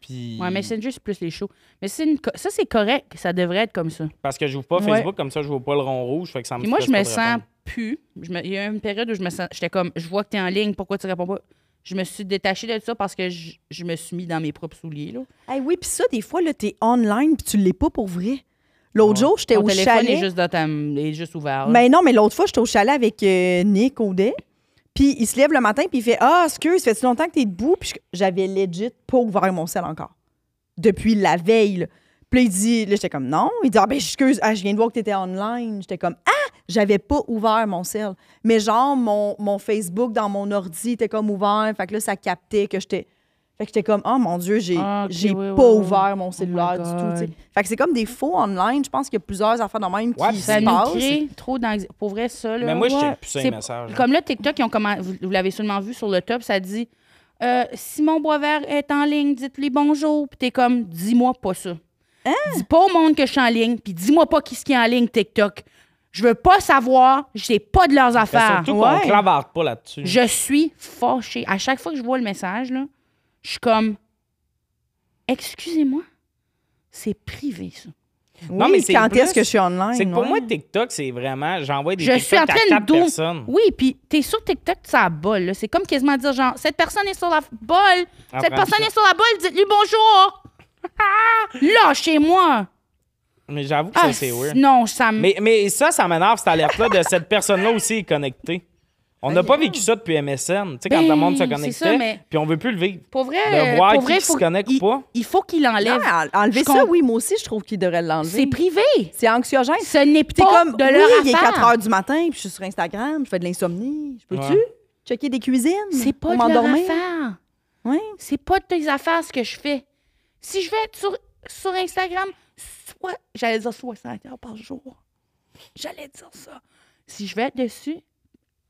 Puis.
Ouais, Messenger, c'est plus les shows. Mais c'est une co- ça, c'est correct. Ça devrait être comme ça.
Parce que j'ouvre pas
Ouais.
Facebook, comme ça, je vois pas le rond rouge. Fait que ça me
Puis moi,
stresse
je me
pas de
sens
répondre.
pu. Je me- Il y a eu une période où je me sens. J'étais comme, je vois que t'es en ligne, pourquoi tu réponds pas? Je me suis détachée de ça parce que je, je me suis mis dans mes propres souliers. Là.
Hey, oui, puis ça, des fois, là, t'es online, puis tu l'es pas pour vrai. L'autre jour, j'étais
Mon
au
téléphone
chalet. Ben,
est juste, dans ta- est juste ouvert. là.
Mais non, mais l'autre fois, j'étais au chalet avec euh, Nick Audet. Puis il se lève le matin, puis il fait Ah, excuse, ça fait-tu longtemps que t'es debout? Puis je- j'avais legit pas ouvert mon sel encore. Depuis la veille. là. Puis là, il dit Là, j'étais comme Non. Il dit Ah, ben, excuse, ah, je viens de voir que t'étais online. J'étais comme Ah, j'avais pas ouvert mon sel. Mais genre, mon, mon Facebook dans mon ordi était comme ouvert. Fait que là, ça captait que j'étais. Fait que j'étais comme, oh mon Dieu, j'ai
Ah, ok,
j'ai
oui, oui,
pas
oui. Oh
ouvert mon
my
cellulaire du tout.
God.
tu sais. Fait que c'est comme des faux online. Je pense qu'il y a plusieurs affaires dans même
Ouais,
qui
ça
Ça
se
nous
passent.
crée trop d'anxiété. Pour vrai, ça. Là,
Mais Ben, moi, je
ouais.
check plus ces
C'est-
messages.
Comme là, TikTok, ils ont commen- vous, vous l'avez sûrement vu sur le top, ça dit euh, Simon Boisvert est en ligne, dites-lui bonjour. Puis t'es comme, dis-moi pas ça.
Hein?
Dis pas au monde que je suis en ligne, puis dis-moi pas qui ce qui est en ligne, TikTok. Je veux pas savoir, je sais pas de leurs
Mais
affaires.
surtout qu'on
ouais.
clavarde pas là-dessus.
Je suis fâchée. À chaque fois que je vois le message, là, je suis comme, excusez-moi, c'est privé, ça.
Non,
oui,
mais c'est
quand
plus-
est-ce que je suis online?
C'est que pour
ouais.
moi, TikTok, c'est vraiment. J'envoie des
Je suis en
TikTok
train
à
de
quatre
dou-
personnes.
Oui, puis t'es sur TikTok, ça bol. là. C'est comme quasiment dire genre, cette personne est sur la f- bolle,
Ah,
cette
prends
personne
ça.
est sur la bolle, dites-lui bonjour. Ah, Lâchez-moi.
Mais j'avoue que
Ah,
ça, c'est weird.
non, ça me.
Mais, mais ça, ça m'énerve, cette alerte-là de cette personne-là aussi est connectée. On n'a pas vécu ça depuis MSN. Tu sais, quand
Ben,
le monde se
c'est
connectait,
ça, mais-
puis on veut plus le vivre.
Pour vrai,
De
euh,
voir
pour
qui
vrai,
qui
faut
se connecte ou
il-
pas.
Il faut qu'il
Non,
enlève.
mais en- enlever
Je
ça,
comprends.
oui, moi aussi, je trouve qu'il
C'est
devrait l'enlever.
privé.
C'est anxiogène.
Ce n'est
Puis t'es
pas
comme,
de
oui,
leur
il est
affaire.
4 heures du matin, puis je suis sur Instagram, je fais de l'insomnie. Je peux-tu
Ouais.
checker des cuisines?
C'est
pour
pas de leur
m'endormir?
affaire.
Oui.
C'est pas de tes affaires ce que je fais. Si je vais être sur, sur Instagram, soit, j'allais dire 60 heures par jour. J'allais dire ça. Si je vais être dessus,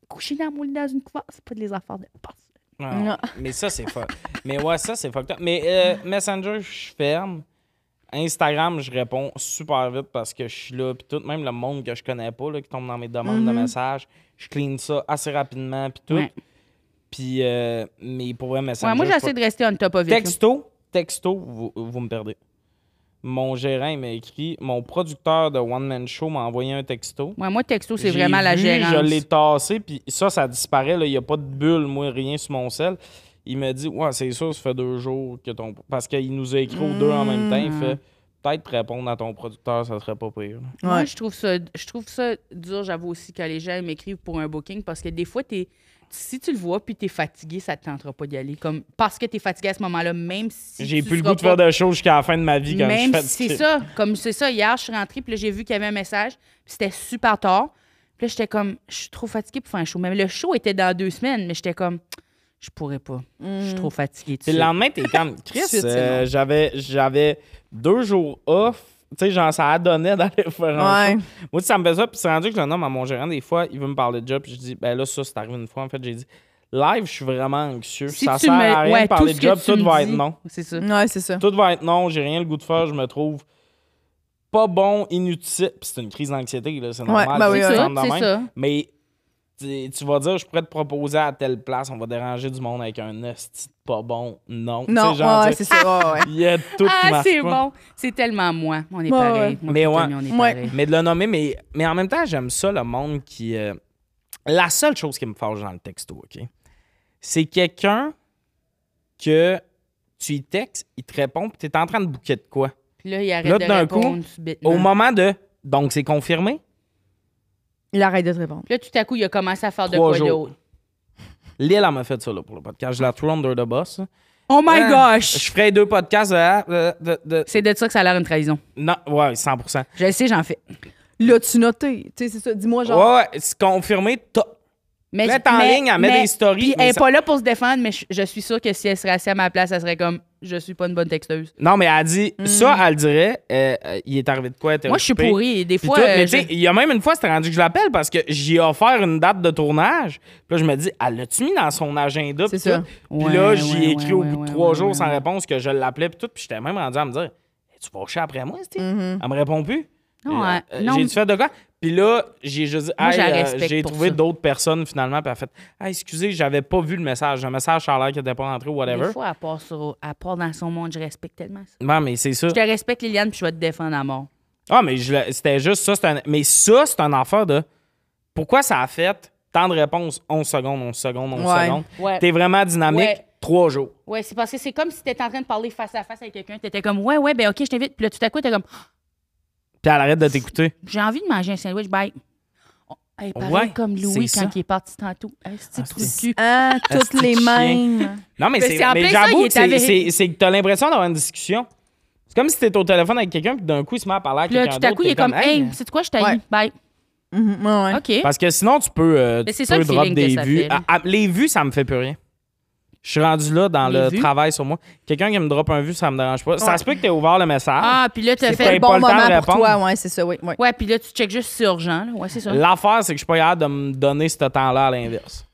coucher dans mon lit dans une couverture, c'est pas de les affaires de personne.
Ah,
Non.
Mais ça, c'est fuck. mais ouais, ça, c'est fucked up. Mais euh, Messenger, je ferme. Instagram, je réponds super vite parce que je suis là. Puis tout, même le monde que je connais pas, là, qui tombe dans mes demandes de messages, je clean ça assez rapidement. Puis tout.
Mhm. Ouais.
Puis, euh, mais pour vrai, Messenger.
Ouais, moi,
je suis
j'essaie de rester on top of it. là.
Texto, texto, vous, vous me perdez. Mon gérant il m'a écrit, mon producteur de One Man Show m'a envoyé un texto.
Ouais, moi, texto, c'est
J'ai
vraiment la
vu,
gérance.
Je l'ai tassé, puis ça, ça disparaît. là. Il n'y a pas de bulle, moi, rien sur mon sel. Il m'a dit, ouais, c'est sûr, ça fait deux jours que ton. Parce qu'il nous a écrit aux deux en même temps.
Hmm.
Il fait, peut-être répondre à ton producteur, ça serait pas pire.
Moi, je trouve ça, je trouve ça dur, j'avoue aussi, quand les gens m'écrivent pour un booking, parce que des fois, t'es- si tu le vois puis t'es fatigué, ça te tentera pas d'y aller. Comme, parce que t'es fatigué à ce moment-là, même si.
J'ai
tu
plus le
seras
goût de faire
pas-
de choses jusqu'à la fin de ma vie quand
Même
je fais
si c'est ça. Comme c'est ça, hier, je suis rentrée, puis là, j'ai vu qu'il y avait un message, puis c'était super tard. Puis là, j'étais comme, je suis trop fatiguée pour faire un show. Mais le show était dans deux semaines, mais j'étais comme, je pourrais pas. Je
Mm.
suis trop fatiguée. tu
Puis le
sais.
lendemain, t'es comme Chris,
Suite, c'est
euh,
long.
j'avais, j'avais deux jours off. Tu sais, genre, ça donnait d'aller faire un
Ouais.
show. Moi, ça me fait ça. Puis c'est rendu que le nomme à mon gérant, des fois, il veut me parler de job. Puis je dis, ben là, ça, c'est arrivé une fois. En fait, j'ai dit, live, je suis vraiment anxieux.
Si
ça
tu
sert
me-
à rien
ouais,
de parler
tout
de
ce que
job.
tu
Tout
me
va
dis,
être non.
C'est ça.
Ouais, c'est ça.
Tout va être non. J'ai rien le goût de faire. Je me trouve pas bon, inutile. Puis c'est une crise d'anxiété, là. C'est normal.
ben
tu
oui,
sais, tu
ouais.
Ça,
rentres de
c'est
même.
ça.
Mais tu tu vas dire, je pourrais te proposer à telle place, on va déranger du monde avec un esti de pas bon. Non. Tu
Non,
sais, genre,
ouais,
dire,
c'est ça. ouais, ouais.
il y a tout qui
Ah,
marche
c'est
pas.
bon. C'est tellement moi. On est
Ouais,
pareil.
ouais.
Moi,
Mais
puis
ouais.
Tommy, on est
Ouais.
pareil.
Mais de le nommer, mais, mais en même temps, j'aime ça, le monde qui. euh, La seule chose qui me fâche dans le texto, OK? C'est quelqu'un que tu y textes, il te répond, puis t'es en train de bouquer de quoi?
Puis là, il arrête
Là,
de
d'un coup,
répondre subitement.
Au moment de. Donc, c'est confirmé?
Il arrête de te répondre.
Puis là, tout à coup, il a commencé à faire de
Trois
quoi
jours.
d'autre.
Lille, elle m'a fait ça, là, pour le podcast. Je la threw under the bus. là.
Oh my
Ah,
gosh!
Je ferai deux podcasts de. de- de- de-
C'est de ça que ça a l'air une trahison.
Non, ouais, 100
Je le sais, j'en fais.
L'as-tu noté? Tu sais, c'est ça. Dis-moi, genre.
Ouais, ouais, c'est confirmé. t'as-
Mais,
Là, elle est en ligne, elle met des stories,
puis
mais
elle n'est
ça-
pas là pour se défendre, mais je, je suis sûre que si elle serait assise à ma place, elle serait comme Je suis pas une bonne texteuse.
Non, mais elle a dit, ça, elle dirait, euh, euh, il est arrivé de quoi, t'es
Mm. Moi, je suis
occupé.
pourrie. et Des
Puis
fois.
tout,
euh,
mais
je-
tu sais, il y a même une fois, c'était rendu que je l'appelle parce que j'ai offert une date de tournage. Puis là, je me dis, elle l'a-tu mis dans son agenda?
C'est
Puis tout?
ça.
Puis
Ouais,
là,
ouais,
j'y ai
ouais,
écrit au
ouais,
bout de
ouais,
trois
ouais,
jours
ouais,
sans
ouais.
réponse que je l'appelais. Puis tout, puis j'étais même rendu à me dire, es-tu fâché après moi, c'ti?
Mhm.
Elle me répond plus.
Non,
Euh,
Mm-hmm. ouais.
euh,
Non,
J'ai-tu fait de quoi? Puis là, j'ai juste dit,
Moi,
Hey,
je la
euh,
respecte
j'ai
pour
trouvé
ça.
d'autres personnes finalement. Puis elle a fait, ah, excusez, j'avais pas vu le message. Le message, ça a l'air qu'il n'était pas rentré ou whatever.
Des fois, à part, sur, à part dans son monde, je respecte tellement ça.
Non, mais c'est ça.
Je te respecte, Liliane, puis je vais te défendre à mort.
Ah, mais je l'ai- c'était juste ça. c'est un- mais ça, c'est un affaire de. Pourquoi ça a fait tant de réponses 11 secondes, 11 secondes, 11
Ouais.
secondes?
Ouais.
T'es vraiment dynamique,
Ouais.
trois jours.
Ouais, c'est parce que c'est comme si t'étais en train de parler face à face avec quelqu'un. T'étais comme, ouais, ouais, ben OK, je t'invite. Puis là, tout à coup, t'es comme,
Puis elle arrête de t'écouter.
j'ai envie de manger un sandwich, bye. Oh, hey, pareil
Ouais,
comme
c'est
Louis
ça.
quand il est parti tantôt. Hey, c'est
Ah,
trou de
c'est-
cul.
Ah, toutes
Asti
les
de chien.
mêmes.
Non, mais,
Mais
c'est,
c'est en
mais
plein ça,
j'avoue
il
que
est
c'est,
avéré.
c'est- c'est que t'as l'impression d'avoir une discussion. C'est comme si t'étais au téléphone avec quelqu'un, puis d'un coup, il se met à parler à
Puis là,
quelqu'un.
tout à
d'autre,
coup, il
t'es
est comme, hey,
Hey.
c'est quoi, je t'ai
Ouais.
bye.
Mhm, ouais, ouais.
OK.
Parce que sinon, tu peux, euh,
Mais
tu
c'est ça
peux
le
drop
feeling
des
que ça
vues.
fait, là.
Ah, ah, les vues, ça me fait plus rien. Je suis rendu là dans
Les
le
vues?
travail sur moi. Quelqu'un qui me drop un vue, ça me dérange pas. Ça
Ouais.
se peut que t'aies ouvert le message.
Ah, puis là, t'as
C'est
fait.
pas
Le bon
le temps de
moment pour
répondre.
toi, ouais, c'est ça, oui. oui.
Ouais, puis là, tu checkes juste sur urgent. Là. Ouais, c'est ça.
L'affaire, c'est que je suis pas capable de me donner ce temps-là à l'inverse.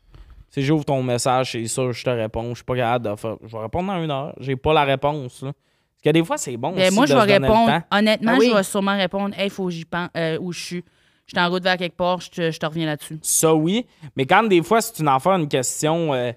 Si j'ouvre ton message, c'est sûr, je te réponds. Je suis pas capable de faire. Je vais répondre dans une heure. J'ai pas la réponse. là. Parce que des fois, c'est bon.
Ben,
aussi
moi,
de
je vais
se donner le
répondre.
temps.
Honnêtement,
Ah oui.
je vais sûrement répondre, hey, faut que j'y pense, euh, où je suis. Je suis en route vers quelque part, je te, je te reviens là-dessus.
Ça, oui. Mais quand des fois, c'est une affaire, une question euh,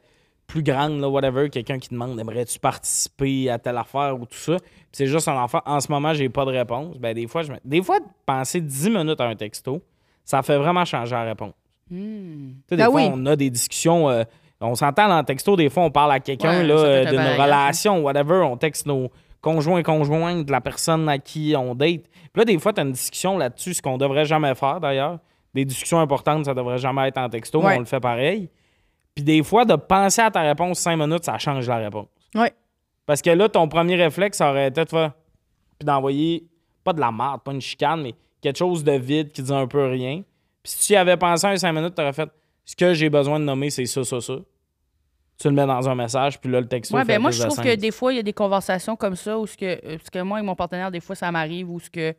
plus grande, là, whatever, quelqu'un qui demande aimerais-tu participer à telle affaire ou tout ça, puis c'est juste un affaire. En ce moment, j'ai pas de réponse. Ben, des fois, je me- des fois, de penser 10 minutes à un texto, ça fait vraiment changer la réponse.
Hmm.
Tu sais, des
Ben
fois,
oui.
on a des discussions. euh, on s'entend dans le texto, des fois, on parle à quelqu'un
Ouais,
là,
ça peut
euh,
être un hein.
de nos
bagage,
relations, whatever. On texte nos conjoints et conjointes de la personne à qui on date. Puis là, des fois, tu as une discussion là-dessus, ce qu'on devrait jamais faire d'ailleurs. Des discussions importantes, ça devrait jamais être en texto, mais
Ouais.
on le fait pareil. Puis des fois, de penser à ta réponse cinq minutes, ça change la réponse.
Ouais.
Parce que là, ton premier réflexe ça aurait été de faire. Puis d'envoyer, pas de la merde, pas une chicane, mais quelque chose de vide qui dit un peu rien. Puis si tu y avais pensé un 5 minutes, tu aurais fait ce que j'ai besoin de nommer, c'est ça, ça, ça. Tu le mets dans un message, puis là, le texto.
Ouais,
fait
ben moi,
plus
je
de
trouve
sens.
que des fois, il y a des conversations comme ça où ce que, euh, ce que moi et mon partenaire, des fois, ça m'arrive où ce que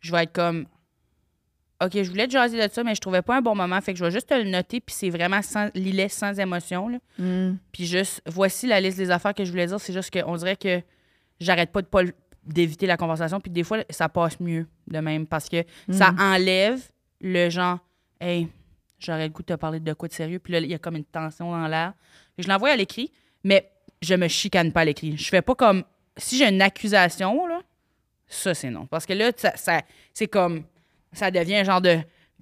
je vais être comme OK, je voulais te jaser de ça, mais je trouvais pas un bon moment. Fait que je vais juste te le noter, puis c'est vraiment sans l'îlet sans émotion. là.
Mm.
Puis juste, voici la liste des affaires que je voulais dire. C'est juste qu'on dirait que j'arrête pas de pas le- d'éviter la conversation. Puis des fois, ça passe mieux de même parce que ça enlève le genre, hey, j'aurais le goût de te parler de quoi de sérieux. Puis là, il y a comme une tension dans l'air. Je l'envoie à l'écrit, mais je me chicane pas à l'écrit. Je fais pas comme, si j'ai une accusation, là, ça, c'est non. Parce que là, ça, ça- c'est comme, ça devient un genre de.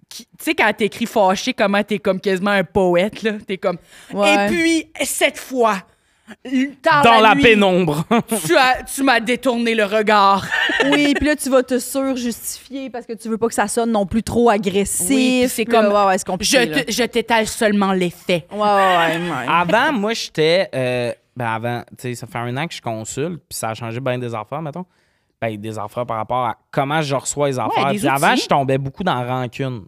qui- Tu sais, quand t'écris fâché, comment t'es comme quasiment un poète, là? T'es comme.
Ouais.
Et puis, cette fois, dans,
Dans la
nuit,
pénombre.
tu as- tu m'as détourné le regard.
Oui, puis là, tu vas te surjustifier parce que tu veux pas que ça sonne non plus trop agressif.
Oui, puis c'est
Puis là,
comme-
Ouais, ouais, c'est compliqué.
Je
là.
te- je t'étale seulement les faits.
Ouais, ouais, ouais. ouais.
avant, moi, j'étais. euh, ben, avant, tu sais, ça fait un an que je consulte, puis ça a changé bien des affaires, mettons. Ben, des affaires par rapport à comment je reçois les affaires.
des
puis avant,
outils.
je tombais beaucoup dans la rancune.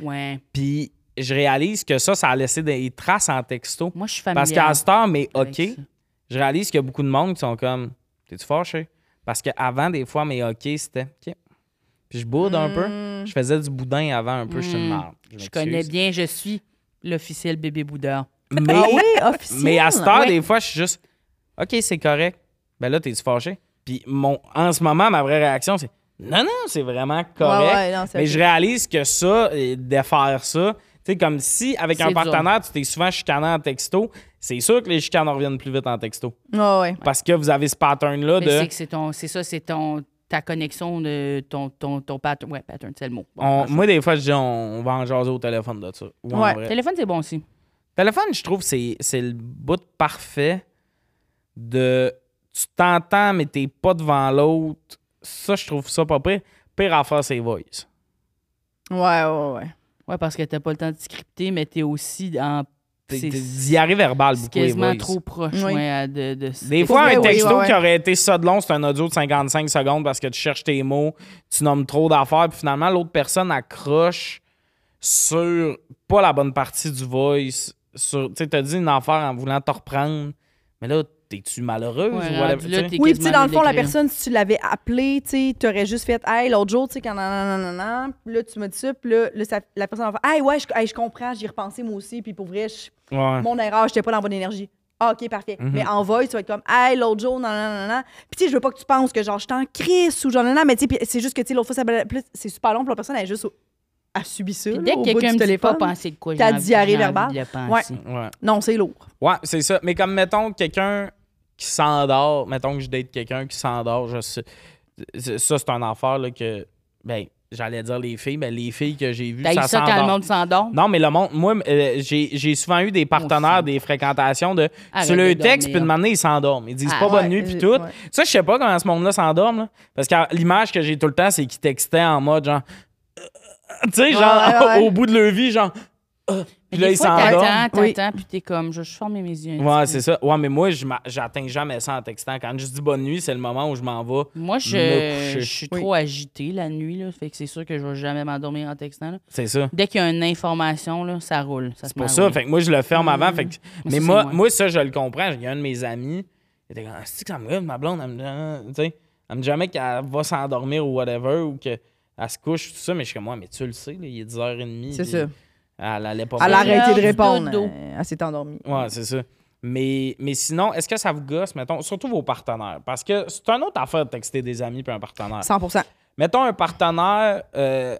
Ouais.
Puis je réalise que ça, ça a laissé des traces en texto.
Moi, je suis familière.
Parce qu'à cette heure, mais
avec
OK,
ça.
je réalise qu'il y a beaucoup de monde qui sont comme T'es-tu fâché? Parce qu'avant, des fois, mes OK, c'était OK. Puis je boude un peu. Je faisais du boudin avant un peu, je suis une
Mm.
marde.
Hmm. Je
m'excuse.
connais bien, je suis l'officiel bébé boudeur.
Mais,
Ah oui, officiel.
mais à cette heure,
Ouais.
des fois, je suis juste OK, c'est correct. Ben là, t'es-tu fâché? Puis mon, en ce moment, ma vraie réaction, c'est Non, non, c'est vraiment correct.
Ouais, ouais, non, c'est
mais
ok.
je réalise que ça, et de faire ça, tu sais, comme si avec un
C'est dur.
partenaire, tu t'es souvent chicané en texto, c'est sûr que les chicanes reviennent plus vite en texto.
Ouais, ouais.
Parce que vous avez ce pattern-là
Mais C'est
de.
que c'est ton, c'est ça, c'est ton ta connexion de ton ton ton pattern. Ouais, pattern, c'est le mot. Bon,
on-
en fait.
moi, des fois, je dis on, on va en jaser au téléphone de ça. Ou en
Ouais.
vrai.
Téléphone, c'est bon aussi.
Téléphone, je trouve, c'est c'est le bout parfait de. Tu t'entends, mais t'es pas devant l'autre. Ça, je trouve ça pas pire. Pire affaire, c'est voice.
Ouais, ouais, ouais.
Ouais, parce que t'as pas le temps de scripter, mais t'es aussi en
T'es-
c'est
t'es- D'y arriver verbal,
c'est
beaucoup, les
quasiment
voice.
trop proche
Oui.
ouais, à de, de
Des
de-
fois,
Ouais,
un
oui,
texto
ouais, ouais.
qui aurait été ça de long, c'est un audio de 55 secondes parce que tu cherches tes mots, tu nommes trop d'affaires, puis finalement, l'autre personne accroche sur pas la bonne partie du voice. Sur, tu sais, t'as dit une affaire en voulant te reprendre, mais là, t'es-tu malheureuse
Ouais,
ou
rendu
whatever,
là,
tu sais?
t'es
Oui, puis tu sais, dans le fond, la
hein.
quasiment
personne, si tu l'avais appelée, tu sais, t'aurais juste fait, hey, l'autre jour, tu sais, quand nan, nan, nan, nan, puis là, tu m'as dit ça, puis là, là, ça- la personne va faire, hey, ouais, je hey, je comprends, j'y ai repensé moi aussi, puis pour vrai, je-
Ouais.
mon erreur, j'étais pas dans la bonne énergie. Ah, OK, parfait.
Ah. Mhm.
Mais en voice, tu vas être comme, hey, l'autre jour, nan, nan, nan, nan. Puis tu sais, je veux pas que tu penses que genre, je t'en crisse ou genre, nan, nan, mais tu sais, puis c'est juste que, tu sais, l'autre fois, ça bla- puis là, c'est super long, puis la personne, elle a juste à subir ça.
Puis
là,
Dès
au
que
bout
quelqu'un
du
me dit pas
téléphone.
penser de quoi, j'ai
ta
envie-
diarrhée
j'ai envie de le penser.
Ouais.
Non, c'est lourd.
Ouais, c'est ça. Mais comme, mettons, quelqu'un qui s'endort, mettons que je date quelqu'un qui s'endort, je sais- ça, c'est un affaire là, que, ben, j'allais dire les filles, mais les filles que j'ai vues,
T'as eu
ça
Ben, ça quand le
s'endort.
monde s'endort?
Non, mais le monde, moi, euh, j'ai j'ai souvent eu des partenaires,
aussi.
des fréquentations de
Arrête
tu
de
le texte,
dormir.
puis de m'amener, ils s'endorment. Ils disent
Ah,
pas bonne
ouais,
nuit, puis
euh,
tout.
ouais.
Ça, je sais pas comment ce monde-là s'endorme, là. parce que euh, l'image que j'ai tout le temps, c'est qu'ils textaient en mode genre. euh, Tu sais, genre,
ouais, ouais.
au bout de leur vie, genre. euh,
Mais
puis là,
des
ils
fois,
s'endorment.
t'attends,
Oui.
t'attends, puis t'es comme, je, je ferme mes yeux.
Ouais,
un petit peu.
c'est ça. Ouais, mais moi, je m'a- j'atteins jamais ça en textant. Quand je dis bonne nuit, c'est le moment où je m'en vais.
Moi,
Me
je,
coucher.
je suis
Oui.
trop agitée la nuit, là, fait que c'est sûr que je vais jamais m'endormir en textant. là.
C'est ça.
Dès qu'il y a une information, là, ça roule. Ça se
Ben
C'est pour
met à
ça.
rouler.
Fait que moi, je le ferme avant. Fait que-
Mais
mais
Mm-hmm.
ça,
moi,
c'est moi.
moi, ça, je le comprends. Il y a un de mes amis. Il était comme, c'est que ça me rêve, ma blonde. Elle me, euh, tu sais, elle me dit jamais qu'elle va s'endormir ou whatever ou qu'elle se couche, tout ça. Mais je suis comme, moi, mais tu le sais, là, il est 10h30.
C'est
puis
ça.
Elle allait pas
Elle a
mal.
arrête.
arrêté de
du
répondre.
dodo.
euh, Elle s'est endormie.
Ouais, c'est ça. Mais, mais sinon, est-ce que ça vous gosse, mettons, surtout vos partenaires? Parce que c'est une autre affaire de texter des amis puis un partenaire.
100
Mettons un partenaire, euh,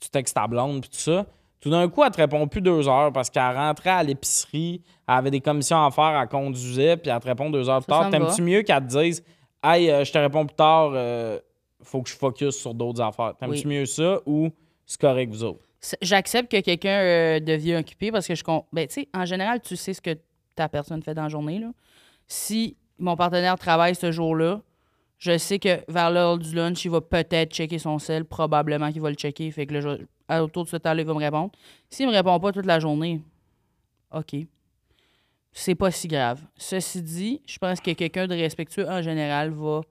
tu textes ta blonde puis tout ça. Tout d'un coup, elle te répond plus deux heures parce qu'elle rentrait à l'épicerie, elle avait des commissions à faire, elle conduisait, puis elle te répond deux heures plus
Ça, ça
tard.
me
T'aimes-tu mieux qu'elle te dise Hey, euh, je te réponds plus tard, euh, faut que je focus sur d'autres affaires. T'aimes-tu
Oui.
mieux ça ou c'est correct vous autres?
C'est- J'accepte que quelqu'un euh, devienne occupé parce que je compte. Ben, tu sais, en général, tu sais ce que ta personne fait dans la journée. Là. Si mon partenaire travaille ce jour-là, je sais que vers l'heure du lunch, il va peut-être checker son sel, probablement qu'il va le checker. Fait que là, je vais- à- autour de ce temps-là, il va me répondre. S'il me répond pas toute la journée, OK. C'est pas si grave. Ceci dit, je pense que quelqu'un de respectueux en général va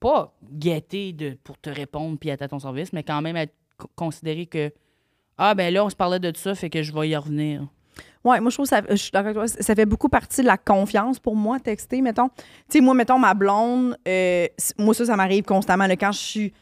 pas guetter de, pour te répondre puis être à ton service, mais quand même être co- considéré que Ah ben là, on se parlait de ça, fait que je vais y revenir.
Ouais, moi, je trouve ça, je suis d'accord avec toi, ça fait beaucoup partie de la confiance pour moi, texter, mettons. Tu sais, moi, mettons, ma blonde, euh, c- moi, ça, ça m'arrive constamment. là, quand je suis.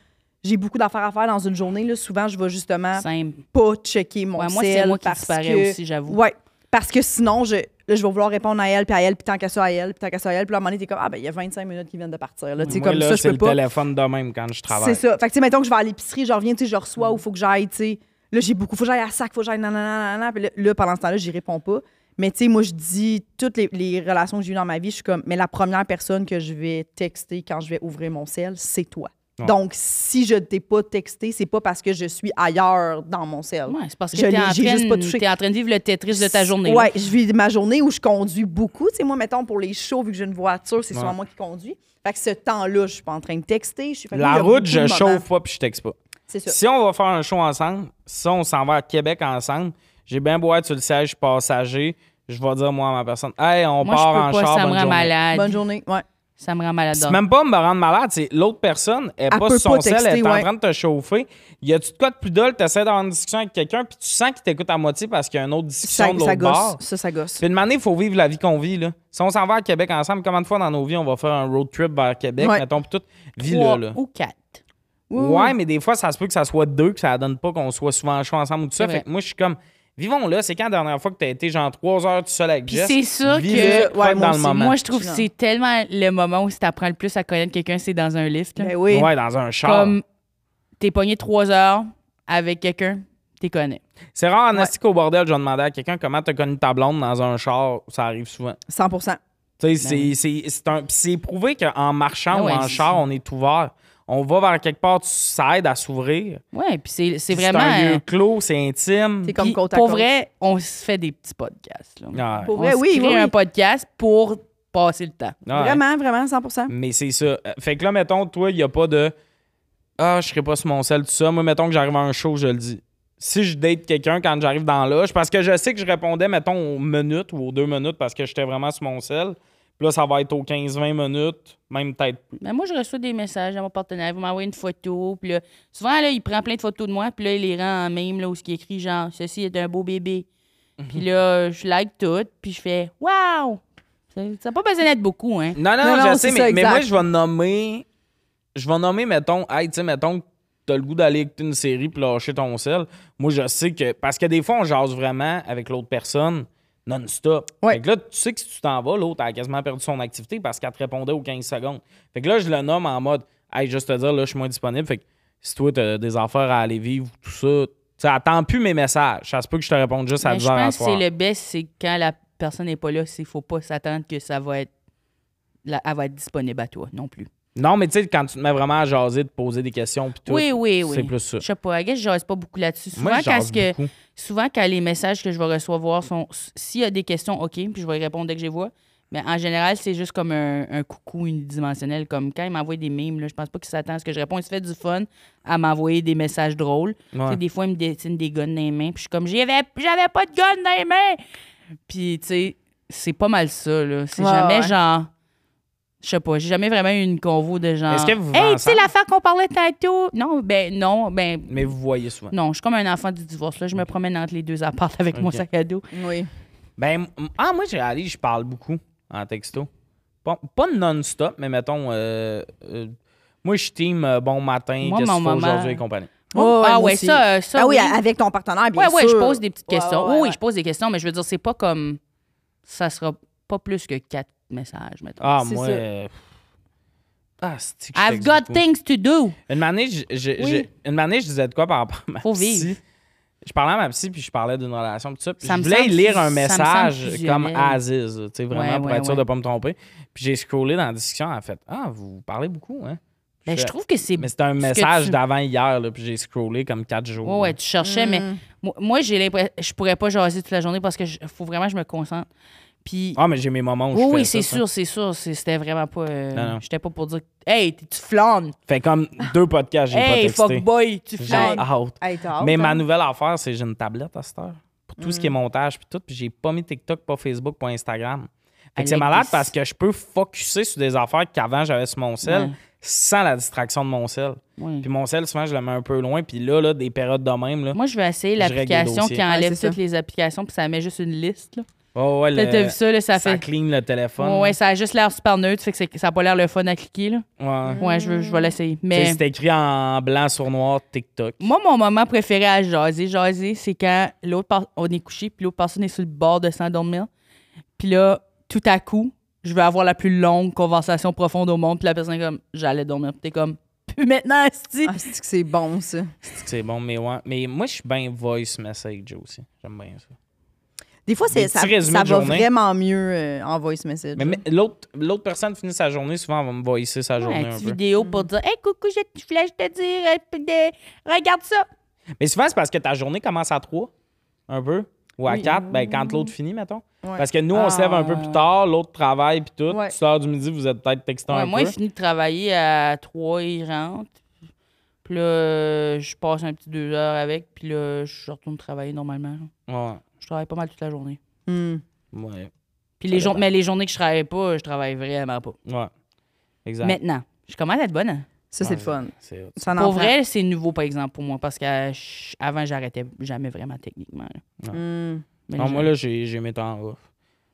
J'ai beaucoup d'affaires à faire dans une journée, là, souvent, je vais justement
Simple.
pas checker Ah, mon
Ouais, moi, c'est
cell
moi qui
parce
disparais
que-
aussi, j'avoue.
Ouais, parce que sinon, je, là, je vais vouloir répondre à elle, puis à elle, puis tant qu'à ça, à elle, puis tant qu'à ça, à elle. Puis là, à un moment donné, t'es comme, ah, ben, il y a 25 minutes qui viennent de partir. Là, tu sais,
Moi,
comme
là,
ça,
c'est
je
le
peux pas.
téléphone de même quand je travaille.
C'est ça. Fait que, tu sais, mettons que je vais à l'épicerie, je reviens, tu sais, je reçois ou faut que j'aille, tu sais. Là, j'ai beaucoup, faut que j'aille à sac, faut que j'aille, nanana, nanana. Puis là, là, pendant ce temps-là, j'y réponds pas. Mais, tu sais, moi, je dis toutes les, les relations que j'ai eues dans ma vie, je suis comme, mais la première personne que je vais texter quand je vais ouvrir mon cell, c'est toi.
Ouais.
Donc, si je ne t'ai pas texté, c'est pas parce que je suis ailleurs dans mon cell.
Ouais, c'est parce que
Je
t'es en,
l'ai- j'ai juste pas
train-
touché.
t'es en train de vivre le Tetris de ta journée. là.
Ouais, je vis ma journée où je conduis beaucoup. Tu sais, moi, mettons, pour les shows, vu que j'ai une voiture, c'est
Ouais.
souvent moi qui conduis. Fait que ce temps-là, je suis pas en train de texter. Je suis fait que il y
La
a
route,
beaucoup
je
de moments.
chauffe pas puis je texte pas.
C'est ça.
Si on va faire un show ensemble, si on s'en va à Québec ensemble, j'ai bien beau être sur le siège passager, je vais dire moi à ma personne, hey, on
Moi,
part en
je peux pas,
char,
ça me
bonne
rend
journée.
malade.
Bonne journée. Ouais.
Ça me rend malade.
C'est même pas me rendre malade, c'est l'autre personne, elle est
Elle
pas
peut
sur son
pas
sel, elle est
texter,
en
ouais.
train de te chauffer. Y a-tu de quoi de plus dole, t'essaies d'avoir une discussion avec quelqu'un, puis tu sens qu'il t'écoute à moitié parce qu'il y a une autre discussion
ça,
de
ça
l'autre bord.
gosse. Ça, ça gosse.
Puis une année, il faut vivre la vie qu'on vit. Là. Si on s'en va à Québec ensemble, combien de fois dans nos vies on va faire un road trip vers Québec,
Ouais.
mettons, puis tout, vis-le.
Trois
Là.
ou quatre.
Oui, oui,
ouais,
oui.
mais des fois, ça se peut que ça soit deux, que ça donne pas qu'on soit souvent en show ensemble ou tout ça.
C'est
Fait
vrai.
que moi, je suis comme, vivons là, c'est quand la dernière fois que t'as été genre trois heures tout seul avec
Puis
Jess?
c'est ça
Vis-le,
que-
pas
Ouais, moi
dans le
aussi.
moment.
Moi, je trouve que
Sinon.
c'est tellement le moment où si t'apprends le plus à connaître quelqu'un, c'est dans un lift. là.
Ben oui.
Ouais, dans un char.
Comme t'es pogné trois heures avec quelqu'un, t'es connais.
C'est rare en astique au bordel, je vais demander à quelqu'un comment t'as connu ta blonde dans un char. Ça arrive souvent.
100
Tu
Ben
sais, c'est- c'est- c'est un- pis c'est prouvé qu'en marchant
Ah
ou
ouais,
en
c'est
char,
ça.
on est ouvert. On va vers quelque part, tu- ça aide à s'ouvrir.
Ouais, puis c'est- c'est
Puis
vraiment.
un
euh,
lieu clos, c'est intime.
C'est comme
puis
côte à
Pour
côte.
vrai, on se fait des petits podcasts. là.
Ah,
Pour
On
vrai,
se
oui,
crée
oui,
un
oui.
podcast pour passer le temps.
ah,
Vraiment, vraiment, 100
Mais c'est ça. Euh, Fait que là, mettons, toi, il n'y a pas de Ah, je serai pas sur mon sel, tout ça. Moi, mettons que j'arrive à un show, je le dis. Si je date quelqu'un quand j'arrive dans l'âge, parce que je sais que je répondais, mettons, aux minutes ou aux deux minutes parce que j'étais vraiment sur mon sel. Puis là, ça va être aux 15-20 minutes, même peut-être plus.
Mais moi, je reçois des messages à mon partenaire. Vous m'envoyez une photo. Puis là, souvent, là, il prend plein de photos de moi. Puis là, il les rend en meme, là, où ce qui est écrit, genre, ceci est un beau bébé.
Mhm.
Puis là, je like tout. Puis je fais, waouh! Ça n'a pas besoin d'être beaucoup, hein?
Non, non,
Non,
non,
non,
je sais,
c'est
mais,
ça,
mais
exact.
moi, je vais nommer. Je vais nommer, mettons, hey, tu sais, mettons, que t'as le goût d'aller écouter une série puis lâcher ton sel. Moi, je sais que. Parce que des fois, on jase vraiment avec l'autre personne non-stop.
Ouais.
Fait que là, tu sais que si tu t'en vas, l'autre a quasiment perdu son activité parce qu'elle te répondait aux 15 secondes. Fait que là, je le nomme en mode, hey, juste te dire, là, je suis moins disponible. Fait que si toi, t'as des affaires à aller vivre ou tout ça, tu sais, attends plus mes messages. Ça se peut que je te réponde juste à
Mais
10
je
heures à
pense que
soir.
c'est le best, c'est quand la personne n'est pas là, c'est faut pas s'attendre que ça va être. la- elle va être disponible à toi non plus.
Non, mais tu sais, quand tu te mets vraiment à jaser, de poser des questions puis tout.
oui, oui, oui.
c'est plus ça.
Je sais pas, I guess, je jase pas beaucoup là-dessus. Souvent,
Moi, je
quand
jase
ce que.
beaucoup.
souvent quand les messages que je vais recevoir sont s'il y a des questions, OK, puis je vais y répondre dès que je les vois. Mais en général, c'est juste comme un, un coucou unidimensionnel. Comme quand il m'envoie des mimes, là, je pense pas qu'il s'attend à ce que je réponde. Il se fait du fun à m'envoyer des messages drôles.
Ouais.
Tu sais, Des fois, il me dessine des guns dans les mains. Puis je suis comme, J'y avais- j'avais pas de guns dans les mains. Puis, tu sais, c'est pas mal ça. là. C'est
Ouais,
jamais
ouais.
genre. Je sais pas, j'ai jamais vraiment eu une convo de genre.
Est-ce que vous vous
Hey, tu sais
ensemble?
l'affaire qu'on parlait tantôt? Non, ben non, ben
Mais vous voyez souvent.
non, je suis comme un enfant du divorce. Là. Je me promène entre les deux apparts avec mon
Ok.
sac à dos.
Oui.
Ben, m- ah, moi, j'ai réalisé, je parle beaucoup en texto. Pas, pas non-stop, mais mettons, euh, euh, moi, je suis team euh, bon matin,
Moi,
qu'est-ce
mon
qu'il faut
maman-
aujourd'hui et compagnie.
Oh, ouais,
ah
moi
ouais,
aussi.
ça, euh, ça.
Ah oui,
oui,
avec ton partenaire, bien
Ouais,
sûr.
ouais, je pose des petites
Ouais,
questions.
ouais, ouais,
oui,
ouais.
je pose des questions, mais je veux dire, c'est pas comme. Ça sera pas plus que quatre messages, mettons.
Ah,
C'est
moi.
ça.
euh, Ah, c'est que je
I've
texte
got
beaucoup.
things to do.
Une année, je, je-
Oui.
je- une année, je disais de quoi par rapport à ma
Faut
psy.
vivre.
Je parlais à ma psy, puis je parlais d'une relation, puis tout ça. Puis
Ça
je
me
voulais
semble
lire
fus-
un
ça me
messiage
semble
comme
fusionnel.
Aziz, tu sais, vraiment,
Ouais,
pour
ouais,
être sûr
ouais.
de ne pas me tromper. Puis j'ai scrollé dans la discussion, en fait. Ah, vous parlez beaucoup, hein?
Ben,
Je-
je trouve que c'est.
Mais c'était un
que
message
tu-
d'avant hier, là, puis j'ai scrollé comme quatre jours.
Ouais, ouais, tu cherchais, mais
Hmm.
moi- moi, j'ai l'impression. Je pourrais pas jaser toute la journée parce que je- faut vraiment que je me concentre. Puis.
Ah, mais j'ai mes moments où
oui,
je fais
oui,
ça,
c'est
ça.
sûr, c'est sûr. c'est- C'était vraiment pas. euh,
Non, non.
J'étais pas pour dire. Hey, t'es- tu flânes.
Fait comme deux podcasts, j'ai
Hey,
pas
fuck
texté.
boy, tu
J'ai
flânes.
hâte.
Hey, t'as hâte,
Mais ma
hein?
nouvelle affaire, c'est que j'ai une tablette à cette heure. Pour tout ce
Hmm.
qui est montage puis tout, puis j'ai pas mis TikTok, pas Facebook, pas Instagram. Fait que c'est
Alex.
malade parce que je peux focusser sur des affaires qu'avant j'avais sur mon sel
Ouais. Hmm.
sans la distraction de mon sel.
Oui.
Puis mon sel, souvent, je le mets un peu loin. Puis là, là des périodes de même. Là.
Moi, je vais essayer
Je règle les
l'application
dossiers.
qui enlève
Ouais, c'est
toutes les applications puis ça met juste une liste. Là.
Oh, ouais,
T'as
le-
t'as vu ça, là, ça,
ça
fait.
clean le téléphone.
Ouais, ouais, ça a juste l'air super neutre, fait que c'est- ça n'a pas l'air le fun à cliquer. Là.
Ouais.
Ouais, je, veux- je vais l'essayer.
Tu sais,
Mais
Mm. C'est écrit en blanc sur noir TikTok.
moi, mon moment préféré à jaser, jaser, c'est quand l'autre par- on est couché puis l'autre personne est sur le bord de s'endormir. Puis là, tout à coup, je veux avoir la plus longue conversation profonde au monde puis la personne est comme, j'allais dormir. Puis t'es comme, puis maintenant, asti.
Ah, c'est que c'est bon, ça.
C'est bon, mais ouais. Mais moi, je suis bien voice message aussi. J'aime bien ça.
Des fois, c'est-
Des
ça,
petits résumés
ça
de
va
journée.
vraiment mieux euh, en voice message.
Mais, mais l'autre l'autre personne finit sa journée, souvent, elle va me voicer sa
Ouais,
Ah, journée
une
un
petite
peu.
vidéo pour dire, hey, coucou, je je voulais te dire, euh, puis de- regarde ça.
Mais souvent, c'est parce que ta journée commence à 3, un peu, ou à 4, ben, quand l'autre
Mmh.
finit, mettons.
Ouais.
Parce que nous, on se lève un peu
Ah.
plus tard, l'autre travaille, puis tout.
Ouais.
Tu sors du midi, vous êtes peut-être textant
Ouais,
un
moi,
peu.
il finit de travailler à 3, il rentre. Puis là, euh, je passe un petit deux heures avec, puis là, je retourne travailler normalement. là.
Ouais.
Je travaille pas mal toute la journée.
Hmm.
Ouais.
Puis
Ça
les jour-
dépend.
mais les journées que je travaille pas, je travaille vraiment pas.
Ouais. Exact.
Maintenant, je commence à être bonne. hein.
Ça,
Ouais.
c'est le fun.
C'est-
Ça en
Pour
prend.
vrai, c'est nouveau, par exemple, pour moi, parce que euh, je- avant, j'arrêtais jamais vraiment techniquement. là.
Hmm.
Mais,
Non,
je-
moi, là, j'ai j'ai mes temps off.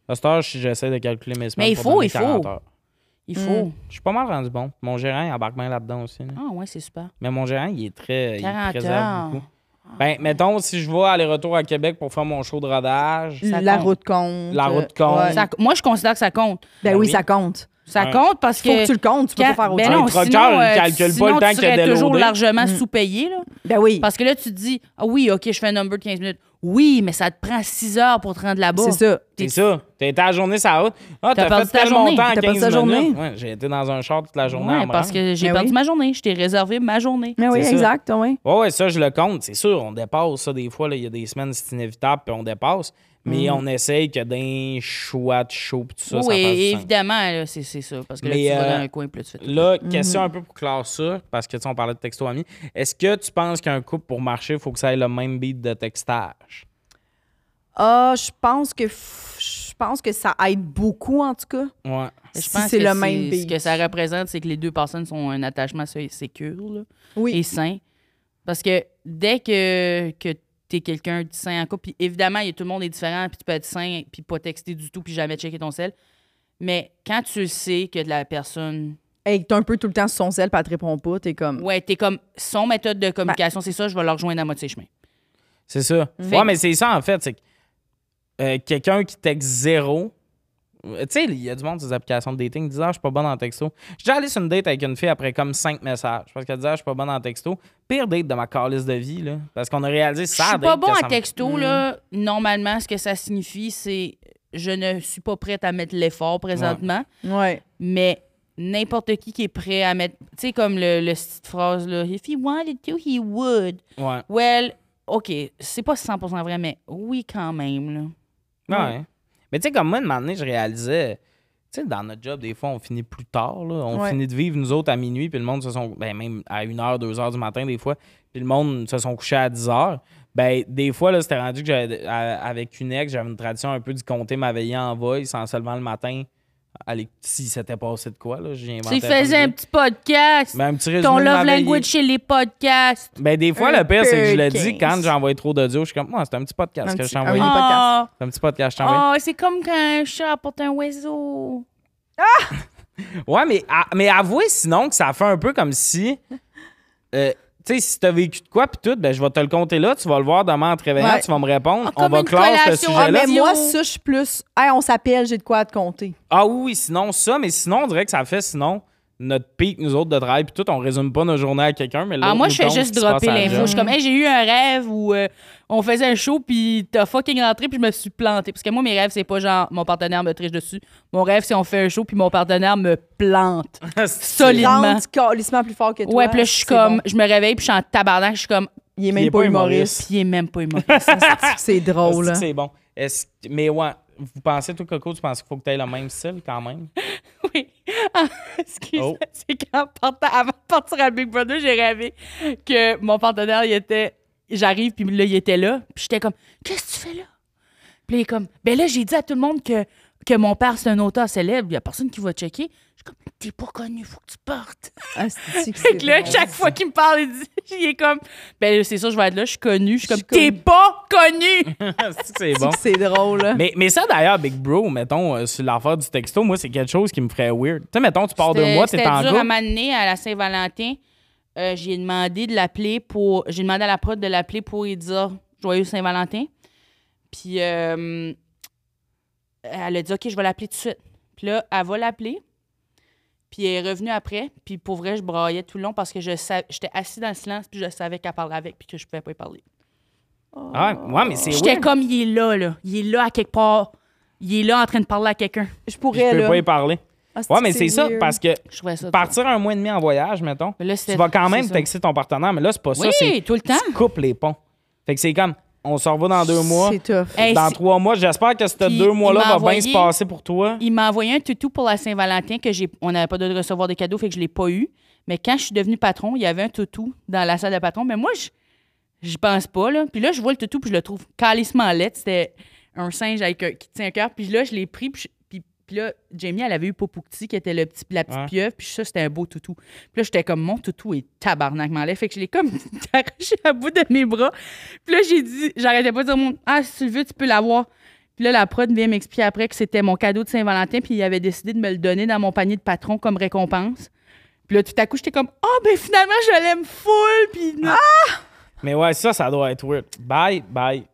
À cette heure, j'essaie de calculer mes semaines.
il
pour
faut,
donner
il faut.
40 heures.
il faut.
Hmm.
Je suis pas mal rendu bon. Mon gérant, il embarque bien là-dedans aussi. là.
Ah, ouais, c'est super.
Mais mon gérant, il est très. Ben, il
40
préserve
heures.
beaucoup.
Ah.
Ben, mettons, si je vais aller-retour à Québec pour faire mon show de rodage.
Ça
La
compte.
route compte. euh,
La route compte.
Ouais.
Ça- moi, je considère que ça compte.
Ben oui,
Oui.
ça compte.
Ça
Ouais.
compte parce
Faut que tu
que.
le comptes, tu peux
quand-
pas faire autre Hmm.
ben
Un
non,
trucker,
sinon,
il
euh,
calcule pas
sinon,
le temps
tu
qu'il y a
serais
des
toujours
loadés.
largement sous-payé. là.
Ben oui,
Parce que là, tu te dis, ah oui, OK, je fais un number de 15 minutes. Oui, mais ça te prend 6 heures pour te rendre là-bas.
c'est ça.
C'est ça. T'as été à la journée ça route. Ah,
T'as
t'as
perdu
fait
ta
tel
journée.
montant en
T'as
15
perdu ta journée.
minutes. Ouais, j'ai été dans un char toute la journée.
Ouais,
en
parce
branle.
que j'ai
Ben
perdu
oui.
ma journée. Je t'ai réservé ma journée.
Ben oui,
C'est ça.
exact, oui.
Ouais, ouais, ça, je le compte. C'est sûr, on dépasse ça des fois. là. Il y a des semaines, c'est inévitable, puis on dépasse. Mais on essaye que d'un choix de show, puis tout ça,
Mhm. oui,
ça fasse du sens.
évidemment, là, c'est c'est ça. Parce que là,
Mais,
tu vas
euh,
dans un coin, plus tu fais tout.
Là, question un peu pour clore ça, parce que tu sais, on parlait de texto ami. Est-ce que tu penses qu'un couple pour marcher, il faut que ça ait le même beat de textage?
Ah, je pense que f- je pense que ça aide beaucoup, en tout cas.
Ouais.
Je
Si
pense
c'est
que
le même
c'est-
beat.
Ce que ça représente, c'est que les deux personnes ont un attachement sé- sécure là, et
Oui.
sain. Parce que dès que, que tu es quelqu'un de sain en couple, puis évidemment, il y a- tout le monde est différent, puis tu peux être sain, puis pas texter du tout, puis jamais checker ton sel. Mais quand tu sais que la personne.
Hey, t'es un peu tout le temps sur son sel, pas te répond pas, t'es comme...
Ouais, t'es comme. Son méthode de communication, c'est ça, je vais leur rejoindre à moitié chemin.
C'est ça.
Mm.
Ouais, mais c'est ça, en fait. C'est que, euh, quelqu'un qui texte zéro. euh, Tu sais, il y a du monde sur les applications de dating qui disent Ah, je suis pas bonne en texto. J'ai allé sur une date avec une fille après comme cinq messages parce qu'elle disait Ah, Je suis pas bonne en texto. Pire date de ma calice de vie, là. Parce qu'on a réalisé
Je
ça. Hmm.
suis pas bon à texto, là. Normalement, ce que ça signifie, c'est je ne suis pas prête à mettre l'effort présentement.
Ouais.
mais n'importe qui qui est prêt à mettre, tu sais, comme le, le petite phrase là, if he wanted to, he would.
Ouais.
Well, OK, c'est pas 100% vrai, mais oui, quand même, là.
Ouais. Mais tu sais, comme moi, un moment donné, je réalisais. Tu sais, dans notre job, des fois, on finit plus tard. Là. On
Ouais.
finit de vivre, nous autres, à minuit, puis le monde se sont. Ben, même à 1h, 2h du matin, des fois, puis le monde se sont couchés à 10h. Ben, des fois, là, c'était rendu que j'avais- à- avec une ex, j'avais une tradition un peu du compter ma veillée en voice en se levant le matin. Allez, si c'était passé de quoi, là, j'ai inventé.
Tu faisais un petit podcast.
Ben, un petit résumé
ton
de ma
love
veillée.
language chez les podcasts.
Ben, des fois,
Un
le pire, c'est que je le dis
15.
quand j'envoie trop d'audio. Je suis comme, moi, c'est un petit podcast
Un
que je
petit-
t'ai
ah
envoyé.
oui. Les
Ah,
podcasts.
C'est un petit podcast que je t'ai envoyé.
ah, c'est comme quand un chat apporte un oiseau.
Ouais, mais, à- mais avouez sinon que ça fait un peu comme si. euh, tu sais, si t'as vécu de quoi, puis tout, ben, je vais te le compter là, tu vas le voir demain en te réveillant,
Ouais.
tu vas me répondre,
Ah,
on
comme
va
une
clore ce
collation.
Ah,
J'ai
sujet-là.
mais
l'air-
moi, ça, je suis plus... Hey, on s'appelle, j'ai de quoi à te compter.
Ah oui, oui, sinon ça, mais sinon, on dirait que ça fait sinon notre pic, nous autres, de travail, puis tout, on résume pas nos journées à quelqu'un, mais là,
Ah, moi, je fais juste dropper l'info. Je suis comme, Hey, j'ai eu un rêve où euh, on faisait un show, puis t'as fucking rentré, puis je me suis plantée. Parce que moi, mes rêves, c'est pas genre mon partenaire me triche dessus. Mon rêve, c'est on fait un show, puis mon partenaire me plante. Solide. Solidement.
Lente, calissement plus fort que toi.
ouais, puis là, je suis
c'est
comme,
bon.
je me réveille, puis je suis en tabarnak, je suis comme,
Il est
Il
même
est
pas
pas Ah,
humoriste.
puis il est même pas humoriste.
C'est drôle.
C'est
hein.
c'est bon. Est-ce- Mais ouais, vous pensez, toi, Coco, tu penses qu'il faut que tu aies le même style quand même?
oui. Ah, excuse
Oh.
c'est quand, partant- avant de partir à Big Brother, j'ai rêvé que mon partenaire, il était, j'arrive, puis là, il était là, puis j'étais comme, qu'est-ce que tu fais là? Puis là, il est comme, ben là, j'ai dit à tout le monde que, que mon père, c'est un auteur célèbre, il y a personne qui va checker. Je suis comme, t'es pas connu, faut que tu portes.
Ah, c'est-
Fait que là,
c'est
chaque fois qu'il me parle, il, dit, il est comme, ben là, c'est sûr, je vais être là, je suis connu. Je suis comme,
Je suis
t'es pas connu!
Est-ce que c'est bon.
C'est drôle. hein.
Mais, mais ça, d'ailleurs, Big Bro, mettons, euh, sur l'affaire du texto, moi, c'est quelque chose qui me ferait weird. Tu sais, mettons, tu pars de
C'était-
moi, t'es en
C'était dur à
groupe.
m'amener à la Saint-Valentin. Euh, j'ai demandé de l'appeler pour. J'ai demandé à la prod de l'appeler pour lui dire Joyeux Saint-Valentin. Puis euh, elle a dit Ok, je vais l'appeler tout de suite. Puis là, elle va l'appeler. Puis elle est revenue après. Puis pour vrai, je braillais tout le long parce que je sa- j'étais assis dans le silence. Puis je savais qu'elle parlerait avec. Puis que je pouvais pas y parler.
Ah, ouais, mais c'est
J'étais
weird.
comme Il est là, là. Il est là à quelque part. Il est là en train de parler à quelqu'un.
Je
Je
pourrais,
peux
là.
pas y parler.
Ah, c'est-
Ouais, mais c'est ça,
weird.
parce que
Je trouvais ça.
partir un mois et demi en voyage, mettons,
Mais là,
tu
c'était-
vas quand même
c'est ça.
texter ton partenaire, mais là, c'est pas ça.
Oui,
c'est-
tout le temps.
Tu coupes les ponts. Fait que c'est comme, on se revoit dans deux mois.
C'est tough.
Hey,
dans
si-
trois mois, j'espère que ce
Puis,
deux
il
mois-là
m'a
va bien
envoyé-
se passer pour toi.
Il m'a envoyé un tutu pour la Saint-Valentin que j'ai. On n'avait pas de recevoir de cadeaux, fait que je l'ai pas eu. Mais quand je suis devenue patron, il y avait un tutu dans la salle de patron. Mais moi, je j'y pense pas là. Puis là, je vois le tutu puis je le trouve calissement laid. C'était un singe avec un- qui tient un cœur. Puis là, je l'ai pris. Puis, je- puis- puis là, Jamie, elle avait eu Popoukti qui était le petit, la petite
Ouais.
pieuvre. Puis ça, c'était un beau tutu. Puis là, j'étais comme mon tutu est tabarnak m'en laid. Fait que je l'ai comme arraché à bout de mes bras. Puis là, j'ai dit, j'arrêtais pas de dire mon ah si tu le veux, tu peux l'avoir. Puis là, la prod vient m'expliquer après que c'était mon cadeau de Saint-Valentin, puis il avait décidé de me le donner dans mon panier de patron comme récompense. Puis là, tout à coup, j'étais comme, ah, ben finalement, je l'aime full, puis non.
Mais ouais, ça, ça doit être weird. Bye, bye.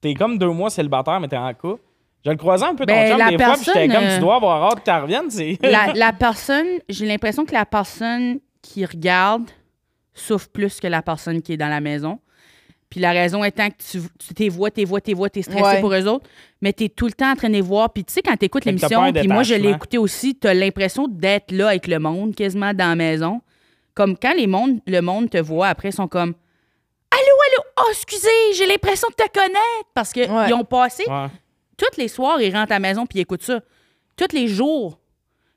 T'es comme deux mois célibataire, mais t'es en couple. Je le croisais un peu ton
Ben,
chum
la
des fois, puis j'étais
personne,
comme,
euh,
tu dois avoir hâte que t'en reviennes. c'est-
la, la personne, j'ai l'impression que la personne qui regarde souffre plus que la personne qui est dans la maison. Puis la raison étant que tu, tu t'es vois, t'es vois, t'es vois, t'es stressé
Ouais.
pour eux autres, mais t'es tout le temps en train de les voir. Puis tu sais, quand t'écoutes
Fait que t'as pas un
l'émission, puis moi je l'ai
détachement.
écouté aussi, t'as l'impression d'être là avec le monde, quasiment dans la maison. Comme quand les mondes, le monde te voit, après, ils sont comme Allô, allô, oh, excusez, j'ai l'impression de te connaître. Parce qu'ils
Ouais.
ont passé
Ouais.
tous les soirs, ils rentrent à la maison puis ils écoutent ça. Tous les jours.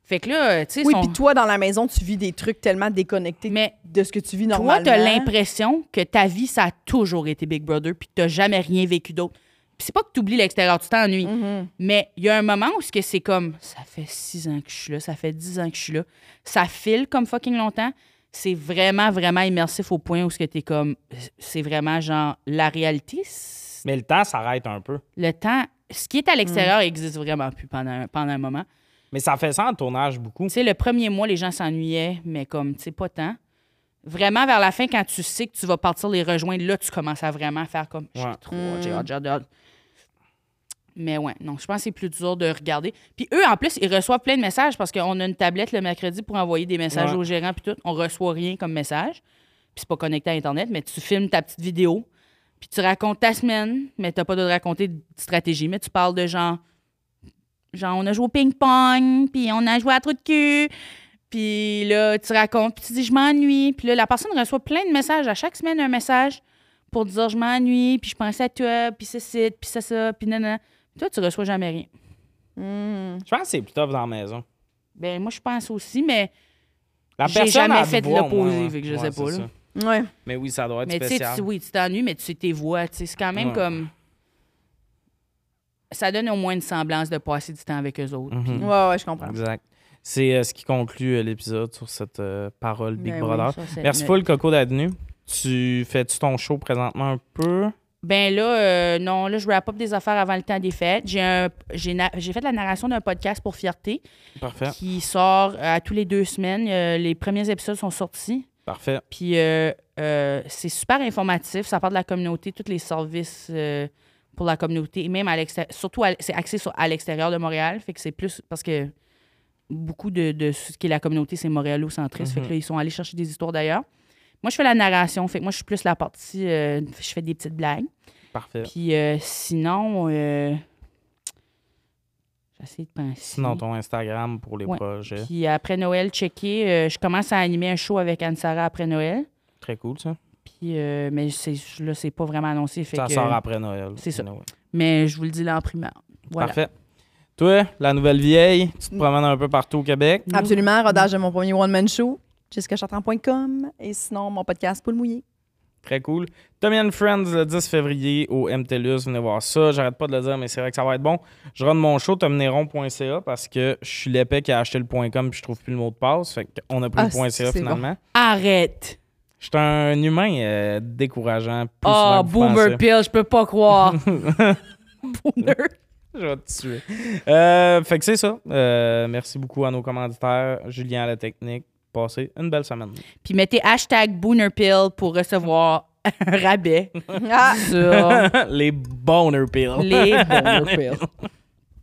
Fait que là, euh, tu sais,
Oui,
sont-
puis toi, dans la maison, tu vis des trucs tellement déconnectés
mais
de ce que tu vis
toi,
normalement.
t'as l'impression que ta vie, ça a toujours été Big Brother puis que t'as jamais rien vécu d'autre. c'est pas que tu oublies l'extérieur, tu t'ennuies.
Mhm.
Mais il y a un moment où ce que c'est comme ça fait six ans que je suis là, ça fait dix ans que je suis là, ça file comme fucking longtemps. C'est vraiment, vraiment immersif au point où ce que t'es comme c'est vraiment genre la réalité. c'est-
Mais le temps s'arrête un peu.
Le temps, ce qui est à
Mm.
l'extérieur existe vraiment plus pendant, un- pendant un moment.
Mais ça fait ça en tournage beaucoup.
Tu sais, le premier mois, les gens s'ennuyaient, mais comme, tu sais, pas tant. Vraiment, vers la fin, quand tu sais que tu vas partir les rejoindre, là, tu commences à vraiment faire comme j'ai
Ouais.
trop, hâte, j'ai hâte, j'ai hâte, j'ai hâte. Mais ouais, non, je pense que c'est plus dur de regarder. Puis eux, en plus, ils reçoivent plein de messages parce qu'on a une tablette le mercredi pour envoyer des messages
Ouais.
aux gérants, puis tout. On reçoit rien comme message. Puis c'est pas connecté à Internet, mais tu filmes ta petite vidéo, puis tu racontes ta semaine, mais t'as pas de raconter de stratégie, mais tu parles de genre Genre, on a joué au ping-pong, puis on a joué à trou de cul. Puis là, tu racontes, puis tu dis, je m'ennuie. Puis là, la personne reçoit plein de messages. À chaque semaine, un message pour dire, je m'ennuie, puis je pense à toi, puis ça, c'est, puis ça, ça, puis nanana. Toi, tu reçois jamais rien.
Mhm.
Je pense que c'est plus tough dans la maison.
Ben, moi, je pense aussi, mais
La
J'ai
personne,
jamais
elle
fait de
voit,
l'opposé,
moi, ouais.
fait que je
Ouais,
sais pas,
c'est
là.
ça.
Ouais.
Mais oui, ça doit être
Mais tu sais,
spécial.
tu- oui, tu t'ennuies, mais tu sais tes voix. tu sais, C'est quand même
Ouais.
comme. Ça donne au moins une semblance de passer du temps avec eux autres.
Mhm.
Ouais, ouais, je comprends.
Exact. C'est euh, ce qui conclut euh, l'épisode sur cette euh, parole Big
Ben oui,
Brother.
ça, c'est-
Merci
mais-
full, Coco d'Avenue. Tu fais-tu ton show présentement un peu?
Ben là, euh, non, là, je wrap up des affaires avant le temps des fêtes. J'ai un- j'ai na- j'ai fait la narration d'un podcast pour Fierté
Parfait.
qui sort à tous les deux semaines. Euh, les premiers épisodes sont sortis.
Parfait.
Puis euh, euh, c'est super informatif. Ça part de la communauté, tous les services euh, pour la communauté. Et même à l'extérieur. Surtout, à l- c'est axé sur, à l'extérieur de Montréal. Fait que c'est plus. Parce que beaucoup de, de ce qui est la communauté, c'est montréalo-centriste. Fait que
Mhm.
là, ils sont allés chercher des histoires d'ailleurs. Moi, je fais la narration. Fait que moi, je suis plus la partie. euh, je fais des petites blagues.
Parfait.
Puis euh, sinon, euh, j'essaie de penser.
Sinon, ton Instagram pour les
Ouais.
projets.
Puis après Noël, checker. euh, je commence à animer un show avec Anne-Sara après Noël.
Très cool, ça.
Puis, euh, mais c'est, là, c'est pas vraiment annoncé. Fait
ça
que-
sort après Noël.
c'est ça.
Anyway.
Mais je vous le dis là en primaire. Voilà.
Parfait. Toi, la nouvelle vieille, tu te promènes un peu partout au Québec.
Nous-
Absolument, rodage de mon premier one-man show, jessicachartrand.com et sinon mon podcast Poule Mouillé.
Très cool. Tommy and Friends le 10 février au MTLUS. Venez voir ça. J'arrête pas de le dire, mais c'est vrai que ça va être bon. Je rends mon show tomneron.ca parce que je suis l'épée qui a acheté le point .com puis je trouve plus le mot de passe. Fait qu'on a pris
Ah,
le point .ca
c'est bon.
finalement.
Arrête!
Je suis un humain euh, décourageant. Plus
Oh,
souvent que vous
boomer
pensez.
pill, je peux pas croire.
Bonheur.
Je vais te tuer. Euh, fait que c'est ça. Euh, merci beaucoup à nos commanditaires. Julien à la technique. Passez une belle semaine.
Puis mettez hashtag boomer pill pour recevoir un rabais
Ah!
sur
Les bonheur pills.
les boomer pills.